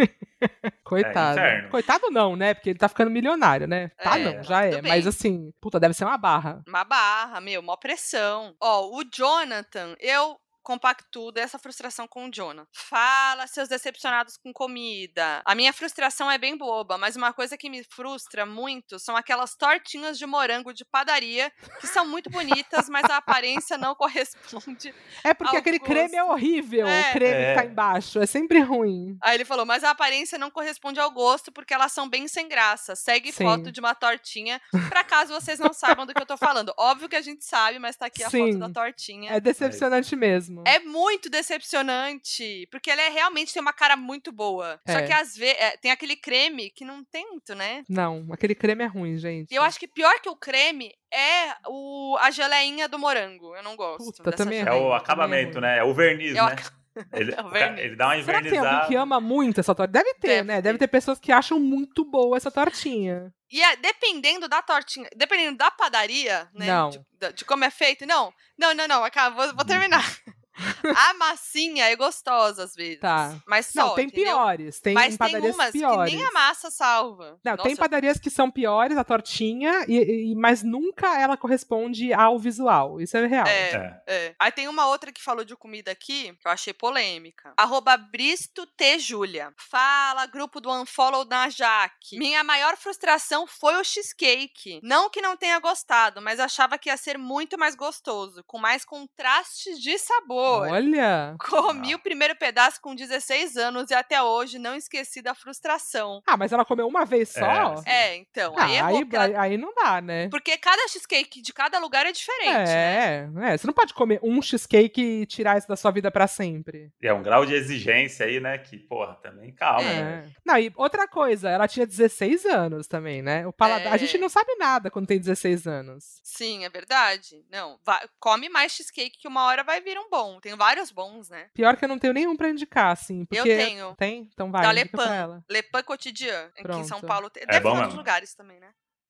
Coitado.
É, inferno.
Coitado não, né? Porque ele tá ficando milionário, né? Tá
É,
não, já
tudo
é.
bem.
Mas assim, puta, deve ser uma barra.
Uma barra, meu, uma pressão. Ó, o Jonathan, eu compactuo dessa frustração com o Jonah. Fala, seus decepcionados com comida. A minha frustração é bem boba, mas uma coisa que me frustra muito são aquelas tortinhas de morango de padaria, que são muito bonitas, mas a aparência não corresponde.
É porque
Ao
aquele
gosto.
creme é horrível,
É.
o creme
É.
que tá embaixo. É sempre ruim.
Aí ele falou, mas a aparência não corresponde ao gosto, porque elas são bem sem graça. Segue
Sim.
foto de uma tortinha, pra caso vocês não saibam do que eu tô falando. Óbvio que a gente sabe, mas tá aqui a foto
Sim.
da tortinha.
É decepcionante mesmo.
É muito decepcionante, porque ela é, realmente tem uma cara muito boa. Só
É.
que às vezes tem aquele creme que não tem muito, né?
Não, aquele creme é ruim, gente.
E eu acho que pior que o creme é o, a geleinha do morango. Eu não gosto.
Puta,
dessa
também é
É
geleia.
ruim,
o
também
acabamento,
é
né? É o verniz,
É o
né? Ele,
É o verniz.
ele dá uma
Será que tem alguém
invernizada.
que ama muito essa torta? Deve ter,
Deve
né?
ter.
Deve ter pessoas que acham muito boa essa tortinha.
E é, dependendo da tortinha, dependendo da padaria, né?
Não. Uhum.
De, da- de como é feito. Não, não, não, não. Acabou, vou terminar. a massinha é gostosa às vezes.
Tá.
Mas só.
Não, tem
entendeu?
piores. Tem
Mas tem
padarias
umas
piores.
que nem a massa salva.
Não, tem
Nossa,
padarias que são piores, a tortinha, e, e- mas nunca ela corresponde ao visual. Isso é real.
É,
É.
É. Aí tem uma outra que falou de comida aqui, que eu achei polêmica. Arroba Bristo T. Julia. Fala, grupo do Unfollow da Jaque. Minha maior frustração foi o cheesecake. Não que não tenha gostado, mas achava que ia ser muito mais gostoso, com mais contrastes de sabor.
Olha.
Comi
Ah.
o primeiro pedaço com 16 anos e até hoje não esqueci da frustração.
Ah, mas ela comeu uma vez só?
É.
É, então,
Ah,
aí errou, porque, ela-
aí, aí não dá, né?
porque cada cheesecake de cada lugar é diferente, né?
É, é, você não pode comer um cheesecake e tirar isso da sua vida pra sempre.
É um grau de exigência aí, né? Que, porra, também calma.
É.
né?
É. Não, e outra coisa, ela tinha 16 anos também, né? O paladar,
É.
a gente não sabe nada quando tem 16 anos.
Sim, é verdade. Não, va- come mais cheesecake que uma hora vai vir um bom. Tem vários bons, né?
Pior que eu não tenho nenhum pra indicar, assim, porque
Eu tenho.
Tem? Então vai,
Da
indica
Lepan.
pra ela.
Le Pan Quotidien, aqui em São
Pronto. É
Paulo. Tem, deve ter
bom
outros
mesmo.
lugares também, né?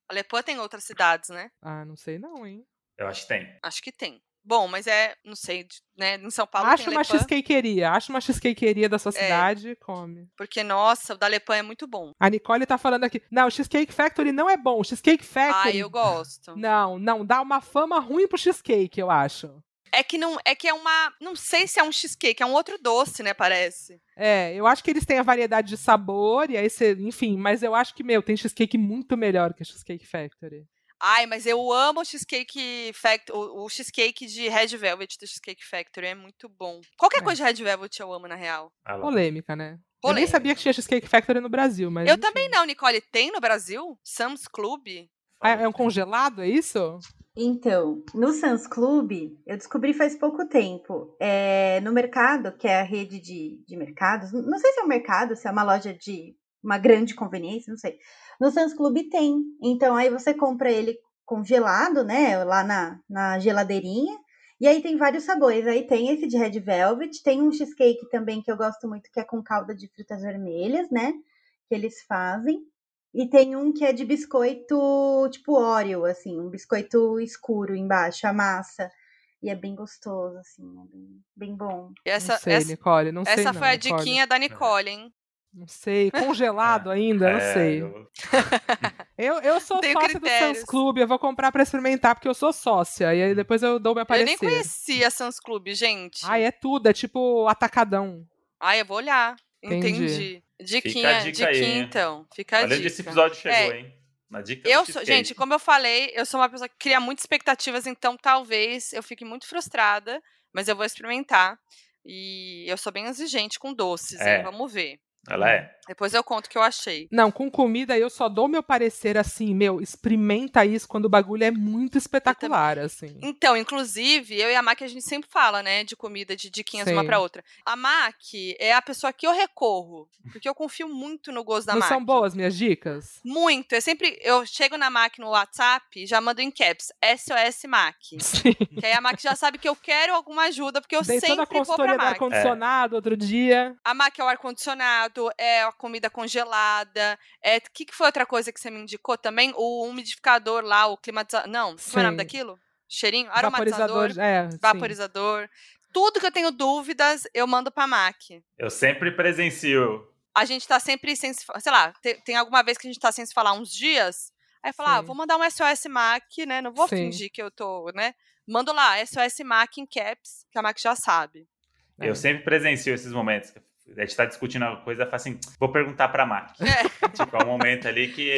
A Le Pan tem outras cidades, né?
Ah, não sei não, hein?
Eu acho que tem.
Acho que tem. Bom, mas é, não sei, de- né? Em São Paulo
acha
tem
uma
Le Pan,
cheesecakeeria, acha uma cheesecakeeria da sua
É.
cidade e come.
porque nossa, o da Le Pan é muito bom.
A Nicole tá falando aqui, não, o Cheesecake Factory não é bom, o Cheesecake
Ah,
Factory...
eu gosto.
Não, não, dá uma fama ruim pro cheesecake, eu acho.
É que não, é que é uma, não sei se é um cheesecake, é um outro doce, né, parece.
É, eu acho que eles têm a variedade de sabor, e aí você, enfim, mas eu acho que, meu, tem cheesecake muito melhor que a Cheesecake Factory.
Ai, mas eu amo o cheesecake factory, o, o cheesecake de Red Velvet do Cheesecake Factory, é muito bom. Qualquer
É.
coisa de Red Velvet eu amo na real.
Ah, lá.
Polêmica, né? Eu nem
Polêmica.
sabia que tinha Cheesecake Factory no Brasil, mas.
Eu
enfim.
também não, Nicole. Tem no Brasil? Sam's Club?
Ah, é um congelado, é isso?
Então, no Sans Club, eu descobri faz pouco tempo, é, no mercado, que é a rede de, de mercados, não sei se é um mercado, se é uma loja de uma grande conveniência, não sei. No Sans Club tem. Então, aí você compra ele congelado, né, lá na, na geladeirinha. E aí tem vários sabores. Aí tem esse de Red Velvet, tem um cheesecake também que eu gosto muito, que é com calda de frutas vermelhas, né, que eles fazem. E tem um que é de biscoito tipo Oreo, assim, um biscoito escuro embaixo, a massa. E é bem gostoso, assim, é bem, bem bom.
E Essa,
não sei,
essa,
Nicole, não sei.
essa
não,
foi a
Nicole.
diquinha
É.
da Nicole, hein?
Não sei, congelado ainda, não
É,
sei. né? Eu,
eu-
eu, sou
Tenho
sócia do
critérios.
Sans Club, eu vou comprar pra experimentar, porque eu sou sócia, e aí depois eu dou meu
Eu
parecer.
nem conhecia Sam's Club, gente.
Ai, é tudo, é tipo atacadão.
Ai, eu vou olhar.
Entendi.
Entendi.
Fica
Diquinha,
a dica
diquinha,
aí, hein?
então.
Tá
Fica a
Olha onde
dica.
esse episódio chegou,
É.
hein? Na dica do
Eu sou,
cheesecake.
gente, como eu falei, eu sou uma pessoa que cria muitas expectativas, então talvez eu fique muito frustrada, mas eu vou experimentar. E eu sou bem exigente com doces,
É.
hein? Vamos ver.
Ela é.
Depois eu conto o que eu achei.
Não, com comida eu só dou meu parecer assim, meu, experimenta isso quando o bagulho é muito espetacular, assim.
Então, inclusive, eu e a Mac, a gente sempre fala, né, de comida, de diquinhas uma
Sim.
pra outra. A Mac é a pessoa que eu recorro, porque eu confio muito no gosto da
Não
Mac.
são boas minhas dicas?
Muito. Eu sempre, eu chego na Mac no WhatsApp e já mando em caps, SOS Mac.
Sim.
que aí a Mac já sabe que eu quero alguma ajuda, porque eu
Dei toda a
sempre vou pra
consultoria do
Mac.
ar-condicionado outro dia.
A Mac é o ar-condicionado, é a comida congelada. É, o que, que foi outra coisa que você me indicou também? O umidificador lá, o climatizador. Não, como é o nome
Sim.
daquilo? Cheirinho? Aromatizador.
Vaporizador. É, sim.
vaporizador. Tudo que eu tenho dúvidas, eu mando pra Mac.
Eu sempre presencio.
A gente tá sempre sem se fa- Sei lá, te- tem, alguma vez que a gente tá sem se falar uns dias. Aí fala, ah,
Sim.
vou mandar um SOS Mac, né? Não vou
Sim.
fingir que eu tô, né? mando lá, SOS Mac em caps, que a Mac já sabe.
Eu
É.
sempre presencio esses momentos. A gente tá discutindo alguma coisa, fala assim, vou perguntar pra Mac.
É.
tipo, é um momento ali que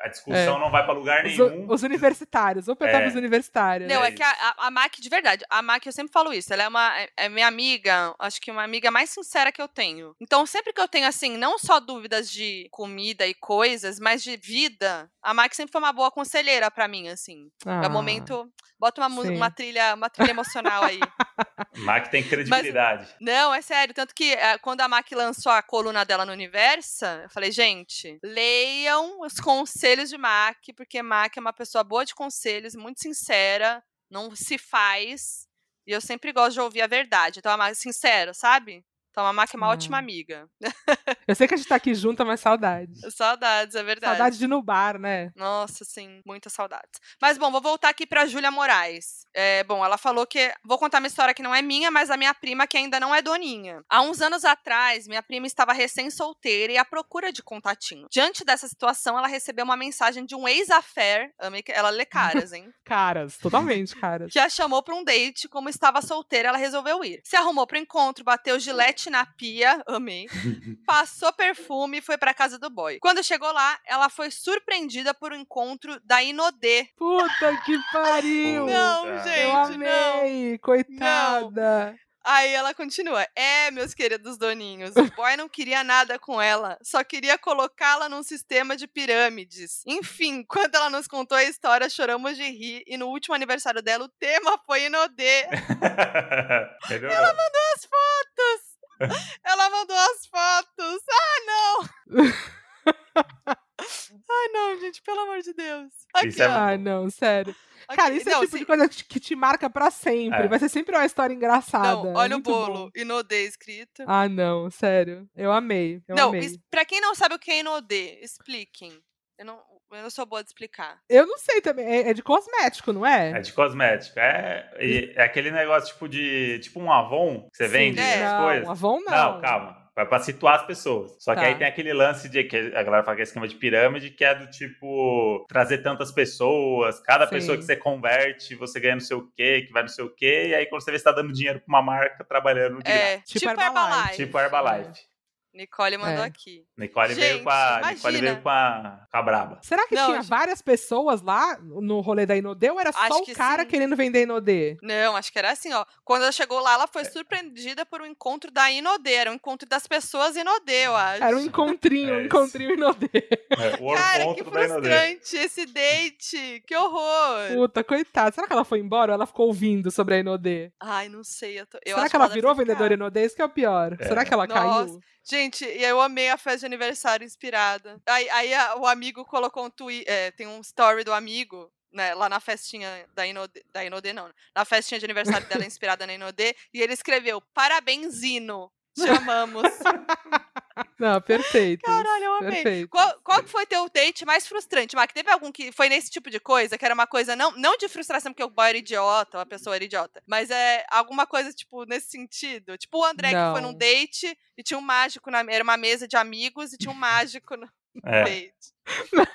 a
É.
discussão não vai pra lugar
Os,
nenhum.
os universitários, vou perguntar
É.
pros universitários.
Não, é
isso.
que a, a- a Mac, de verdade, a Mac, eu sempre falo isso, ela é uma é- é minha amiga, acho que uma amiga mais sincera que eu tenho. Então, sempre que eu tenho, assim, não só dúvidas de comida e coisas, mas de vida, a Mac sempre foi uma boa conselheira pra mim, assim. É
Ah,
o momento, bota uma, mu-
sim.
uma trilha, uma trilha emocional aí.
Mac tem credibilidade.
Não, é sério. Tanto que eh, quando a Mac lançou a coluna dela no Universa, eu falei, gente, leiam os conselhos de Mac, porque Mac é uma pessoa boa de conselhos, muito sincera, não se faz. E eu sempre gosto de ouvir a verdade. Então, a Mac, sincero, sabe? Então, a Mac é uma
Ah.
ótima amiga.
Eu sei que a gente tá aqui junto, mas saudade.
Saudades, é verdade.
Saudade de no bar, né?
Nossa, sim, muitas saudades. Mas bom, vou voltar aqui pra Júlia Moraes. É, bom, ela falou que. Vou contar uma história que não é minha, mas da minha prima que ainda não é doninha. Há uns anos atrás, minha prima estava recém-solteira e à procura de contatinho. Diante dessa situação, ela recebeu uma mensagem de um ex-affair. amei que- Ela lê caras, hein?
Caras, totalmente caras.
que a chamou pra um date, como estava solteira, ela resolveu ir. Se arrumou pro encontro, bateu gilete na pia, amei. Passou perfume e foi pra casa do boy. Quando chegou lá, ela foi surpreendida por um encontro da Inodê.
Puta que pariu!
Não,
Puta.
Eu
gente, não.
amei, coitada.
Aí ela continua. É, meus queridos doninhos, o boy não queria nada com ela, só queria colocá-la num sistema de pirâmides. Enfim, quando ela nos contou a história, choramos de rir e no último aniversário dela o tema foi Inodê.
Melhorou. Ela
Ela mandou as fotos. Ah, não! Ai, não, gente, pelo amor de Deus. Aqui,
Isso é
ó.
Ah, não, sério.
Aqui.
Cara, isso é
Não,
o tipo
se-
de coisa que te- que te marca pra sempre.
É.
Vai ser sempre uma história engraçada.
Não,
é
olha o
muito bom.
bolo. Inodê é escrito.
Ah, não, sério. Eu amei. Eu
não,
amei.
es- pra quem não sabe o que é Inodê, expliquem. Eu não, eu não sou boa de explicar.
Eu não sei também. É, é de cosmético, não é?
É de cosmético. É, e- é aquele negócio tipo de. Tipo um Avon que você
Sim,
vende
é.
as
não, um
coisas.
Avon não.
Não, calma. É pra situar as pessoas. Só
Tá.
que aí tem aquele lance de que a galera fala que é esquema de pirâmide, que é do tipo trazer tantas pessoas, cada
Sim.
pessoa que você converte, você ganha não sei o quê, que vai não sei o quê, e aí quando você vê, você tá dando dinheiro pra uma marca trabalhando direto.
É,
Tipo
tipo, Herbalife.
Herbalife.
Tipo a Herbalife.
Nicole mandou
É.
aqui.
Nicole, veio
Gente,
com a,
imagina.
Nicole veio com a, com a Braba.
Será que
Não,
tinha
acho-
várias pessoas lá no rolê da Inodê ou era
Acho
só
que
o cara
sim.
querendo vender Inodê?
Não, acho que era assim, ó. Quando ela chegou lá, ela foi
É.
surpreendida por um encontro da Inodê. Era um encontro das pessoas Inodê, eu acho.
Era um encontrinho,
É
um
isso.
encontrinho Inodê.
É, o
Cara, que
orconto da Inodê.
frustrante esse date. Que horror.
Puta, coitada. Será que ela foi embora ou ela ficou ouvindo sobre a Inodê?
Ai, não sei. Eu tô... eu
Será
acho assim,
que ela
deve
virou
ter ficado.
vendedora Inodê? Isso que é o pior.
É.
Será que ela
Nossa.
caiu?
ah, Gente, e eu amei a festa de aniversário inspirada. Aí, aí a- o amigo colocou um tweet, tem um story do amigo, né, lá na festinha da Inodê, da Inodê não, né, na festinha de aniversário dela inspirada na Inodê, e ele escreveu, parabéns, Ino, te amamos.
Não, perfeito.
Caralho, eu amei.
Perfeito.
Qual, qual que foi teu date mais frustrante, Mac? Teve algum que foi nesse tipo de coisa, que era uma coisa não, não de frustração porque o boy era idiota, ou a pessoa era idiota, mas é alguma coisa, tipo, nesse sentido? Tipo o André que foi num
Não.
date e tinha um mágico, na, era uma mesa de amigos e tinha um mágico no
É.
date.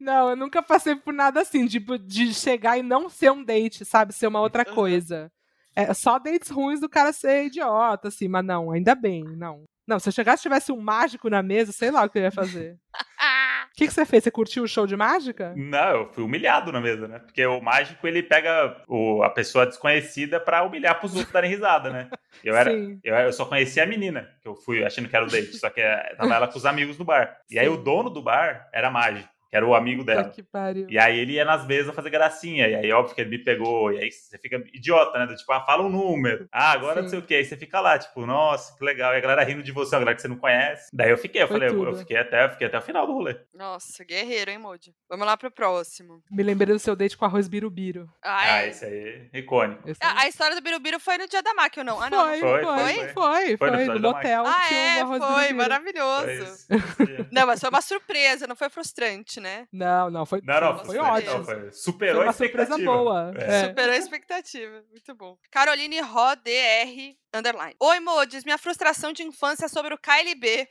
Não, eu nunca passei por nada assim, tipo, de chegar e não ser um date, sabe? Ser uma outra
Aham.
coisa. É, só dates ruins do cara ser idiota, assim, mas não, ainda bem, não. Não, se eu chegasse e tivesse um mágico na mesa, sei lá o que eu ia fazer. O que, que você fez? Você curtiu o show de mágica?
Não, eu fui humilhado na mesa, né? Porque o mágico, ele pega o- a pessoa desconhecida pra humilhar pros outros darem risada, né? Eu era,
Sim.
Eu, eu só conheci a menina, que eu fui achando que era o date, só que eh, tava ela com os amigos no bar. E aí
Sim.
o dono do bar era mágico, que era o amigo
Puta
dela.
que pariu.
E aí ele ia nas mesas fazer gracinha, e aí óbvio que ele me pegou, e aí você fica idiota, né? Do tipo, ah, fala um número, ah, agora não sei
Sim.
o que, aí você fica lá, tipo, nossa, que legal, e a galera rindo de você, uma galera que você não conhece. Daí eu fiquei, eu
Foi
falei, eu, eu
tudo.
fiquei até, eu fiquei até o final do rolê.
Nossa, guerreiro, hein, Moody? Vamos lá pro próximo.
Me lembrei do seu date com arroz birubiru.
Ah,
Ah, é.
esse aí, icônico.
Esse-
a, a história do Birubiru foi no dia da Mac ou não? Ah, não. não
foi,
foi,
foi,
foi,
foi,
foi.
foi,
Foi no
no
episódio da Mike.
motel.
Ah,
tinha um
é,
arroz
foi,
birubiru.
Foi é
maravilhoso.
esse- esse dia.
Não, mas foi uma surpresa, não foi frustrante, triste, né?
Não, não, foi,
Não, não,
foi
foi,
ótimo.
não, foi-
Foi
superou a
uma surpresa
expectativa.
boa.
É.
É.
Superou a expectativa. Muito bom. Caroline Ró, DR, underline. Oi, Mo, diz minha frustração de infância é sobre o KLB.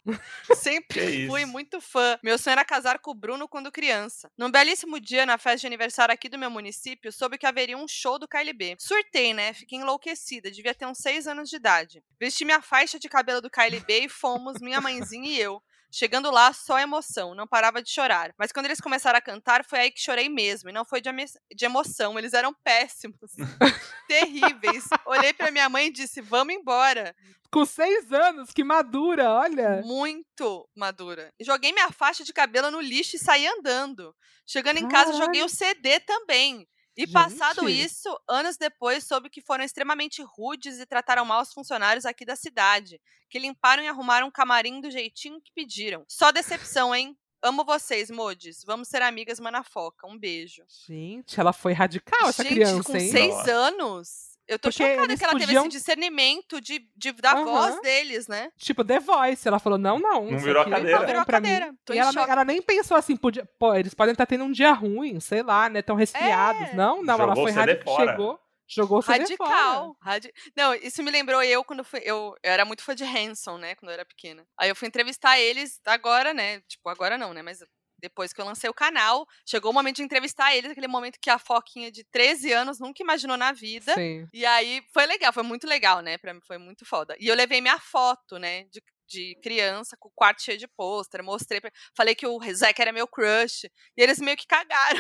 Que
Sempre
isso.
fui muito fã. Meu sonho era casar com o Bruno quando criança. Num belíssimo dia, na festa de aniversário aqui do meu município, soube que haveria um show do KLB. Surtei, né? Fiquei enlouquecida. Devia ter uns 6 anos de idade. Vesti minha faixa de cabelo do KLB e fomos, minha mãezinha e eu. Chegando lá, só emoção, não parava de chorar. Mas quando eles começaram a cantar, foi aí que chorei mesmo, e não foi de, ame- de emoção, eles eram péssimos, terríveis. Olhei pra minha mãe e disse: Vamos embora.
Com seis anos, que madura, olha.
Muito madura. Joguei minha faixa de cabelo no lixo e saí andando. Chegando em casa,
Caralho.
joguei o CD também. E
Gente.
passado isso, anos depois, soube que foram extremamente rudes e trataram mal os funcionários aqui da cidade, que limparam e arrumaram o camarim do jeitinho que pediram. Só decepção, hein? Amo vocês, Modis. Vamos ser amigas, Manafoca. Um beijo.
Gente, ela foi radical, essa
Gente,
criança,
com
hein?
seis
Nossa.
anos. Eu tô
Porque
chocada
eles
que ela teve esse
podiam-
discernimento de, de, da
Aham.
voz deles, né?
Tipo, The Voice. Ela falou, não, não.
Não
isso
virou a
aqui tá
cadeira.
bom
Não
virou a
pra mim.
cadeira. Tô
E
em
ela,
choque.
ela nem pensou assim, podia, pô, eles podem estar tendo um dia ruim, sei lá, né? Tão resfriados.
É.
Não, não, ela
Jogou o
foi
CD
radical.
fora.
Chegou, jogou o CD fora.
Radical. radi- Não, isso me lembrou eu quando fui. Eu, eu era muito fã de Hanson, né? Quando eu era pequena. Aí eu fui entrevistar eles agora, né? Tipo, agora não, né? Mas depois que eu lancei o canal, chegou o momento de entrevistar eles, aquele momento que a Foquinha de 13 anos nunca imaginou na vida.
Sim.
E aí foi legal, foi muito legal, né? Pra mim foi muito foda. E eu levei minha foto, né? De, de criança, com o quarto cheio de pôster, mostrei. Pra... Falei que o Zac era meu crush. E eles meio que cagaram.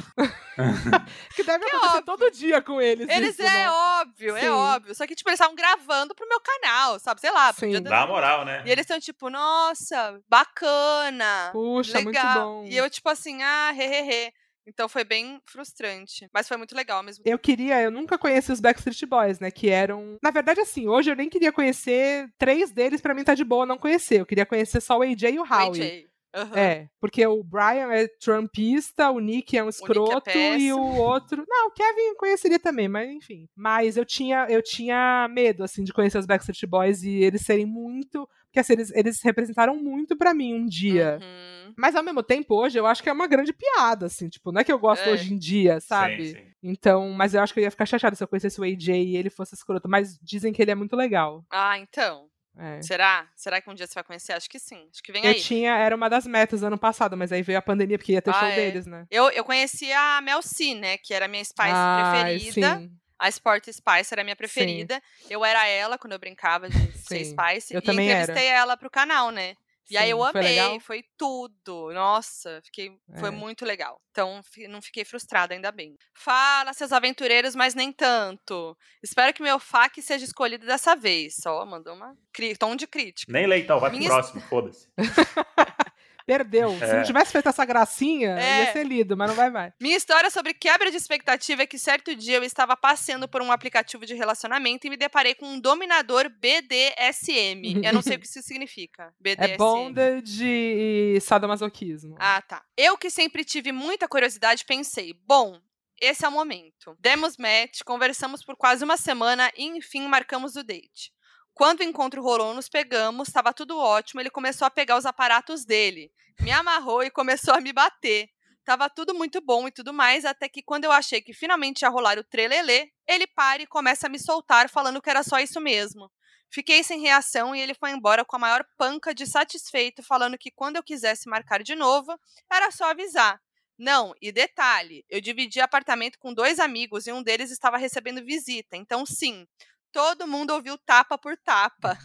Que deve
Que
acontecer
óbvio.
todo dia com eles.
Eles
isso,
é
né?
óbvio,
Sim.
é óbvio. Só que, tipo, eles estavam gravando pro meu canal, sabe? Sei lá. podia
Sim.
ter-
Dá uma moral, né?
E eles estão tipo, nossa, bacana,
Puxa,
legal.
muito bom.
E eu, tipo assim, ah, hehehe. Então foi bem frustrante. Mas foi muito legal ao mesmo.
Eu queria, eu nunca conheci os Backstreet Boys, né? Que eram. Na verdade, assim, hoje eu nem queria conhecer três deles, pra mim tá de boa não conhecer. Eu queria conhecer só o AJ e o Howie.
AJ. Aham.
É, porque o Brian é trumpista, o Nick é um escroto e o
péssimo.
outro. Não, o Kevin eu conheceria também, mas enfim. Mas eu tinha, eu tinha medo, assim, de conhecer os Backstreet Boys e eles serem muito. Porque assim, eles, eles representaram muito pra mim um dia.
Uhum.
Mas ao mesmo tempo, hoje eu acho que é uma grande piada, assim, tipo, não é que eu gosto
É.
hoje em dia, sabe?
Sim, sim.
Então, mas eu acho que eu ia ficar chateada se eu conhecesse o AJ e ele fosse escroto. Mas dizem que ele é muito legal.
Ah, então.
É.
Será? Será que um dia você vai conhecer? Acho que sim. Acho que vem
Eu
aí.
tinha, era uma das metas ano passado, mas aí veio a pandemia, porque ia ter
Ah,
show
é.
deles, né?
Eu, eu conheci a Mel C, né? Que era a minha Spice
Ai,
preferida.
Sim.
A Sport Spice era a minha preferida. Eu era ela quando eu brincava de ser
Sim,
Spice.
eu
e
também era.
entrevistei ela pro canal, né? E aí
sim.
eu
Foi legal?
amei, foi, tudo. Nossa, fiquei,
É.
foi muito legal. Então fi- não fiquei frustrada, ainda bem. Fala, seus aventureiros, mas nem tanto. Espero que meu FAQ seja escolhido dessa vez. Só mandou uma cri- tom de crítica.
Nem lei, então, vai pro
Minha-
próximo, foda-se.
Perdeu. Se não
É.
tivesse feito essa gracinha,
É.
ia ser lido, mas não vai mais.
Minha história sobre quebra de expectativa é que certo dia eu estava passeando por um aplicativo de relacionamento e me deparei com um dominador BDSM. Eu não sei o que isso significa. BDSM.
É bondage e sadomasoquismo.
Ah, tá. Eu que sempre tive muita curiosidade, pensei, bom, esse é o momento. Demos match, conversamos por quase uma semana e, enfim, marcamos o date. Quando o encontro rolou, nos pegamos, estava tudo ótimo, ele começou a pegar os aparatos dele, me amarrou e começou a me bater. Tava tudo muito bom e tudo mais, até que quando eu achei que finalmente ia rolar o trelelê, ele para e começa a me soltar, falando que era só isso mesmo. Fiquei sem reação e ele foi embora com a maior panca de satisfeito, falando que quando eu quisesse marcar de novo, era só avisar. Não, e detalhe, eu dividi apartamento com dois amigos e um deles estava recebendo visita, então sim, todo mundo ouviu tapa por tapa.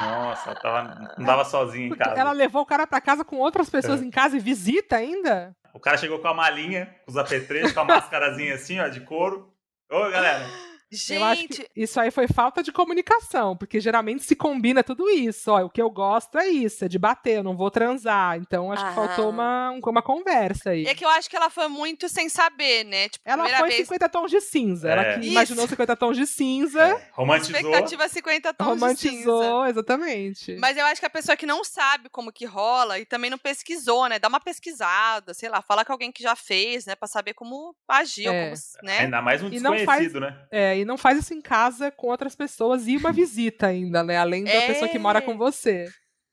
Nossa, tava, não tava sozinha em
Porque
casa. É.
ela levou o cara pra casa com outras pessoas em casa e visita ainda?
O cara chegou com a malinha, com os apetrechos, com a mascarazinha assim, ó, de couro. Ô, galera,
Eu acho
Gente,
que isso aí foi falta de comunicação, porque geralmente se combina tudo isso. Ó, o que eu gosto é isso, é de bater, eu não vou transar. Então acho que faltou uma, um- uma conversa aí.
Ah. é que eu acho que ela foi muito sem saber, né? Tipo,
Ela
primeira
foi
vez,
50 tons de cinza.
É.
Ela que imaginou
Isso.
50 tons de cinza,
romantizou.
expectativa 50 tons de cinza.
romantizou, exatamente.
Mas eu acho que a pessoa que não sabe como que rola e também não pesquisou, né? Dá uma pesquisada, sei lá, fala com alguém que já fez, né? Pra saber como agir, ou
É.
como, s- né?
Ainda mais um
E não faz-
desconhecido, né?
É, e não faz isso em casa com outras pessoas e uma visita ainda, né? Além da
É.
pessoa que mora com você.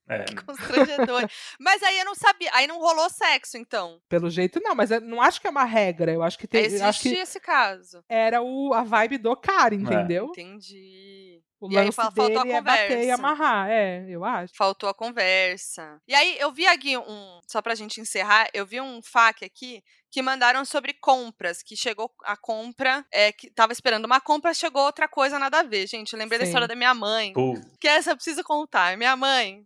É.
Constrangedor. Mas aí eu não sabia. Aí não rolou sexo, então.
Pelo jeito, não, mas eu não acho que é uma regra. Eu acho que tem. eu Acho
Existe
que
esse caso.
era o, a vibe do cara, entendeu?
Entendi.
O
E aí
lance
fa- faltou a
dele é bater e
conversa.
amarrar. É, eu acho.
Faltou a conversa. E aí eu vi aqui um. Só pra gente encerrar, eu vi um FAQ aqui que mandaram sobre compras. Que chegou a compra, é, que tava esperando uma compra, chegou outra coisa, nada a ver, gente. Eu lembrei da
Sim.
história da minha mãe.
Pô,
Que essa eu preciso contar. Minha mãe,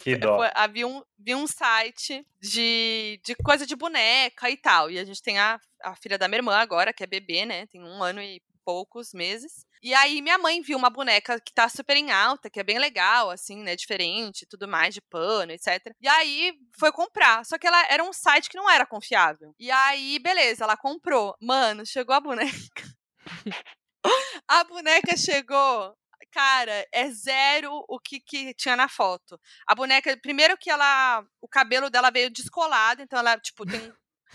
que dó.
Foi- havia um, vi um site de, de coisa de boneca e tal. E a gente tem a, a filha da minha irmã agora, que é bebê, né? Tem um ano e poucos meses. E aí minha mãe viu uma boneca que tá super em alta, que é bem legal, assim, né? Diferente, tudo mais, de pano, etc. E aí foi comprar. Só que ela era um site que não era confiável. E aí, beleza, ela comprou. Mano, chegou a boneca. a boneca chegou. Cara, é zero o que, que tinha na foto. A boneca, primeiro que ela. O cabelo dela veio descolado, então ela, tipo, tem.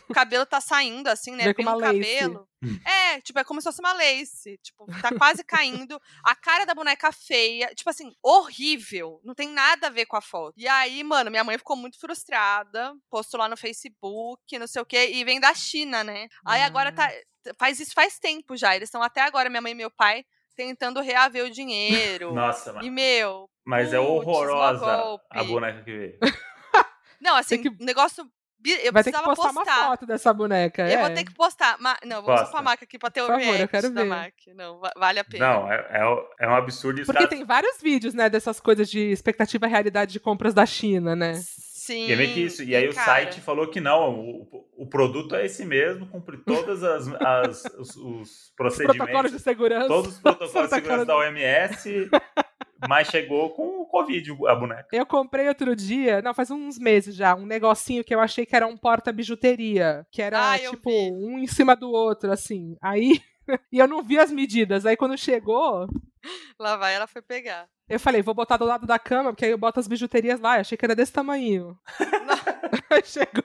O cabelo tá saindo, assim, né?
Veio com
Tem um
uma lace. Hum.
cabelo. É, tipo, é como se fosse uma lace. Tipo, tá quase caindo. A cara da boneca feia. Tipo assim, horrível. Não tem nada a ver com a foto. E aí, mano, minha mãe ficou muito frustrada. Postou lá no Facebook, não sei o quê. E vem da China, né? Aí agora tá. Faz isso faz tempo já. Eles estão até agora, minha mãe e meu pai, tentando reaver o dinheiro.
Nossa, mas,
E, meu,
mas é
putz, mó
horrorosa
golpe.
a boneca que veio.
Não, assim,
que-
um negócio. bi- Eu
Vai ter que
precisava
postar
postar.
uma foto dessa boneca.
Eu
é.
vou ter que postar. Ma... Não, vou
Posta.
postar pra Maca aqui pra ter o
Por favor, eu
react
quero
da
ver.
Mac. Não, va- vale a pena.
Não, é, é o- é um absurdo. e os
Porque
caras-
tem vários vídeos, né, dessas coisas de expectativa e realidade de compras da China, né?
Sim.
E é meio que isso. E aí o
cara,
site falou que não, o, o produto é esse mesmo, cumpre todas as, as- os, os
Protocolos de
procedimentos,
segurança.
todos os protocolos de
Santa
segurança
Clara.
da OMS, mas chegou com o Covid a boneca.
Eu comprei outro dia, não, faz uns meses já, um negocinho que eu achei que era um porta-bijuteria. Que era,
Ah, eu
tipo,
vi.
um em cima do outro, assim. Aí. e eu não vi as medidas. Aí quando chegou,
Lá vai, ela foi pegar.
eu falei, vou botar do lado da cama, porque aí eu boto as bijuterias lá. Eu achei que era desse tamanho. Aí chegou.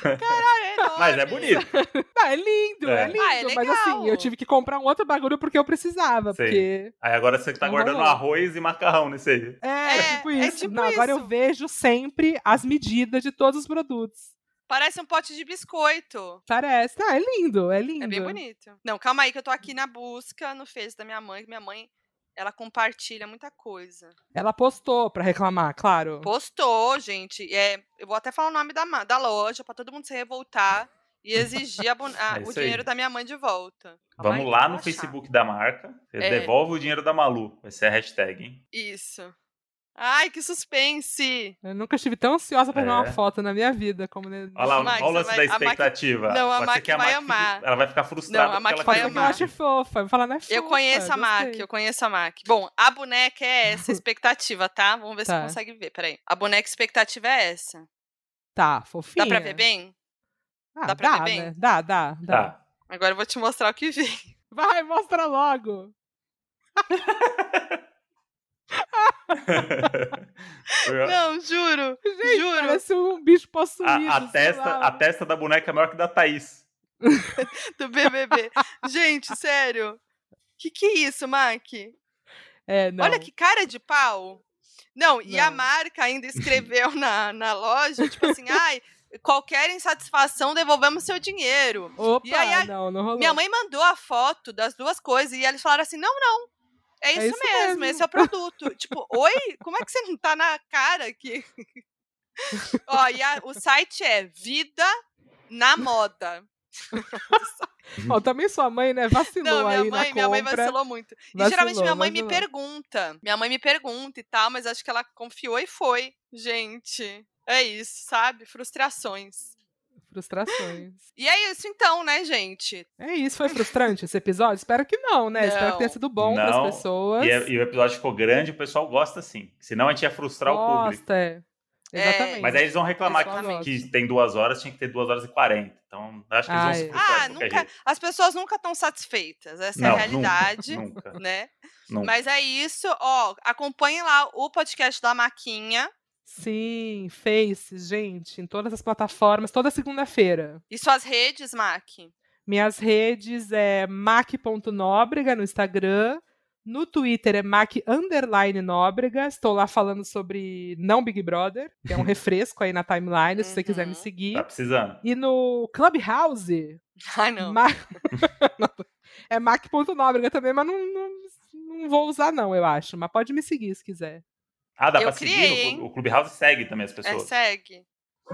Cara, é enorme.
Mas é bonito.
Ah, é lindo, é,
É.
lindo.
Ah, é
Mas assim, eu
legal.
tive que comprar um outro bagulho porque eu precisava.
Sim.
Porque.
Aí agora você
Então
tá
Não
guardando
rolou.
arroz e macarrão nesse aí.
É,
É,
tipo
é
isso.
tipo
Não, Agora
isso.
eu vejo sempre as medidas de todos os produtos.
Parece um pote de biscoito.
Parece. Ah, é lindo, é lindo.
É bem bonito. Não, calma aí que eu tô aqui na busca, no Face da minha mãe, que minha mãe. Ela compartilha muita coisa.
Ela postou pra reclamar, claro.
Postou, gente. É, eu vou até falar o nome da, ma- da loja pra todo mundo se revoltar e exigir a bon- a-
É
o
isso aí. Ah,
dinheiro da minha mãe de volta. Calma aí,
Vamos
que eu
lá
vou
no
achar.
Facebook da marca.
É.
Devolve o dinheiro da Malu. Vai ser a hashtag, hein?
Isso. Ai, que suspense!
Eu nunca estive tão ansiosa pra ver uma
É.
foto na minha vida como ne-
Olha lá,
Max,
olha o lance
vai-
da
a Max-
expectativa.
não, a
Pode ser
Max
que
vai
fique-
amar.
ela vai ficar frustrada
Não, a
porque
Max
ela tá
vai
Só
fez
que eu
aquilo.
amar.
acho fofa. Eu falo, não é fofa.
é Eu conheço a Mac,
gostei.
eu conheço a Mac. Bom, a boneca é essa, a expectativa, tá? Vamos ver
Tá.
se consegue ver, peraí. A boneca expectativa é essa.
Tá, fofinha.
Dá pra ver bem?
Ah,
Dá pra ver
dá,
bem?
né? Dá, dá, dá.
Tá.
Agora eu vou te mostrar o que vem.
Vai, mostra logo.
Eu-
Não, juro,
Gente,
juro.
Parece um bicho possuído.
A, a
sei
testa,
lá.
a testa da boneca é maior que da Thaís.
Do BBB. Gente, sério. Que que é isso, Mac?
É, não.
Olha que cara de pau. Não, e a
Não.
marca ainda escreveu na, na loja, tipo assim, ai, qualquer insatisfação, devolvemos seu dinheiro.
Opa,
E aí a-
não, não rolou.
Minha mãe mandou a foto das duas coisas e eles falaram assim: não, não. É isso,
isso
mesmo,
mesmo."
esse é o produto. tipo, oi? Como é que você não tá na cara aqui? Ó, e a- o site é Vida na Moda.
Ó, também sua mãe, né, vacilou
Não, minha
aí na
mãe,
compra.
minha mãe vacilou muito. e geralmente
Vacilou,
minha mãe me
vacilou.
pergunta. Minha mãe me pergunta e tal, mas acho que ela confiou e foi. Gente, é isso, sabe? Frustrações.
Frustrações.
E é isso então, né, gente?
É isso, foi frustrante esse episódio? Espero que não, né? Espero que tenha
Não.
sido bom para
Não.
as pessoas.
E, é- e o episódio ficou grande, o pessoal gosta sim. Senão a gente ia frustrar o público.
Gosta, é.
É.
Exatamente.
Mas aí eles vão reclamar que,
Exatamente.
que tem duas horas, tinha que ter duas horas e quarenta. Então, eu acho que eles vão
Ai.
se
Ah,
frustrar de qualquer
nunca,
jeito.
as pessoas nunca estão satisfeitas. Essa é
Não,
a realidade,
Nunca, nunca,
né?
nunca.
Mas é isso, ó. Acompanhem lá o podcast da Maquinha.
Sim, Faces, gente, em todas as plataformas, toda segunda-feira.
E suas redes, Mac.
Minhas redes é mac.nóbrega no Instagram, No Twitter é Mac Underline Nóbrega. Estou lá falando sobre não Big Brother, que é um refresco aí na timeline, se você
Uhum.
quiser me seguir.
Tá precisando.
E no Clubhouse.
Ai, não.
Ma- é Mac.nóbrega também, mas não, não, não vou usar, não, eu acho. Mas pode me seguir se quiser.
Ah, dá
Eu
pra
criei,
seguir?
hein?
O, o Clubhouse segue também as
É,
pessoas.
segue.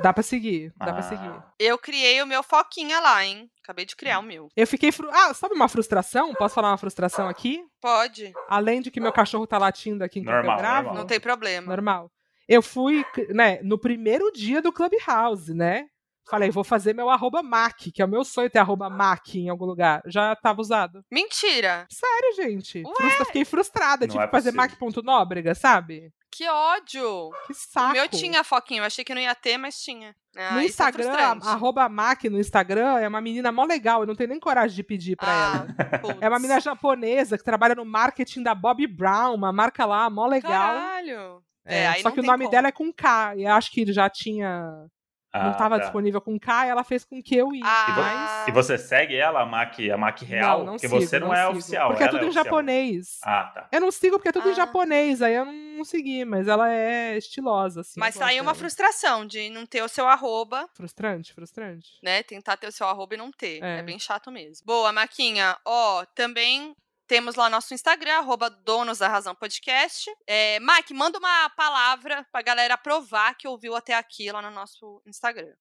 Dá pra seguir, dá pra
Ah.
seguir.
Eu criei o meu foquinha lá, hein? Acabei de
Hum.
criar o meu.
Eu fiquei. Fru... Ah, sabe uma frustração? Posso falar uma frustração aqui?
Pode,
Além de que meu cachorro tá latindo aqui enquanto
Normal,
eu gravo.
normal.
não tem problema.
normal. Eu fui, c- né, no primeiro dia do Clubhouse, né? Falei, vou fazer meu arroba Mac, que é o meu sonho ter arroba Mac em algum lugar. Já tava usado.
Mentira!
Sério, gente.
Ué?
Frustra- Fiquei frustrada.
Não
tive
é
que fazer
possível.
Mac.nóbrega, sabe?
Que ódio!
Que
O
saco.
meu tinha foquinho, eu achei que não ia ter, mas tinha. Ah,
Tá No
isso é
Instagram,
frustrante.
a- arroba Mac no Instagram é uma menina mó legal. Eu não tenho nem coragem de pedir pra ela.
Ah, putz.
É uma menina japonesa que trabalha no marketing da Bob Brown, uma marca lá mó legal.
Caralho!
É,
É, aí
só
não
que o
tem
nome
como.
dela é com K. E eu acho que ele já tinha. não
Ah,
tava
tá.
disponível com K, ela fez com que eu ia.
Ah,
E você segue ela, a Mac, a Mac Real?
não, não
porque
sigo,
você não, é
sigo,
oficial.
Porque é
ela
tudo em
oficial.
japonês.
Ah, tá.
Eu não sigo porque é tudo
Ah.
em japonês, aí eu não segui, mas ela é estilosa, assim. eu
Mas tá
gosto
aí uma
dela.
frustração de não ter o seu arroba,
Frustrante, frustrante.
né? Tentar ter o seu arroba e não ter. É,
É.
bem chato mesmo. Boa, Maquinha. Ó, também temos lá nosso Instagram, arroba Donos da Razão Podcast. É, Maqui, manda uma palavra pra galera provar que ouviu até aqui lá no nosso Instagram.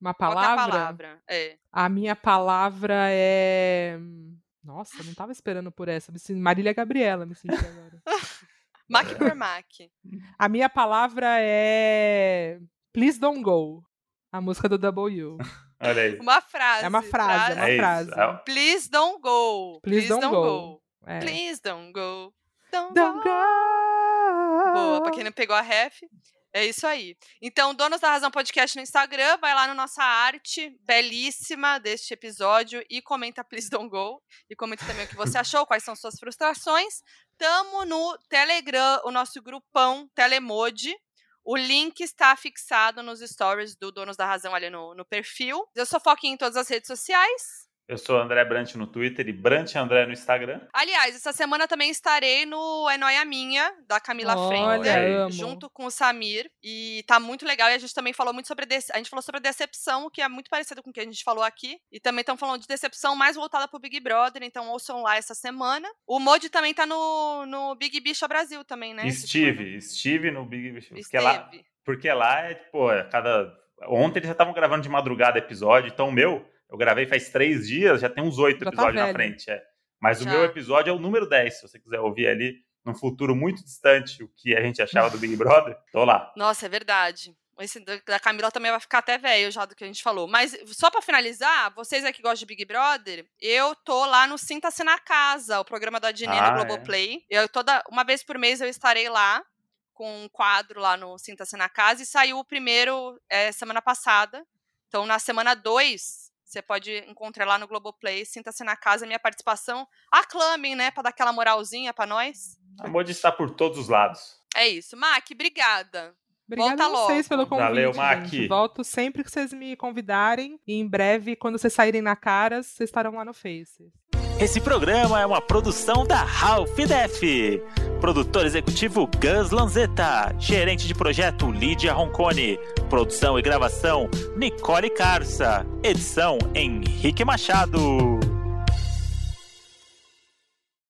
Uma
Qual que é
palavra?
a palavra? É.
A minha palavra é. Nossa, eu não tava esperando por essa. Me senti- Marília Gabriela, me senti agora.
Mac por Mac.
A minha palavra é. Please don't go. A música do W.
Olha aí.
Uma frase.
É uma frase, é uma
É isso,
frase.
é-
Please don't go.
Please don't go. É.
Please don't go. Don't,
Don't
go.
go.
Boa, pra quem não pegou a ref. É isso aí. Então, Donos da Razão Podcast no Instagram, vai lá na nossa arte belíssima deste episódio e comenta Please Don't Go. E comenta também o que você achou, quais são suas frustrações. Tamo no Telegram, o nosso grupão Telemode. O link está fixado nos stories do Donos da Razão ali no, no perfil. Eu sou foquinha em todas as redes sociais.
Eu sou André Brant no Twitter e Brant é André no Instagram.
Aliás, essa semana também estarei no É Noia Minha, da Camila
Olha,
Olha
Frender,
amo.
junto com o Samir. E tá muito legal. E a gente também falou muito sobre. dece- A gente falou sobre decepção, que é muito parecido com o que a gente falou aqui. E também estão falando de decepção mais voltada pro Big Brother, então ouçam lá essa semana. O Modi também tá no, no Big Bicha Brasil também, né? essa semana.
Steve, Steve no Big Porque lá,
Esteve.
porque lá é, tipo, é cada. Ontem eles já estavam gravando de madrugada episódio, então o meu, eu gravei faz três dias, já tem uns oito
Já tá
episódios na
velho.
frente. é. Mas
Já.
o meu episódio é o número 10, se você quiser ouvir ali, num futuro muito distante, o que a gente achava do Big Brother, tô lá.
Nossa, é verdade. Esse da da Camila também vai ficar até velho já do que a gente falou. Mas só pra finalizar, vocês aí que gostam de Big Brother, eu tô lá no Sinta-se na Casa, o programa da Adnê
Ah,
no Globoplay. Eu toda uma vez por mês eu estarei lá com um quadro lá no Sinta-se na Casa e saiu o primeiro eh, semana passada. Então na semana 2, você pode encontrar lá no Globoplay, Sinta-se na Casa, minha participação. Aclamem, né, pra dar aquela moralzinha pra nós.
Amor de estar por todos os lados.
É isso. Mac, obrigada. Volta
Obrigada a
logo.
vocês pelo convite.
Valeu, Mac.
gente. Volto sempre que vocês me convidarem. E em breve, quando vocês saírem na Caras, vocês estarão lá no Face.
Esse programa é uma produção da Ralph Def. Produtor executivo Gus Lanzetta. Gerente de projeto Lídia Roncone. Produção e gravação Nicole Carça. Edição Henrique Machado.